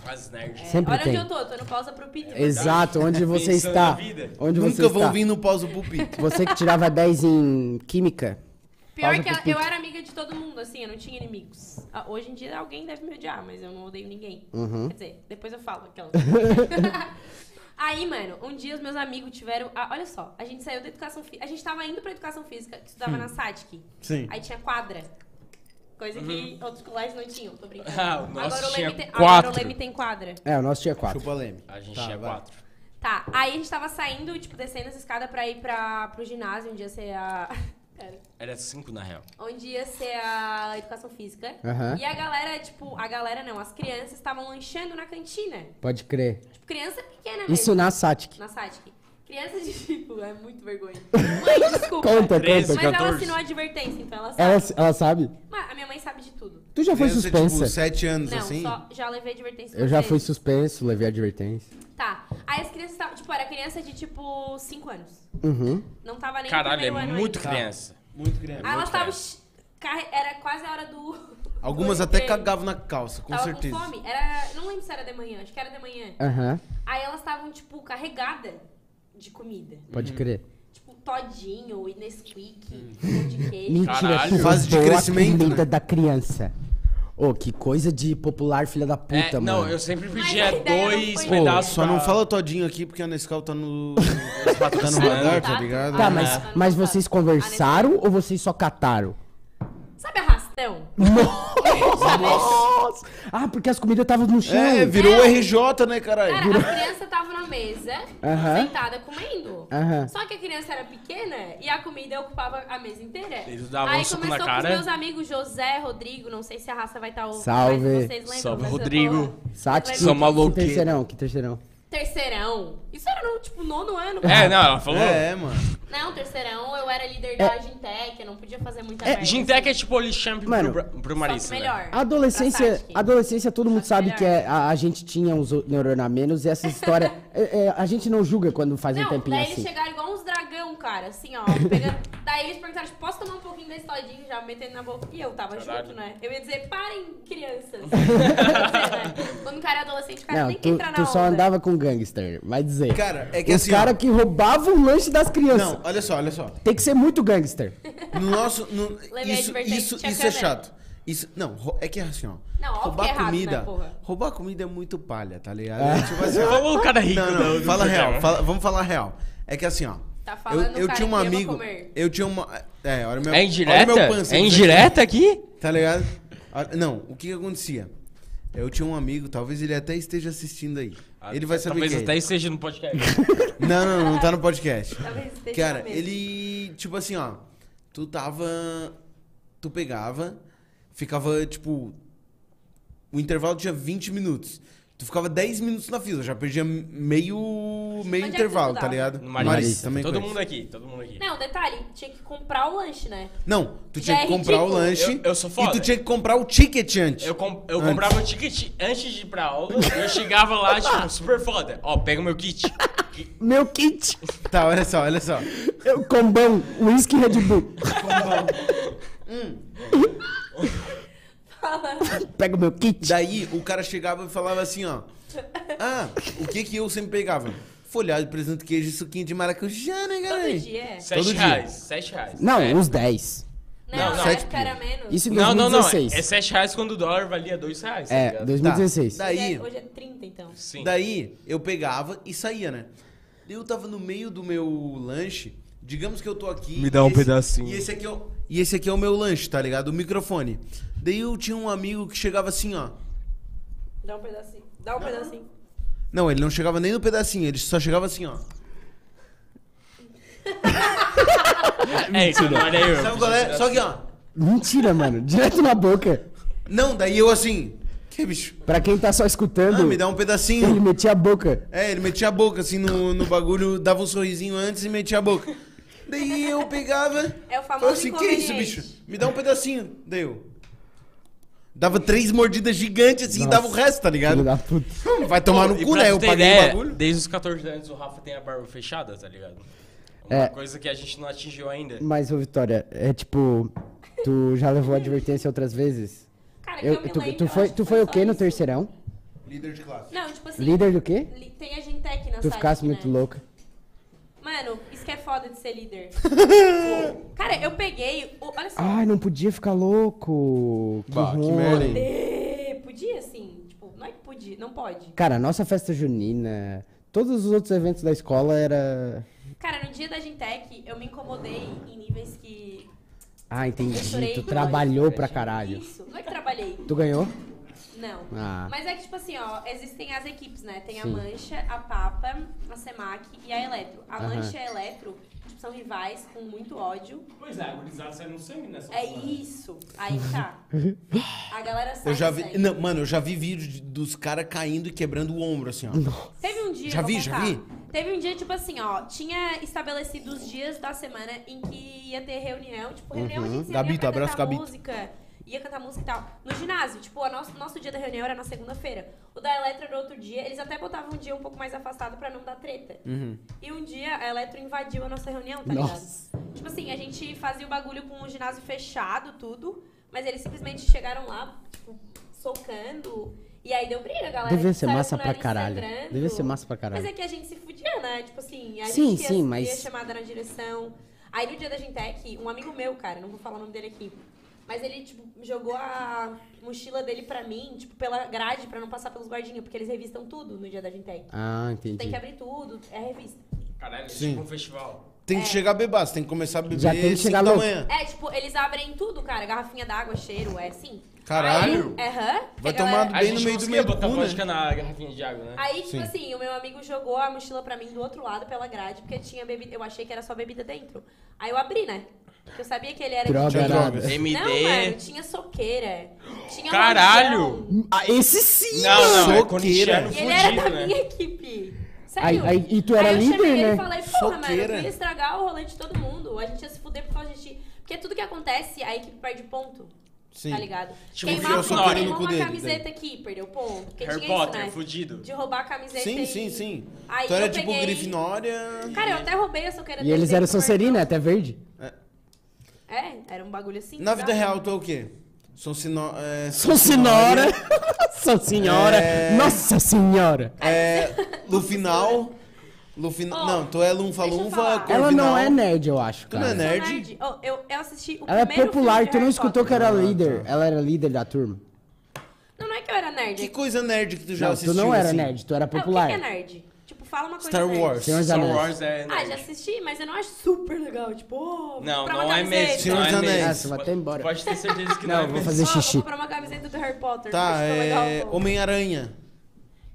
As nerds.
É,
Sempre
olha
tem.
onde eu tô, tô no pausa pro Peter.
Exato, onde você
Pensando
está.
na vida.
Onde você tá.
Nunca
está.
vão vir no pausa pulpito.
Você que tirava 10 em química.
Pior
Pausa
que
pro
eu-
Peter.
eu era amiga de todo mundo, assim, eu não tinha inimigos. Ah, Hoje em dia alguém deve me odiar, mas eu não odeio ninguém. Quer dizer, depois eu falo aquelas. Aí, mano, um dia os meus amigos tiveram. ah, olha só, a gente saiu da educação física. A gente tava indo pra educação física, que estudava na SATIC.
Sim.
Aí tinha quadra. Coisa que outros colégios não tinham, tô brincando.
Uhum. Ah, o nosso
agora, o
tinha
Leme tem, agora o
quatro.
Leme tem quadra.
É, o nosso tinha 4.
Chupa leme.
É.
A gente
Tá,
tinha
vai.
quatro.
Tá, aí a gente tava saindo, tipo, descendo as escadas pra ir pra, pro ginásio, onde ia ser a. Cara.
Era cinco, na real.
Onde ia ser a educação física.
Aham.
E a galera, tipo, a galera não, as crianças estavam lanchando na cantina.
Pode crer.
Tipo, criança pequena mesmo.
Isso na Satic.
Na Satic. Criança de tipo, é muito vergonha. Mãe, desculpa.
Conta,
Treze.
conta.
Mas ela
14.
assinou a advertência, então ela sabe.
Ela, ela sabe?
Mas a minha mãe sabe de tudo.
Tu já foi
Criança, Tipo,
suspensa.
7 anos
Não,
assim.
só já levei advertência.
Eu
duas
já fui
vezes.
suspenso, levei advertência.
Tá. Aí as crianças estavam. Tipo, era criança de tipo 5 anos.
Uhum.
Não tava nem no
Caralho, é
primeiro ano
muito
ainda.
Tá.
criança. é
Muito criança.
Aí elas
muito
estavam.
velho.
carre- Era quase a hora do.
Algumas
do
até
recreio.
cagavam na calça, com
tava
certeza.
com fome. Era, não lembro se era de manhã, acho que era de manhã.
Aham.
Aí elas estavam, tipo, carregadas de comida.
Uhum.
Pode crer.
Tipo, todinho, e Nesquik,
Hum.
pão de queijo.
Mentira,
Caralho.
tu
Fase de
roubou
crescimento,
a comida
né?
da criança. Ô, que coisa de popular filha da puta,
É,
mano.
não, eu sempre
Mas
pedia
a ideia não
dois
foi-
Pô,
pedaços.
só não
pra-
fala todinho aqui porque a Nescau tá no. tá no
patrocinando.
radar, tá ligado?
Tá,
Ah,
mas,
tá no
mas
passado.
vocês conversaram ou vocês só cataram?
Sabe arrastar Arrastão.
Nossa! Ah, porque as comidas estavam no chão.
É, virou o RJ, né,
Cara,
caralho?
a criança tava na mesa,
Aham.
sentada comendo.
Aham.
Só que a criança era pequena e a comida ocupava a mesa inteira.
Eles davam
Aí
um soco
começou
na
com os
cara.
meus amigos José, Rodrigo, não sei se a raça vai estar ouvindo,
Salve.
mas vocês lembram.
Salve,
mas eu tô-
Rodrigo.
Sati,
Sou
que- que
maluqueiro.
terceirão, que terceirão.
Terceirão. Isso era no, tipo, nono ano.
É, não, ela falou.
É, mano.
Não, terceirão, eu era líder da
É.
Gintec, eu não podia fazer muita merda.
Gintec é tipo o champ pro,
Mano,
Bra- pro
Só que
Marissa, né?
melhor.
tipo A adolescência,
Pra
a adolescência, todo mundo
Sati
sabe
melhor.
que é- a, a gente tinha uns neurônios a menos e essa história. é- é, a gente não julga quando faz um
Não,
tempinho
daí
assim.
eles chegaram igual uns dragão, cara, assim, ó. Pegando... daí eles perguntaram, tipo, posso tomar um pouquinho desse todinho já metendo na boca? E eu tava
Caralho.
junto, né? Eu ia dizer, parem, crianças. Eu ia dizer, né? Quando o cara é adolescente, o cara
Não,
nem quer
tu,
entrar na
tu
onda.
só andava com gangster, vai dizer.
Cara, é que
Os
assim,
caras
ó.
que roubavam o lanche das crianças.
Não, olha só, olha só.
Tem que ser muito gangster.
No nosso. no-
a
isso
advertência,
isso,
tinha
isso é
câmera.
chato. Isso, não, ro- é que é assim, ó.
Não, óbvio que é errado, né, porra?
roubar comida é muito palha, tá ligado? É tipo assim, ó.
Falou o cara rico.
Não,
do-
não,
do
fala
programa.
real. fala- vamos falar real. É que assim, ó.
Tá falando
eu, eu
o cara
tinha um
que ama
amigo.
comer.
Eu tinha uma. É, olha o meu. assim, né?
É indireta?
Olha o meu pâncreas
é
aqui,
indireta aqui?
Tá ligado? Olha- Não, o que, que acontecia? Eu tinha um amigo, talvez ele até esteja assistindo aí. ele vai saber
Ah, tá, Talvez
quem é
até
ele.
esteja no podcast.
Não, não, não, não tá no podcast.
Talvez esteja
Cara,
mesmo.
ele, tipo assim, ó. Tu tava. Tu pegava, ficava, tipo. O intervalo tinha 20 minutos. Tu ficava 10 minutos na fila, já perdia meio. meio
é que tu
intervalo, tá
estudava?
ligado?
No
Marista,
Marista.
também
Todo
conheço.
mundo aqui, todo mundo aqui.
Não, detalhe, tinha que comprar o lanche, né?
Não, tu
Já
tinha
é
que comprar o
ridículo.
lanche.
Eu- eu sou
E
foda.
tu tinha que comprar o ticket antes.
Eu, com- eu
Antes.
comprava o ticket antes de ir pra aula, eu chegava lá, tipo, super foda. Ó, pega o meu kit. Que-
Meu kit,
Tá, olha só, olha só.
eu, combão, whisky Red Bull.
Fala.
Pega o meu kit.
Daí o cara chegava e falava assim, ó. Ah, o que que eu sempre pegava? Folhado, presunto, queijo, e suquinho de maracujá, né, galera?
Todo dia. é.
Sete
Todo dia.
reais, sete reais.
Não,
é.
uns 10.
Não,
Não,
na
não.
época era menos.
Isso em
Não, não, não.
2016.
É sete reais quando o dólar valia dois reais. tá
É,
ligado?
2016.
Tá.
Hoje
Daí,
é, hoje é 30, então.
Sim.
daí eu pegava e saía, né? Eu tava no meio do meu lanche. Digamos que eu tô aqui.
Me dá um
e esse-
pedacinho.
E esse, aqui é o, e esse aqui é o meu lanche, tá ligado? O microfone. Daí eu tinha um amigo que chegava assim, ó.
Dá um pedacinho. Dá um pedacinho.
Não, ele não chegava nem no pedacinho, ele só chegava assim, ó.
É isso, não era eu.
Sabe qual é? Só que, ó.
Mentira, mano. Direto na boca.
Não, daí eu assim. Que bicho?
Pra quem tá só escutando,
Ah, me dá um
ele
pedacinho.
metia a boca.
É, ele metia a boca assim no, no bagulho, dava um sorrisinho antes e metia a boca. Daí eu pegava.
É o famoso
falava assim, que isso,
inconveniente."
bicho? Me dá um pedacinho. Daí eu. Dava três mordidas gigantes assim e dava o resto, tá
Filho
ligado?
da puta.
Hum, Vai tomar no
E
cu,
pra
né?
tu
Eu
ter
paguei
ideia,
o bagulho.
Desde os 14 anos o Rafa tem a barba fechada, tá ligado? Uma
É.
coisa que a gente não atingiu ainda.
Mas, ô Vitória, é tipo... Tu já levou advertência outras vezes?
Cara, É que eu,
Eu-
me
tu,
lembro.
tu
eu
foi,
acho
tu
que
foi o
só
quê no
isso.
terceirão?
Líder de classe.
Não, tipo assim.
Líder do quê?
li- Tem a Gintec na
Tu
SATIC,
ficasse muito
né?
louca.
Mano, isso que é foda de ser líder. Cara, eu peguei. o- Olha só.
Ai, não podia ficar louco. Que
Bah, que
ruim.
merda, hein?
É, podia assim. Tipo, não é que podia, não pode.
Cara, nossa festa junina, todos os outros eventos da escola era...
Cara, no dia da Gintec, eu me incomodei em níveis que.
Ah,
eu
entendi.
chorei
Tu
horrores.
trabalhou
assim.
pra caralho.
Isso. Não é que trabalhei.
Tu ganhou?
Não.
Ah.
Mas é que, tipo assim, ó, existem as equipes, né? Tem a
Sim.
Mancha, a Papa, a Semac e a Eletro. A
Aham.
Mancha e a Eletro tipo, são rivais com muito ódio.
Pois é, a gurizada sai no sangue nessa
É isso. Aí tá. A galera sai.
Eu já
do
vi.
sangue.
Não, mano, eu já vi vídeo de- dos caras caindo e quebrando o ombro, assim, ó.
Teve um dia.
Já
vou
vi, já
contar.
vi.
Teve um dia, tipo assim, ó. Tinha estabelecido os dias da semana em que ia ter reunião. Tipo,
Uhum.
reunião a gente se reunia
Gabito,
pra
abraço,
cantar
Gabito.
música. Ia cantar música e tal. No ginásio, tipo, o nosso, nosso dia da reunião era na segunda-feira. O da Eletra era outro dia. Eles até botavam um dia um pouco mais afastado pra não dar treta. E um dia a Eletro invadiu a nossa reunião, tá
Uhum. Nossa.
ligado? Tipo assim, a gente fazia o bagulho com o ginásio fechado, tudo. Mas eles simplesmente chegaram lá, tipo, socando. E aí deu briga, galera.
Devia ser
Saiu com
massa
o
pra
nariz
caralho.
sangrando.
Devia ser massa pra
Mas
caralho.
é que a gente se fudia, né? Tipo assim, a
Sim,
gente ia,
sim,
ia
mas-
chamada na direção. Aí no dia da Gentec, um amigo meu, cara, não vou falar o nome dele aqui, mas ele, tipo, jogou a mochila dele pra mim, tipo, pela grade, pra não passar pelos guardinhas, porque eles revistam tudo no dia da Gentec.
Ah,
Tem
entendi.
que abrir tudo, é revista.
Caralho, é
Sim.
tipo um festival.
tem que chegar bebaço, tem que começar a beber
Já tem que
cinco
chegar
da
louco.
manhã.
É, tipo, eles abrem tudo, cara. Garrafinha d'água, cheiro, é assim.
Caralho.
Aí, aham. porque
Vai
a galera-
tomar-
A
Bem
gente
no meio do
conseguia
meio do
botar
cu, né?
vodka na garrafinha de água, né?
Aí, tipo
Sim.
assim, o meu amigo jogou a mochila pra mim do outro lado pela grade, porque tinha bebida. Eu achei que era só bebida dentro. Aí eu abri, né? Porque eu sabia que ele era.
Droga, né?
Tinha
de-
nada.
drogas.
MD.
Não, mano, tinha um soqueira. Tinha
Caralho!
rojão.
Ah, esse sim!
Não, não, é quando
Soqueira.
enxerga no
E ele era
fudido,
da
né?
minha equipe. Sério?
Aí- aí- e tu era
Aí eu
líder,
chamei ele
né?
e falei, porra, mano, eu
Soqueira.
ia estragar o rolê de todo mundo. A gente ia se fuder por causa de... Porque tudo que acontece, a equipe perde ponto.
Sim.
Tá ligado?
Tipo,
queimar
enfiou
a
o
ponta,
soqueiro
queimou
no cu
uma
dele,
camiseta aqui, perdeu ponto. Porque
né? Harry
tinha
Potter, é
isso, né?
fudido.
De roubar a camiseta
Sim,
e-
sim, sim.
Aí
então era
eu
tipo
peguei-
Grifinória.
Cara, eu até roubei a soqueira
E eles
dele,
eram
dele,
Sonserina, até verde.
É, era um bagulho assim.
Na vida
sabe?
real, tu é o quê? São sino... é,
São Senhora! São Senhora!
É.
Nossa Senhora!
É, Lufinal. Lufinal.
Ó,
não, tu é Lunfa
deixa eu
Lunfa.
falar.
Ela
Corvinal.
não é nerd, eu acho,
Tu não é
cara.
Eu sou
nerd.
Oh, eu, eu assisti o
Ela é
primeiro filme
popular,
de
tu não
Harry
escutou que
Potter.
era
Ah,
líder.
tá.
Ela era líder da turma.
Não, não é que eu era nerd.
Que
é que-
coisa nerd que tu já
não,
assistiu?
tu não era
assim?
nerd, tu era
Ah,
popular.
O que que é nerd? Tipo, fala uma coisa
Star
nerd.
Wars.
Senhor dos
Star
Anéis.
Wars é
Ah, já
nerd.
assisti, mas eu não acho super legal. Tipo, oh, vou
Não,
comprar uma
não é
camiseta.
mesmo.
Senhor
não
dos
é
Anéis.
mesmo.
Ah, você vai até embora.
Pode ter certeza que não,
Não,
é
vou
mesmo.
fazer
Ó, vou
xixi.
comprar uma camiseta do Harry Potter.
Tá,
acho tão
é.
legal, pô.
Homem-Aranha.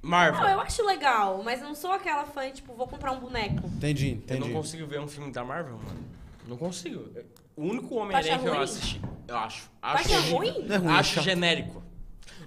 Marvel.
Não, eu acho legal, mas eu não sou aquela fã, tipo, vou comprar um boneco.
Entendi,
Eu
entendi.
não consigo ver um filme da Marvel, mano. Não consigo. O único
Tu acha
Homem-Aranha que eu
ruim?
assisti. Eu acho.
Mas
acho
que é
horrível.
ruim?
Não é ruim, é
Acho
chato.
genérico.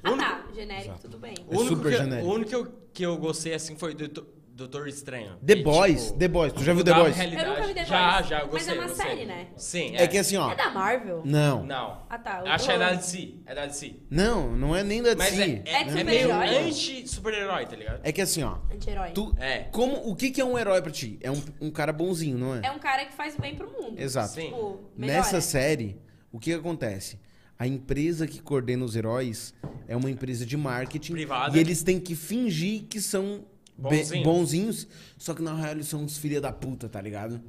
Ah, tá. Genérico, tudo bem.
É
O único
super
que,
genérico.
O único que eu, que eu gostei assim foi Doutor, Doutor Estranho.
The
E,
Boys,
tipo,
The Boys. Tu já viu The
mudava a
Boys?
realidade.
Eu nunca vi The
Já,
Boys.
já, eu
Mas
gostei.
é uma
gostei.
série, né?
Sim, é.
É que assim, ó.
É da Marvel?
Não.
Não.
Ah, tá. Eu
Acho que é
tô-
da DC. É da DC.
Não, não é nem da
Mas
DC.
é, é,
É de
é meio
super-herói?
anti-super-herói, tá ligado?
É que assim, ó.
Anti-herói.
Tu,
É.
como, o que, que é um herói pra ti? É um, um cara bonzinho, não é?
É um cara que faz bem pro mundo.
Exato.
Sim.
Tipo, melhora.
Nessa série, o que que acontece? A empresa que coordena os heróis é uma empresa de marketing.
Privada.
E eles têm que fingir que são be-
Bonzinhos.
bonzinhos, só que na real eles são uns filha da puta, tá ligado?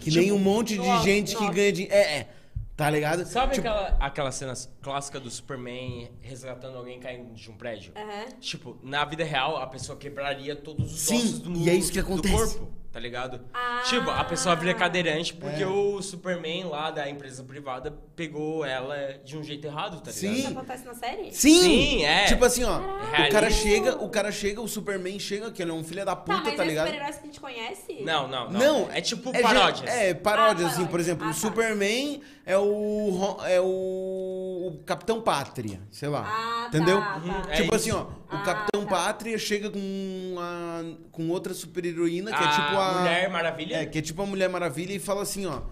Que
Tipo,
nem um monte de
nossa,
gente
nossa.
que ganha de. É, é. Tá ligado?
Sabe
Tipo,
aquela, aquela cena clássica do Superman resgatando alguém caindo de um
É.
prédio?
Aham.
Tipo, na vida real, a pessoa quebraria todos os
Sim,
ossos do,
e é isso que
do
acontece.
corpo, tá ligado?
Ah.
Tipo, a pessoa vira cadeirante porque
É.
o Superman lá da empresa privada pegou ela de um jeito errado, tá
Sim.
ligado?
Isso acontece na série?
Sim!
Sim, é.
Tipo assim, ó. O cara
Caralho.
chega, o cara chega, o Superman chega, que ele é um filho da
Tá,
puta,
mas
tá
é
ligado?
super-heróis que a gente conhece?
Não, não, não.
Não,
é tipo
gen-
paródias.
É, paródias,
Ah,
assim, por
paródias.
exemplo,
Ah,
o
tá.
Superman é o. Ro- é o. o Capitão Pátria, sei lá.
Ah, tá,
entendeu?
tá.
Hum, é
tipo
isso.
assim, ó, o
Ah,
Capitão
tá.
Pátria chega com a, com outra super-heroína, que é
A
tipo a.
Mulher Maravilha?
É, que é tipo a Mulher Maravilha e fala assim, ó.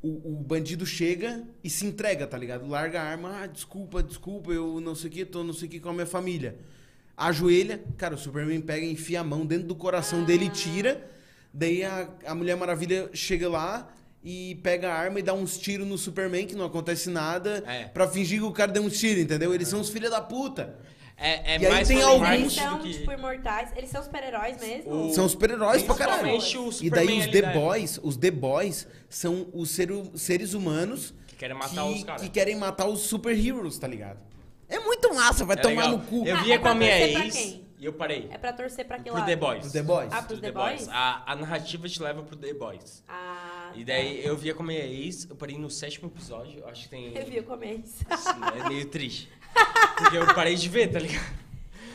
O, o bandido chega e se entrega, tá ligado? Larga a arma, ah, desculpa, desculpa, eu não sei o que, tô não sei o que com a minha família. Ajoelha, cara, o Superman pega e enfia a mão dentro do coração dele e tira. Daí a, a Mulher Maravilha chega lá e pega a arma e dá uns tiros no Superman, que não acontece nada,
É.
pra filhos que o cara deu uns tiros, entendeu? Eles são os filhos da puta.
É, é
E aí
mais
tem
pra
alguns-
marketing
Eles
do
são,
que...
tipo, imortais. Eles são super-heróis mesmo?
O-
São super-heróis pra caralho.
Principalmente o
E daí
Superman
os
ali
The
da época.
Boys, os The Boys são os ser- seres humanos
Que querem matar os caras. tá
que querem matar os super-heroes, tá ligado? É muito massa, vai
É
tomar
legal.
no cu.
Eu
Ah,
via
é
com
pra
a minha
torcer pra
ex
quem?
e eu parei.
É pra torcer pra que
pro
lado?
The Boys.
Pro The Boys.
Ah, pros
Pro
The Boys?
A, a narrativa te leva pro The Boys.
Ah,
E daí eu via com a minha ex, eu parei no sétimo episódio, eu acho que tem.
tá. eu vi, eu comecei.
É meio triste. Porque eu parei de ver, tá ligado?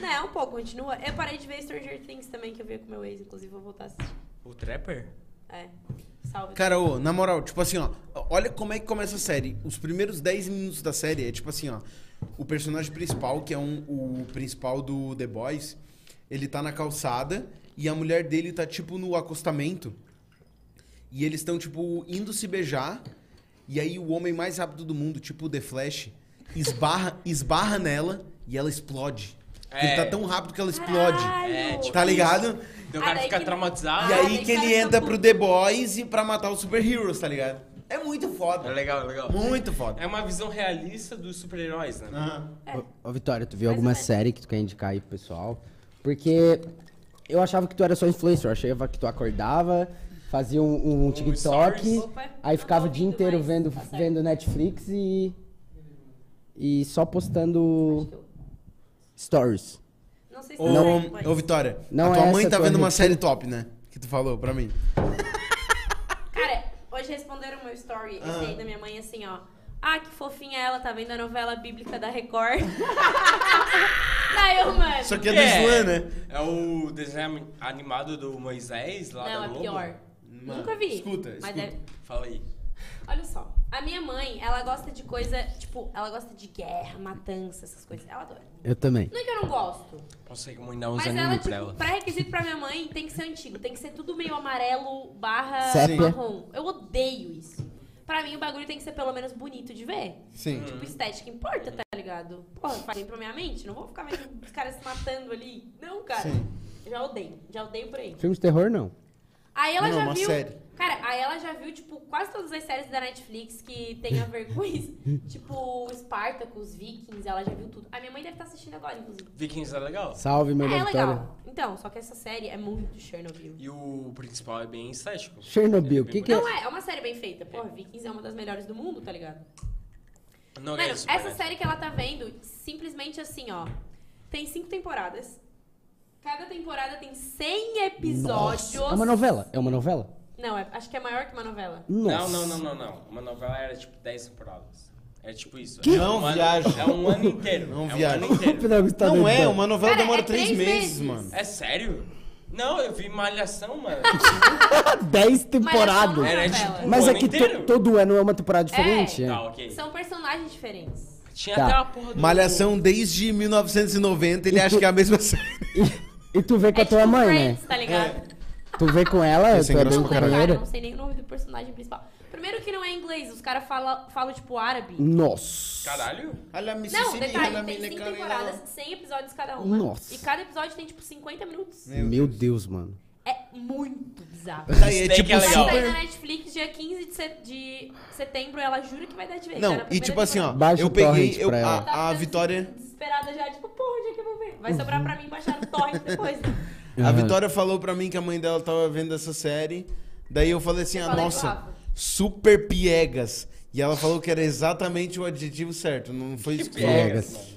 Não, pô, continua. Eu parei de ver Stranger Things também, que eu vi com meu ex, inclusive vou voltar a assistir.
O Trapper?
É. Salve.
Cara, ô, na moral, tipo assim, ó, olha como é que começa a série. Os primeiros 10 minutos da série é tipo assim, ó. O personagem principal, que é um, o principal do The Boys, ele tá na calçada e a mulher dele tá, tipo, no acostamento. E eles estão, tipo, indo se beijar. E aí o homem mais rápido do mundo, tipo o The Flash, esbarra, esbarra nela e ela explode. Ele
É.
tá tão rápido que ela explode.
Caralho.
É, tipo
Tá ligado?
Daí o
Ah,
cara
daí
fica
que-
traumatizado.
E
Ah,
aí
daí
que ele
fica
entra
puto.
pro The Boys e pra matar os super-heroes, tá ligado? É muito
É
foda.
legal, é legal.
Muito foda.
É uma visão realista dos super-heróis, né?
Aham.
É.
Ô, ô, Vitória, tu viu
Mais
alguma
ou menos.
série que tu quer indicar aí pro pessoal? Porque eu achava que tu era só influencer, eu achava que tu acordava, fazia um, um TikTok,
stories.
Opa,
aí
não
ficava
tô
o dia
ouvindo
inteiro
mais,
vendo,
tá certo.
vendo Netflix e. e só postando
Acho
tipo,
que eu-
stories.
Não sei se
Ô,
tá certo, mas-
ô, Vitória,
Não
a tua
é
mãe
essa
tá
tua
vendo uma
rotina.
série top, né? Que tu falou pra mim.
Cara, meu story esse
Ah.
aí da minha mãe assim, ó. Ah, que fofinha ela, tá vendo a novela bíblica da Record. Daí eu, mano.
Isso aqui é do Islã, né?
É o desenho animado do Moisés lá
Não,
da
é
Globo?
pior.
Mano,
Nunca vi.
Escuta,
Mas é-
escuta.
deve-
Fala aí.
Olha só. A minha mãe, ela gosta de coisa, tipo, ela gosta de guerra, matança, essas coisas. Ela adora.
Eu também.
Não é que eu não gosto.
Consegue mandar uns
Mas
animes
ela,
pra ela.
tipo, pré-requisito pra minha mãe tem que ser antigo. Tem que ser tudo meio amarelo barra
Sépia.
marrom. Eu odeio isso. Pra mim, o bagulho tem que ser pelo menos bonito de ver.
Sim.
Tipo, estética importa, tá ligado? Porra, faz bem pra minha mente. Não vou ficar vendo os caras se matando ali. Não, cara. Já odeio. Já odeio por aí.
Filme de terror, não.
Aí ela
Não,
já
uma
viu.
série.
Cara, aí ela já viu, tipo, quase todas as séries da Netflix que tem a ver com isso. tipo, Spartacus, Vikings, ela já viu tudo. A minha mãe deve estar assistindo agora, inclusive.
Vikings é legal.
Salve, meu
É,
da
é
Vitória.
legal. Então, só que essa série é muito Chernobyl.
E o principal é bem estético.
Chernobyl,
É
que
bem
que
Não é, é uma série bem feita. Porra, Vikings é uma das melhores do mundo, tá ligado?
bonito. Não, é
Mano,
isso,
essa
né?
série que ela tá vendo, simplesmente assim, ó. Tem cinco temporadas. Cada temporada tem 100 episódios.
Nossa, É uma novela? É uma novela?
Não, é- acho que é maior que uma novela.
Não,
Nossa.
não, não, não, não. Uma novela era tipo 10 temporadas. É tipo isso.
Que?
É
Não
um ano-
viaja.
É um ano inteiro.
Não
é um
viaja.
ano inteiro.
Pedro Augusto tá
Não
doido,
é,
tá?
uma novela
Cara,
demora
é
três,
três
meses,
meses.
mano.
É sério? Não, eu vi Malhação, mano.
Dez temporadas.
Mas
Era
é só novela.
tipo um
Tipo, Mas é
ano
que to-
inteiro.
todo ano é uma temporada diferente.
É.
Tá, ok.
São personagens diferentes.
Tinha
Tá.
até uma porra do...
Malhação desde 1990, ele acha que é a mesma série.
E tu vê com a tua mãe,
Friends,
né?
tá
É.
ligado?
Tu vê com ela,
Esse
tu é
engraçado
bem
Não,
pra caralho.
cara,
companheira.
não sei nem o nome do personagem principal. Primeiro que não é inglês, os caras falam, falam tipo árabe.
Nossa.
Caralho?
Não, detalhe, tem cinco temporadas, 100 episódios cada uma.
Nossa.
E cada episódio tem tipo 50 minutos.
Meu
Meu Deus, mano.
É muito bizarro.
Tá aí, é
Steak
tipo
é
Vai
legal.
sair
super...
na Netflix dia 15 de, set- de setembro, ela jura que vai dar de vez.
Não,
Era a
e
primeira
tipo assim, ó,
temporada.
Baixa
eu
o torrent
peguei eu-
pra ela.
a, a Vitória,
assim, Desesperada já, tipo, porra, onde é que eu vou ver?
Uhum.
Vai sobrar pra mim baixar no torrent depois.
a
Aham.
Vitória falou pra mim que a mãe dela tava vendo essa série. Daí eu falei assim,
Eu
ah,
falei,
nossa,
Rafa.
super piegas. E ela falou que era exatamente o adjetivo certo, não foi isso que falou.
Piegas.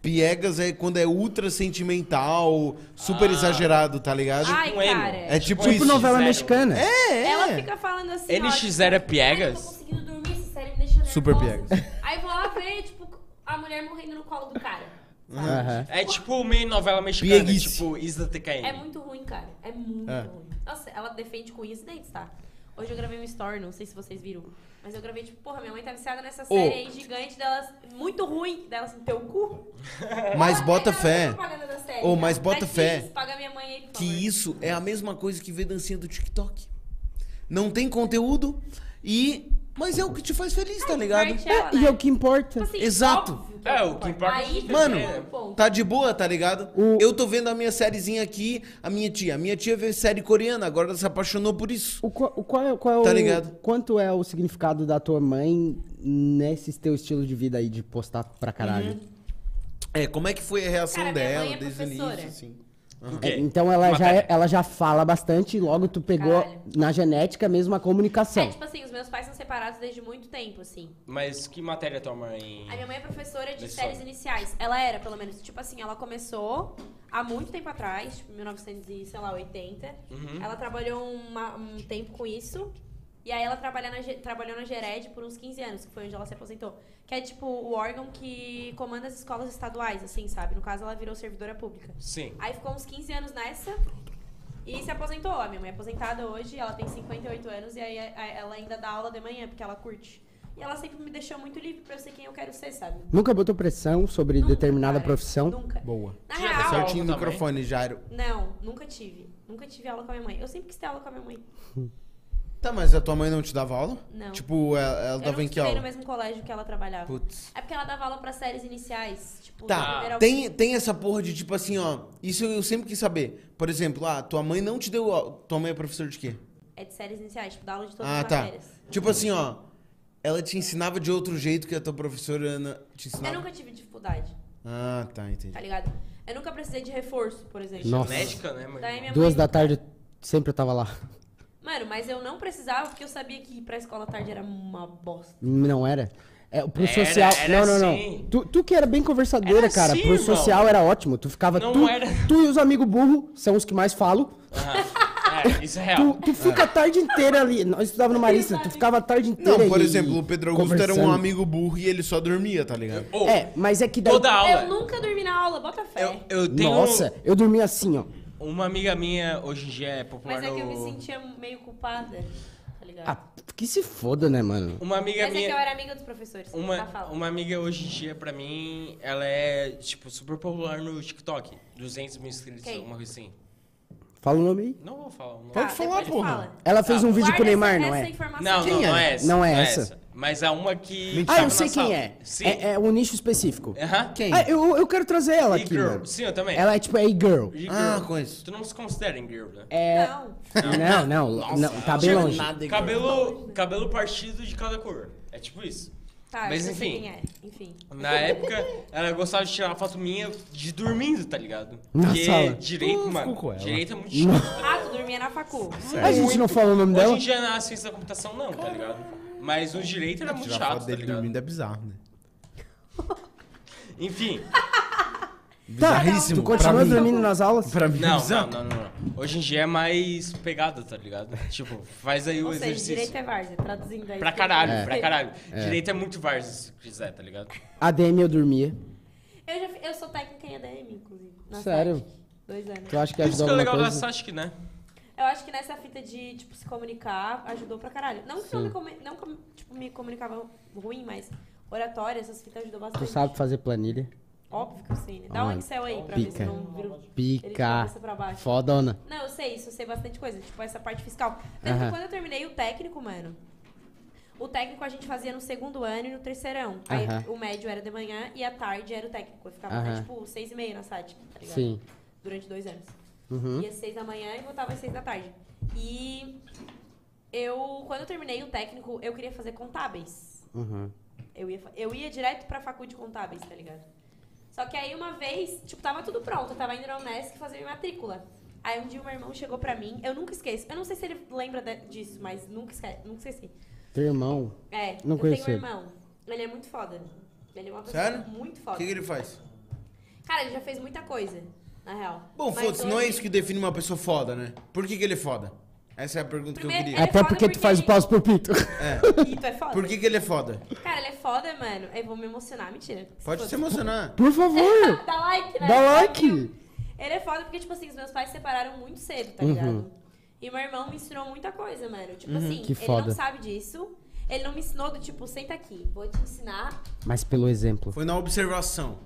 Piegas é quando é ultra sentimental, super
Ah.
exagerado, tá ligado?
Ai,
tipo um emo.
cara.
é tipo,
Tipo
isso.
novela
Zero.
mexicana.
É, é.
Ela fica falando assim, ó, tipo,
NX0 é
Eu tô
piegas?
conseguindo dormir, essa série me deixa nervosa.
Super piegas.
Aí eu vou lá ver, tipo, a mulher morrendo no colo do cara.
Aham.
É tipo meio novela mexicana,
Pieguice.
tipo Isla TKM.
É muito ruim, cara. É muito
É.
ruim. Nossa, ela defende com isso dentes, tá? Hoje eu gravei um story, não sei se vocês viram. Mas eu gravei, tipo, porra, minha mãe tá viciada nessa série aí gigante delas, muito ruim, delas assim, teu cu.
Mas
Ela-
bota
ela
fé.
faz propaganda da série,
Ô,
tá?
mas bota
Netflix,
fé.
Paga minha mãe aí, por
que
favor.
isso é a mesma coisa que ver dancinha do TikTok. Não tem conteúdo e. Mas é o que te faz feliz, tá ligado?
diverte ela,
É, E
né?
é o que importa.
Tipo assim,
Exato.
óbvio que
É, o que importa é
Aí,
que
Mano,
É,
um ponto.
tá de boa, tá ligado?
O-
Eu tô vendo a minha sériezinha aqui, a minha tia. A minha tia vê série coreana, agora ela se apaixonou por isso.
O qual, o qual, é- qual é
Tá
o-
ligado?
Quanto é o significado da tua mãe nesse teu estilo de vida aí de postar pra caralho?
Uhum.
É, como é que foi a reação
Cara, minha mãe
dela
é
desde o
professora.
início, assim?
O
É,
quê?
então ela já, é-
Matéria.
ela já fala bastante e logo tu pegou
Caralho.
na genética mesmo a comunicação.
É, tipo assim, os meus pais são separados desde muito tempo, assim.
Mas que matéria tua mãe...
A minha mãe é professora de
Deixa
séries
só.
iniciais. Ela era, pelo menos, tipo assim, ela começou há muito tempo atrás, tipo, 1980.
Uhum.
Ela trabalhou uma- um tempo com isso. E aí ela trabalha na Ge- trabalhou na Gered por uns 15 anos, que foi onde ela se aposentou. Que é tipo o órgão que comanda as escolas estaduais, assim, sabe? No caso, ela virou servidora pública.
Sim.
Aí ficou uns 15 anos nessa e se aposentou. A minha mãe é aposentada hoje, ela tem 58 anos e aí a- a- ela ainda dá aula de manhã, porque ela curte. E ela sempre me deixou muito livre pra eu ser quem eu quero ser, sabe?
Nunca botou pressão sobre
Nunca,
determinada
cara,
profissão?
Nunca.
Boa.
Na
Tira
real,
essa aula.
Certinho no
também.
microfone, Jairo.
não, nunca tive. Nunca tive aula com a minha mãe. Eu sempre quis ter aula com a minha mãe.
Tá, mas a tua mãe não te dava aula?
Não.
Tipo, ela, ela
eu não
dava em que
estudei
aula?
no mesmo colégio que ela trabalhava.
Putz.
É porque ela dava aula pra séries iniciais. Tipo, da primeira
Tá,
ao
tem, tem essa porra de tipo assim, ó. Isso eu sempre quis saber. Por exemplo, ah, tua mãe não te deu. au- Tua mãe é professora de quê?
É de séries iniciais, tipo, dá aula de todas
Ah,
as
tá.
matérias.
Tipo assim, ó. Ela te ensinava de outro jeito que a tua professora na- te
Eu
ensinava.
nunca tive dificuldade,
Ah, tá, entendi.
tá ligado? Eu nunca precisei de reforço, por exemplo.
Nossa.
Médica, né, mãe?
Daí minha
Duas
mãe-
da tarde sempre eu tava lá.
Mano, mas eu não precisava porque eu sabia que ir pra escola à tarde era uma bosta.
Não era? É, pro
Era-
social.
era
não, não,
assim.
não. Tu, tu que era bem conversadeira,
Era
cara.
assim,
pro
irmão.
social era ótimo. Tu ficava.
Não
tu,
era.
tu e os amigos burros são os que mais falam.
Aham. É, isso é real.
Tu, tu fica a tarde inteira ali. Nós estudava no Marista, tu ficava a tarde inteira
Não, por
ali
exemplo, o Pedro Augusto era um
conversando.
amigo burro e ele só dormia, tá ligado?
Ô,
É, mas é que daí...
toda um-
Eu
aula.
nunca dormi na aula, bota fé.
Eu, eu tenho
Nossa, eu dormia assim, ó.
uma amiga minha, hoje em dia é popular
Mas é que eu me
no-
sentia meio culpada, tá ligado?
Ah, que se foda, né, mano?
Uma amiga
Mas é
minha.
que eu era amiga dos professores. tá
Uma,
falando.
uma amiga hoje em dia, pra mim, ela é, tipo, super popular no TikTok. 200 mil inscritos,
Quem?
alguma coisa assim.
Fala o nome aí.
Não vou falar o nome.
Tá,
Pode falar,
depois
porra.
fala.
Ela fez
Tá,
um vídeo
Guarda
com o Neymar,
essa,
não
Essa
é?
informação.
Não,
Quem
não,
é?
não é essa.
Não é
é
essa.
Mas há uma que.
Ah,
tava
eu
na
sei
sala.
quem é.
Tá, Sim.
É, é um nicho específico.
Aham.
Quem?
Ah, eu, eu quero trazer ela
E
aqui,
girl.
mano.
Sim, eu também.
Ela é tipo a girl.
E girl.
Ah, conheço.
Tu não se considera em girl, né?
É...
Não.
Não, não, não, tá bem
Tipo,
longe.
Cabelo, cabelo partido de cada cor. É tipo isso.
Tá,
Mas
eu sei
enfim.
quem é. Enfim.
Na época, ela gostava de tirar uma foto minha de dormindo, tá ligado?
Na
Porque
sala.
direito, mano.
com ela.
Direito é muito chato.
Ah, tu dormia na facu.
A gente não fala o nome
Hoje
dela?
em dia na ciência da computação não, tá ligado? Mas o direito era muito
Tirar
chato,
foto
tá
dele
ligado?
dormindo é bizarro, né?
Enfim,
Tá,
Bizarríssimo,
tu
pra
continua
mim.
dormindo nas aulas?
Pra mim é
não, não,
bizarro.
não, não, não. Hoje em dia é mais pegada, tá ligado? Tipo, faz aí
Ou
o
seja,
exercício.
direito é várzea, traduzindo aí.
Pra caralho,
É.
pra caralho. Direito é muito várzea, se quiser, tá ligado?
ADM eu dormia.
Eu, já, fi- eu sou técnica em ADM, inclusive. na
Sério?
SATIC. Dois anos.
Tu acha que
Isso
ajudou
que é
alguma
legal da
coisa?
SASC, né?
Eu acho que nessa fita de, tipo, se comunicar, ajudou pra caralho. Não que eu me, come- não, com- tipo, me comunicava ruim, mas oratória, essas fitas ajudou bastante.
Tu sabe fazer planilha?
Óbvio que eu sei, né? Dá um
Ah,
Excel aí pra ver se
pica.
não vira ele de
Pica.
cabeça pra baixo.
Fodona.
Não, eu sei isso, eu sei bastante coisa. Tipo, essa parte fiscal. Tanto que
Aham.
quando eu terminei o técnico, mano... O técnico a gente fazia no segundo ano e no terceirão. Aí
Aham.
o médio era de manhã e à tarde era o técnico. Eu ficava até,
Aham.
tipo, seis e meia na SAT, tá ligado?
Sim.
Durante dois anos.
Uhum.
Ia às seis da manhã e voltava às seis da tarde. E eu, quando eu terminei o técnico, eu queria fazer contábeis.
Uhum.
Eu ia, fa- eu ia direto pra faculdade de contábeis, tá ligado? Só que aí uma vez, tipo, tava tudo pronto, eu tava indo na Unesc fazer minha matrícula. Aí um dia o meu irmão chegou pra mim, eu nunca esqueço. Eu não sei se ele lembra de- disso, mas nunca, esque, nunca esqueci.
Teu irmão.
É,
Não
eu
conheço
tenho um
ele.
irmão. Ele é muito foda. Ele é uma pessoa
Sério?
muito
O
foda.
que, que ele faz?
Cara, ele já fez muita coisa, na real.
Bom,
Mas
foda-se, não é
hoje-
isso que define uma pessoa foda, né? Por que, que ele é foda? Essa é a pergunta
Primeiro,
que eu queria.
ele-
Até
foda
porque tu
porque
faz o
ele-
pause pro pito.
Ih, tu é foda.
Por que, que ele é foda?
Cara, ele é foda, mano. Eu vou me emocionar, mentira.
Pode se
Foda-se.
emocionar.
Por favor.
Dá like, né?
Dá like.
Ele é foda porque, tipo assim, os meus pais se separaram muito cedo, tá
Uhum.
ligado? E meu irmão me ensinou muita coisa, mano. Tipo assim,
Que
ele
foda.
não sabe disso. Ele não me ensinou do tipo, senta aqui, vou te ensinar.
Mas pelo exemplo.
Foi na observação.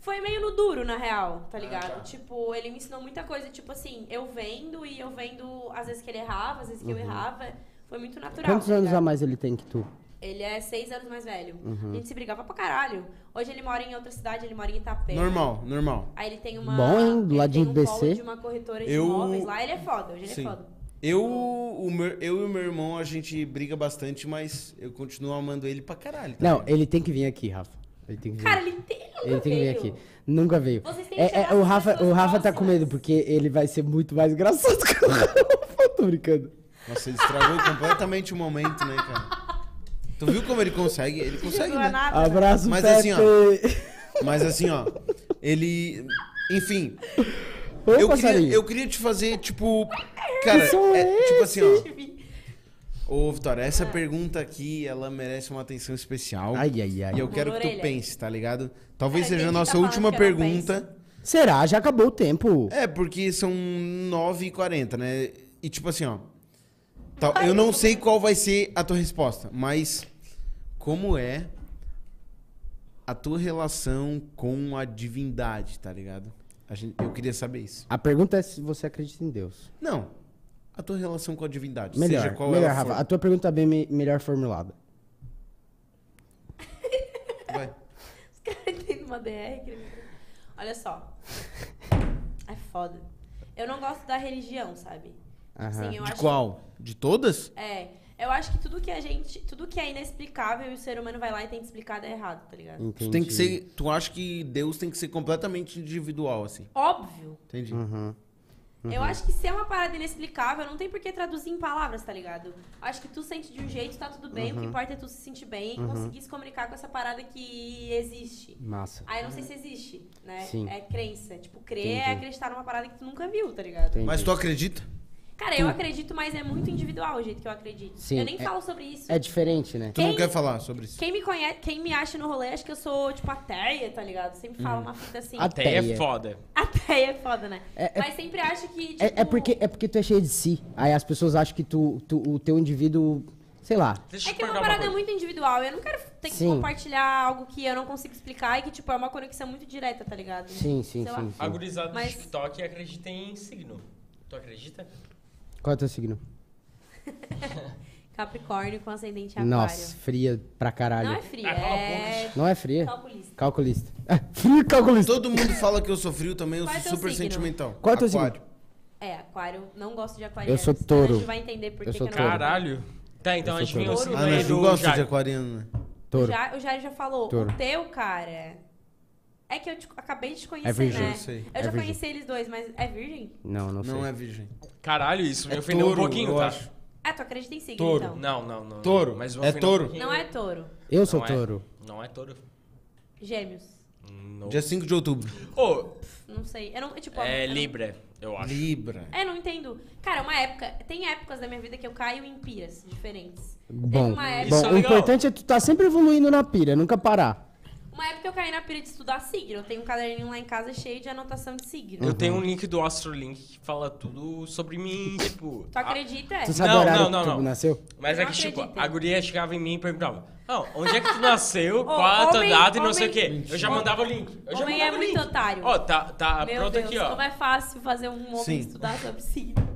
Foi meio no duro, na real, tá ligado? Tipo, ele me ensinou muita coisa, tipo assim, eu vendo e eu vendo, às vezes que ele errava, às vezes que eu errava. Foi muito natural.
Uhum. Quantos
tá
anos
ligado?
a mais ele tem que tu?
Ele é seis anos mais velho.
Uhum.
A gente se brigava pra caralho. Hoje ele mora em outra cidade, ele mora em Itapema.
Normal, normal.
Aí ele tem uma.
Bom, hein? Do
ele
ladinho
tem
do
um
BC.
polo de uma corretora de
Eu-
imóveis lá. Ele é foda, hoje ele
Sim.
é foda.
Eu, o meu, eu e o meu irmão, a gente briga bastante, mas eu continuo amando ele pra caralho. tá
Não,
ligado?
ele tem que vir aqui, Rafa. Ele tem que vir.
Cara, ele tem. um
Ele tem que vir aqui. Nunca veio.
Vocês têm que
É, é,
chamar
o
as
Rafa,
pessoas
o Rafa tá com
próximas.
medo, porque ele vai ser muito mais engraçado que o Rafa. Tô brincando.
Nossa, ele estragou completamente o momento, né, cara? Tu viu como ele consegue? Ele consegue, né?
é nada.
Abraço,
Mas
Pepe.
assim, ó, Mas assim, ó, ele. Enfim,
Ô,
eu
passarinho.
queria, eu queria te fazer, tipo. Cara,
Que som
é,
é
tipo assim, ó.
Tive-
Ô, Vitória, essa pergunta aqui, ela merece uma atenção especial.
Ai, ai, ai.
E eu quero que tu
orelha.
pense, tá ligado? Talvez
Cara,
seja a
ninguém tá
nossa
falando
última
que eu não penso.
pergunta.
Será? Já acabou o tempo.
É, porque são 9h40, né? E tipo assim, ó. tal- eu não sei qual vai ser a tua resposta, mas como é a tua relação com a divindade, tá ligado? A gente- eu queria saber isso.
A pergunta é se você acredita em Deus.
Não. A tua relação com a divindade,
Melhor,
seja qual
melhor,
ela for.
Rafa. A tua pergunta é bem me- melhor formulada.
Vai.
Os caras têm uma DR. que ele- Olha só. É foda. Eu não gosto da religião, sabe?
Aham.
Sim, eu
De
acho.
qual? De todas?
É. Eu acho que tudo que a gente. Tudo que é inexplicável e o ser humano vai lá e tenta explicar dá errado, tá ligado?
Entendi.
Tu tem que ser. Tu acha que Deus tem que ser completamente individual, assim.
Óbvio.
Entendi.
Uhum.
Eu acho que se é uma parada inexplicável, não tem por que traduzir em palavras, tá ligado? Acho que tu sente de um jeito, tá tudo bem, o
Uhum.
que importa é tu se sentir bem e conseguir se comunicar com essa parada que existe.
Massa.
Aí eu não sei se existe, né?
Sim.
É crença. Tipo, crer é
Entendi.
acreditar numa parada que tu nunca viu, tá ligado?
Entendi.
Mas tu acredita?
Cara, eu acredito, mas é muito individual o jeito que eu acredito.
Sim,
eu nem
é-
falo sobre isso.
É diferente, né?
Tu não
Quem-
quer falar sobre isso?
Quem me conhece, quem me acha no rolê, acho que eu sou, tipo, ateia, tá ligado? Sempre falo
Hum.
uma fita assim.
A-
Até
Teia.
é foda.
Ateia é foda, né?
É- é-
Mas sempre acho que, tipo...
É, é porque, é porque tu é cheio de si. Aí as pessoas acham que tu, tu- o teu indivíduo, sei lá.
Deixa
É
eu
que é uma
perguntar uma
parada
coisa.
muito individual. Eu não quero ter que
Sim.
compartilhar algo que eu não consigo explicar e que, tipo, é uma conexão muito direta, tá ligado?
Sim, sim,
Sei lá.
sim.
A gurizada
Mas-
do TikTok acredita em signo. Tu acredita?
Qual é o teu signo?
Capricórnio com ascendente em
Nossa, fria pra caralho.
aquário. Não é fria,
Ah, cala a
é...
boca,
Não é fria?
calculista.
Calculista. frio calculista.
Todo mundo fala que eu sou frio também, eu
Qual é
sou
teu
super
signo?
sentimental.
Qual é teu
Aquário.
É, aquário. Não gosto de aquariano.
Eu sou touro.
A gente vai entender por
Eu
que
sou
que eu não...
touro.
Caralho. Tá, então
Eu
a
sou
gente vem o
touro.
signo
Ah,
aí
mas tu
do
gosta de
Jairo.
aquariano, né?
Touro.
Já, o Jair já falou.
Touro.
O teu, cara... É que eu te- acabei de te conhecer,
É virgem.
né?
Eu sei.
já
É virgem.
conheci eles dois, mas é virgem?
Não, não sei.
Não é virgem.
Caralho, isso me
É
ofendeu
touro,
um pouquinho,
eu
tá?
acho.
Ah, tu acredita em signo,
Touro.
então?
Não, não, não.
Touro.
Mas um
É touro.
Não é touro.
Eu sou touro.
Não é touro.
Gêmeos.
Não.
Dia 5 de outubro.
Ô,
Não sei. Eu não... Tipo,
é
eu não-
Libra, eu acho.
Libra.
É, não entendo. Cara, uma época. Tem épocas da minha vida que eu caio em piras diferentes.
Bom,
Teve uma época.
Isso
bom
é
o
legal.
importante é tu tá sempre evoluindo na pira, nunca parar.
Uma época eu caí na pira de estudar signo. Eu tenho um caderninho lá em casa cheio de anotação de signo.
Eu
Uhum.
tenho um link do Astrolink que fala tudo sobre mim, tipo.
Tu
a-
acredita?
Tu sabe
Não,
o horário
não, não,
que tu
não.
nasceu?
Mas
Eu
é que, tipo,
acredito.
a guria chegava em mim e perguntava: Não, onde é que tu nasceu?
Ô,
Qual a tua
homem-
data e não sei o
homem-
quê? Eu já mandava o link. Eu já
Homem
mandava o
é muito
link.
otário.
Ó, tá, tá
Meu
pronto
Deus,
aqui, ó.
como é fácil fazer um homem
Sim.
estudar sobre signo.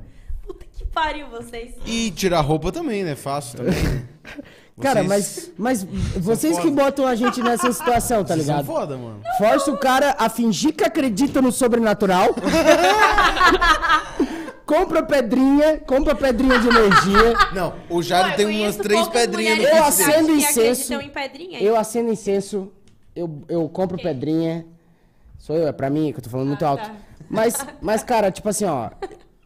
Puta que pariu vocês.
E tirar roupa também, né? Fácil também. né?
Cara,
Vocês-
mas, tá mas vocês que
foda.
botam a gente nessa situação, tá
Vocês são
ligado?
foda, mano.
Força o cara a fingir que acredita no sobrenatural. compra pedrinha, compra pedrinha de energia.
Não, o
Pô,
Jairo
eu
tem umas
conheço
três
poucas
pedrinhas no
mulheres
Eu
Face dele.
que
acendo
acreditam
incenso.
em pedrinha.
Eu acendo incenso, eu, eu compro
Ok.
pedrinha. Sou eu, é pra mim, que eu tô falando muito
Ah,
alto.
tá.
Mas, mas, cara, tipo assim, ó.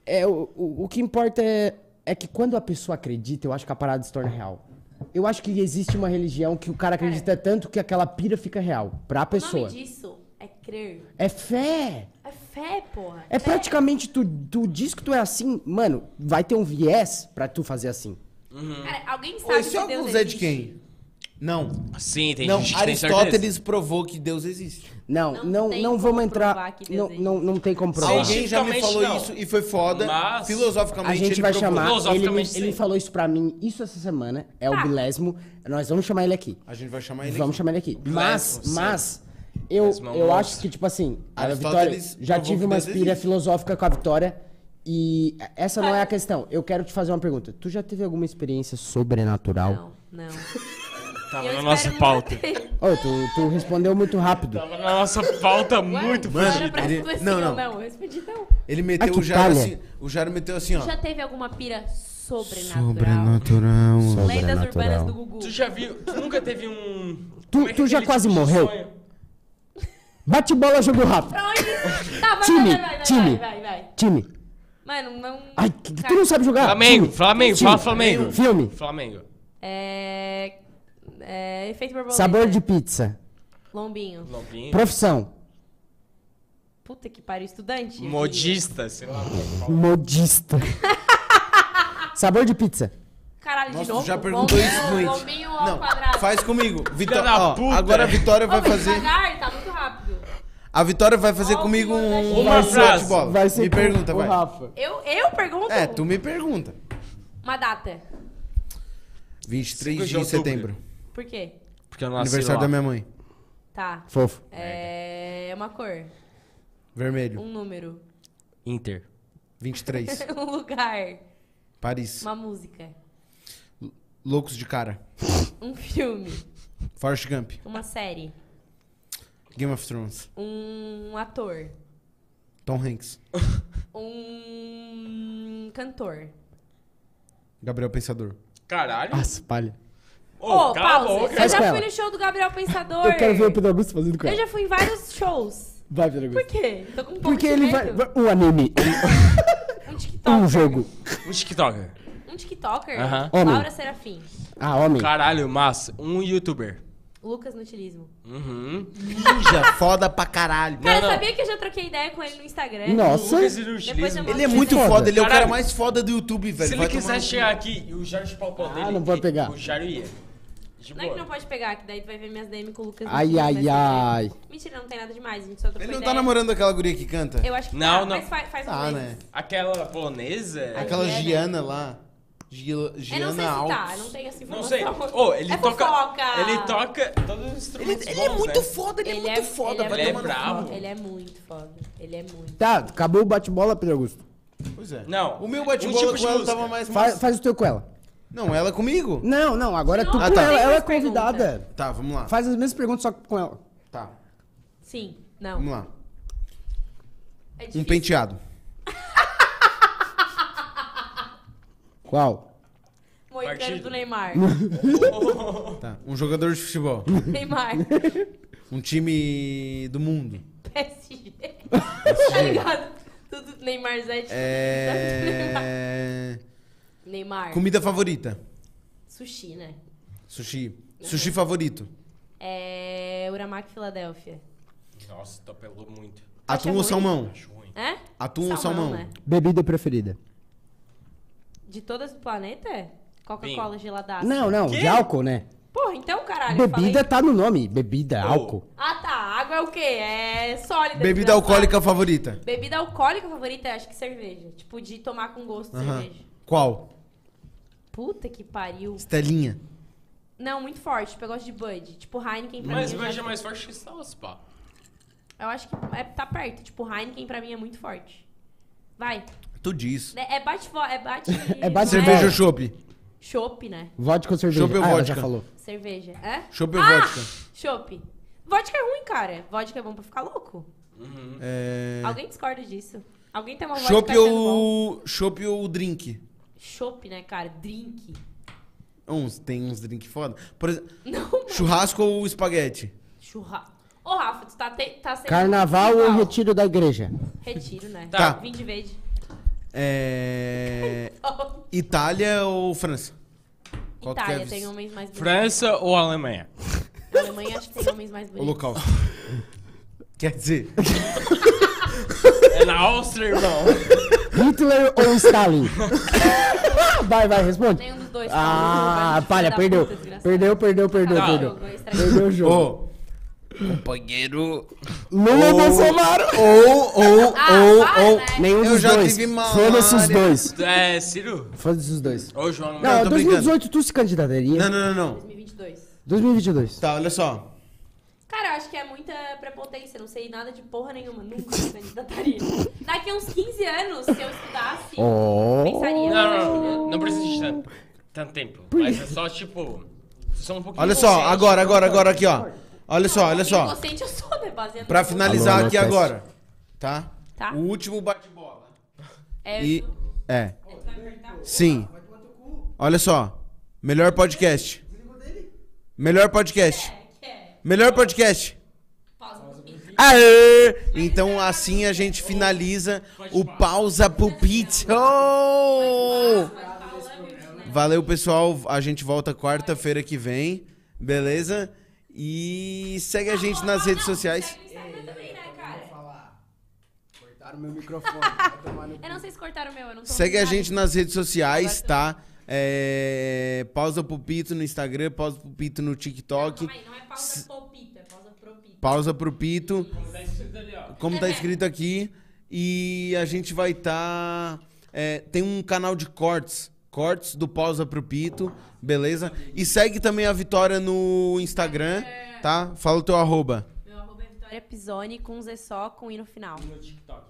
É, o, o, o que importa é, é que quando a pessoa acredita, eu acho que a parada se torna real. Eu acho que existe uma religião que o cara acredita tanto que aquela pira fica real pra
O É. nome
pessoa.
disso é crer.
É fé.
É fé, porra.
É
Fé.
praticamente tu, tu diz que tu é assim, mano, vai ter um viés pra tu fazer assim.
Cara, alguém sabe
Ô, Esse
se Deus
óculos é de
existe?
quem? Não.
Sim, tem
Não,
gente que tem certeza.
Aristóteles provou que Deus existe.
Não,
Não
não, não,
tem
vamos
como
entrar.
provar que
Não,
Deus é existe.
não, não tem como provar.
Alguém já me
Cientificamente,
falou
não.
isso e foi foda.
Mas-
Filosoficamente,
A gente
ele
vai
provou.
chamar. Ele,
Filosoficamente,
ele
sim.
falou isso pra mim isso essa semana. É o
Tá.
Bilésimo. Nós vamos chamar ele aqui.
A gente vai chamar ele.
vamos
aqui.
chamar ele aqui. Mas,
sim.
mas. Eu,
Bilésimo é um
eu acho
monstro.
que, tipo assim, a Vitória.
Aristóteles
Já
provou
tive
que
uma
Deus
aspira
existe.
filosófica com a Vitória. E essa não é a questão. Eu quero te fazer uma pergunta. Tu já teve alguma experiência sobrenatural?
Não, não.
Tava
Eu
na
espero
nossa
nunca
pauta.
ter.
Ô, tu, tu respondeu muito rápido.
Tava na nossa pauta
Ué,
muito
não era
fodido.
pra
Ele-
responder
não,
sim ou
não.
não, eu respondi não.
Ele meteu
que
o Jairo
palha.
assim. O Jairo meteu assim, ó.
Já teve alguma pira sobrenatural?
Sobrenatural.
Lendas urbanas do Gugu.
Tu já viu? Tu nunca teve um.
Tu-
como é que
tu já
aquele
quase
tipo de
morreu?
sonho?
Bate bola, jogo rápido.
Pra onde? Tá, vai,
Time,
vai, vai, vai,
time.
vai, vai, vai.
Time.
Mano, não.
Ai, que-
Tá.
tu não sabe jogar.
Flamengo,
Time.
Flamengo,
Time.
fala Flamengo.
Ah, Filme.
Flamengo.
É. É. Efeito borboleta.
Sabor de pizza.
Lombinho.
Lobinho.
Profissão.
Puta que pariu, estudante.
Modista, sei lá.
Modista. Sabor de pizza.
Caralho, de
Nossa,
novo.
tu já perguntou
Lombinho,
isso muito.
Lombinho ao
Não,
quadrado.
faz comigo. Vitó-
da
ó,
puta.
agora a Vitória vai
Ô, mas
fazer.
Devagar, tá muito rápido.
A Vitória vai fazer
Ó, o
comigo
senhor da
um.
gente.
Uma
um
frase.
bate-bola. Me
com
pergunta,
o
vai.
Rafa.
Eu, eu pergunto?
É, tu me pergunta.
Uma data.
23
5
de,
de outubro.
setembro.
Por quê?
Porque eu
Aniversário da minha mãe.
Tá.
Fofo.
É. Uma cor.
Vermelho.
Um número.
Inter.
23.
um lugar.
Paris.
Uma música.
Loucos de cara.
Um filme.
Forrest Gump.
Uma série.
Game of Thrones.
Um ator.
Tom Hanks.
Um cantor.
Gabriel Pensador.
Caralho.
Nossa, palha.
Ô, cala
Ô,
a
pausa.
boca.
Eu
Faz com
já fui
ela.
no show do Gabriel Pensador.
Eu quero ver o Pedro Augusto fazendo com
Eu
ela.
já fui em vários shows.
Vai, Pedro
Por
Augusto.
quê? Tô com um pouco
Porque
de
ele vai.
medo.
vai- Um anime.
Um
Um
TikToker.
jogo.
Um TikToker.
Um TikToker.
Aham.
Homem.
Laura Serafim.
Ah, homem.
Caralho, massa. Um youtuber.
Lucas no utilismo.
Uhum.
Ninja, foda pra caralho.
Cara,
não.
sabia que eu já troquei ideia com ele no Instagram?
Nossa.
Lucas e o
Depois eu
utilismo.
mando.
Ele é muito foda, ele é o cara
Caralho.
mais foda do YouTube, velho.
Se ele
Vai
quiser
tomar no cu.
chegar aqui e o Jairo chupar o pau
Ah,
dele.
não vou
e-
pegar.
O Jairo ia. De
Não é que
boa.
não pode pegar, que daí tu vai ver minhas DM com o Lucas. no
Ai,
Instagram,
ai,
mas-
ai.
Mentira, não tem nada demais, a gente só trocou
Ele não
ideia.
tá namorando aquela guria que canta?
Eu acho que
Não,
tá,
não.
mas faz, faz
Tá,
um
né?
Aquela polonesa?
Aquela
Giana.
Giana lá. Gila- Giana
Eu não sei se
Alves.
tá, não tenho essa
Não
informação.
sei. Oh, ele
é
toca.
fofoca.
Ele toca todos os
Ele,
instrumentos.
ele é
bons,
muito
né?
foda, ele,
Ele
é muito
é-
foda.
ele é
vai
muito
tomar no cu.
brabo.
Ele é muito foda. Ele é muito.
Tá, acabou o bate-bola, Pedro Augusto.
Pois é.
Não.
O meu
Um
bate-bola
tipo de
com ela
música.
tava mais...
Fa- faz o teu com ela.
Não, ela comigo.
Não, não, agora é tu
Não,
Ah,
com
tá.
ela.
tem
Ela é
mais
convidada.
Tá, vamos lá.
Faz as mesmas perguntas só que com ela.
Tá,
Sim, não.
vamos lá.
É difícil.
Um penteado.
Qual?
Moicano
Partido.
do Neymar.
Tá. Um jogador de futebol.
Neymar.
Um time do mundo.
PSG. tá ligado? Tudo Neymar Zé. tudo Neymar.
É...
Neymar.
Comida favorita.
Sushi, né?
Sushi. Sushi favorito.
É. Uramaki Filadélfia.
Nossa, tu apelou muito.
Acha
Atum ou
ruim?
salmão?
Acho ruim.
É?
Atum ou salmão?
Né?
Bebida preferida.
De todas do planeta? Coca-Cola geladaça.
Não, não, de
Quê?
álcool, né?
Porra, então, caralho. Ah, eu
Bebida
falei-
tá no nome. Bebida,
Ô.
álcool.
Ah, tá. Água é o quê? É sólida.
Bebida
desgraçada.
alcoólica favorita.
Bebida alcoólica favorita, acho que cerveja. Tipo, de tomar com gosto de
Aham.
cerveja.
Qual?
Puta que pariu.
Estelinha.
Não, muito forte. Tipo, eu gosto de Bud. Tipo, Heineken pra
Mas
mim. eu
veja
já-
é mais forte que salsa, pá.
Eu acho que é- tá perto. Tipo, Heineken pra mim é muito forte. Vai.
Tu diz.
É é bate... vo- É bate...
É bate-
não
Cerveja
é.
ou chopp?
Chopp, né?
Vodka ou cerveja?
Chopp ou
ah, ela
vodka?
já falou.
Cerveja. É?
Chopp ou
Ah!
vodka?
Chopp. Vodka é ruim, cara. Vodka é bom pra ficar louco.
É...
Alguém discorda disso? Alguém tem uma vodka
Chopp
sendo é bom?
ou... Chopp ou drink?
Chopp, né, cara? Drink.
Uns, tem uns drink foda. Por exemplo,
Não,
churrasco ou espaguete?
Churrasco. Ô, Rafa, tu tá, te... tá sendo
Carnaval
muito
ou
igual.
retiro da igreja?
Retiro, né?
Tá.
Vim de verde.
É...
Oh,
Itália ou França? Qual tu
Itália
queres?
tem homens mais bonitos.
França ou Alemanha?
Alemanha acho que tem homens mais bonitos.
Holocausto. Quer dizer,
É na Áustria, irmão.
Hitler ou Stalin? vai, vai, responde.
Nenhum dos dois. Tá
Ah, palha, perdeu. Perdeu, perdeu, perdeu,
Tá.
perdeu. Perdeu o jogo.
ou,
Lula ou Bolsonaro?
ou, ou,
Ah,
ou,
para,
ou.
né?
Nenhum
Eu
dos
já
dois.
tive malária.
Foda-se os dois.
É, Ciro?
Foda-se os dois.
Ou João
Não,
Manuel?
eu tô
2018 tu se candidataria.
Não, não, não, não.
2022.
2022.
Tá, olha só.
Cara, eu acho que é muita prepotência. Não sei nada de porra nenhuma. Nunca me candidataria. Daqui a uns 15 anos, se eu estudasse,
Oh.
pensaria. né?
Não,
mas acho
não,
que
não, não precisa de tanto, tanto tempo. Mas é só, tipo... Só um pouquinho
Olha só,
consciente.
agora, agora, agora aqui, ó. Olha só, olha só.
Inocente eu sou, né? Baseando
Pra
no-
finalizar
Alô,
aqui
alô, teste.
agora, tá?
Tá.
O último bate-bola.
É,
E.
tu-
É.
tu vai me perguntar?
Sim. Olha só. Melhor podcast. Melhor podcast.
é,
Melhor podcast.
um
Aê! Então assim a gente finaliza o pausa pupito. Valeu, pessoal. A gente volta quarta-feira que vem, beleza? E segue a gente nas redes sociais.
Segue o Instagram também,
É,
né, cara?
Cortaram meu microfone. Vai tomar no
Eu não sei se cortaram o meu, eu não tô
Segue a
ouvindo nada.
gente nas redes sociais, tá? É, pausa Pupito no Instagram, Pausa Pupito no TikTok,
Calma aí, não é pausa popita, é pausa propita.
Pausa pro Pito, como tá escrito aqui. E a gente vai estar. tem um canal de cortes. Cortes do Pausa pro Pito, beleza? E segue também a Vitória no Instagram, tá? Fala o teu arroba.
Meu arroba é Vitória Pisoni com um Z só, com I no final.
TikTok.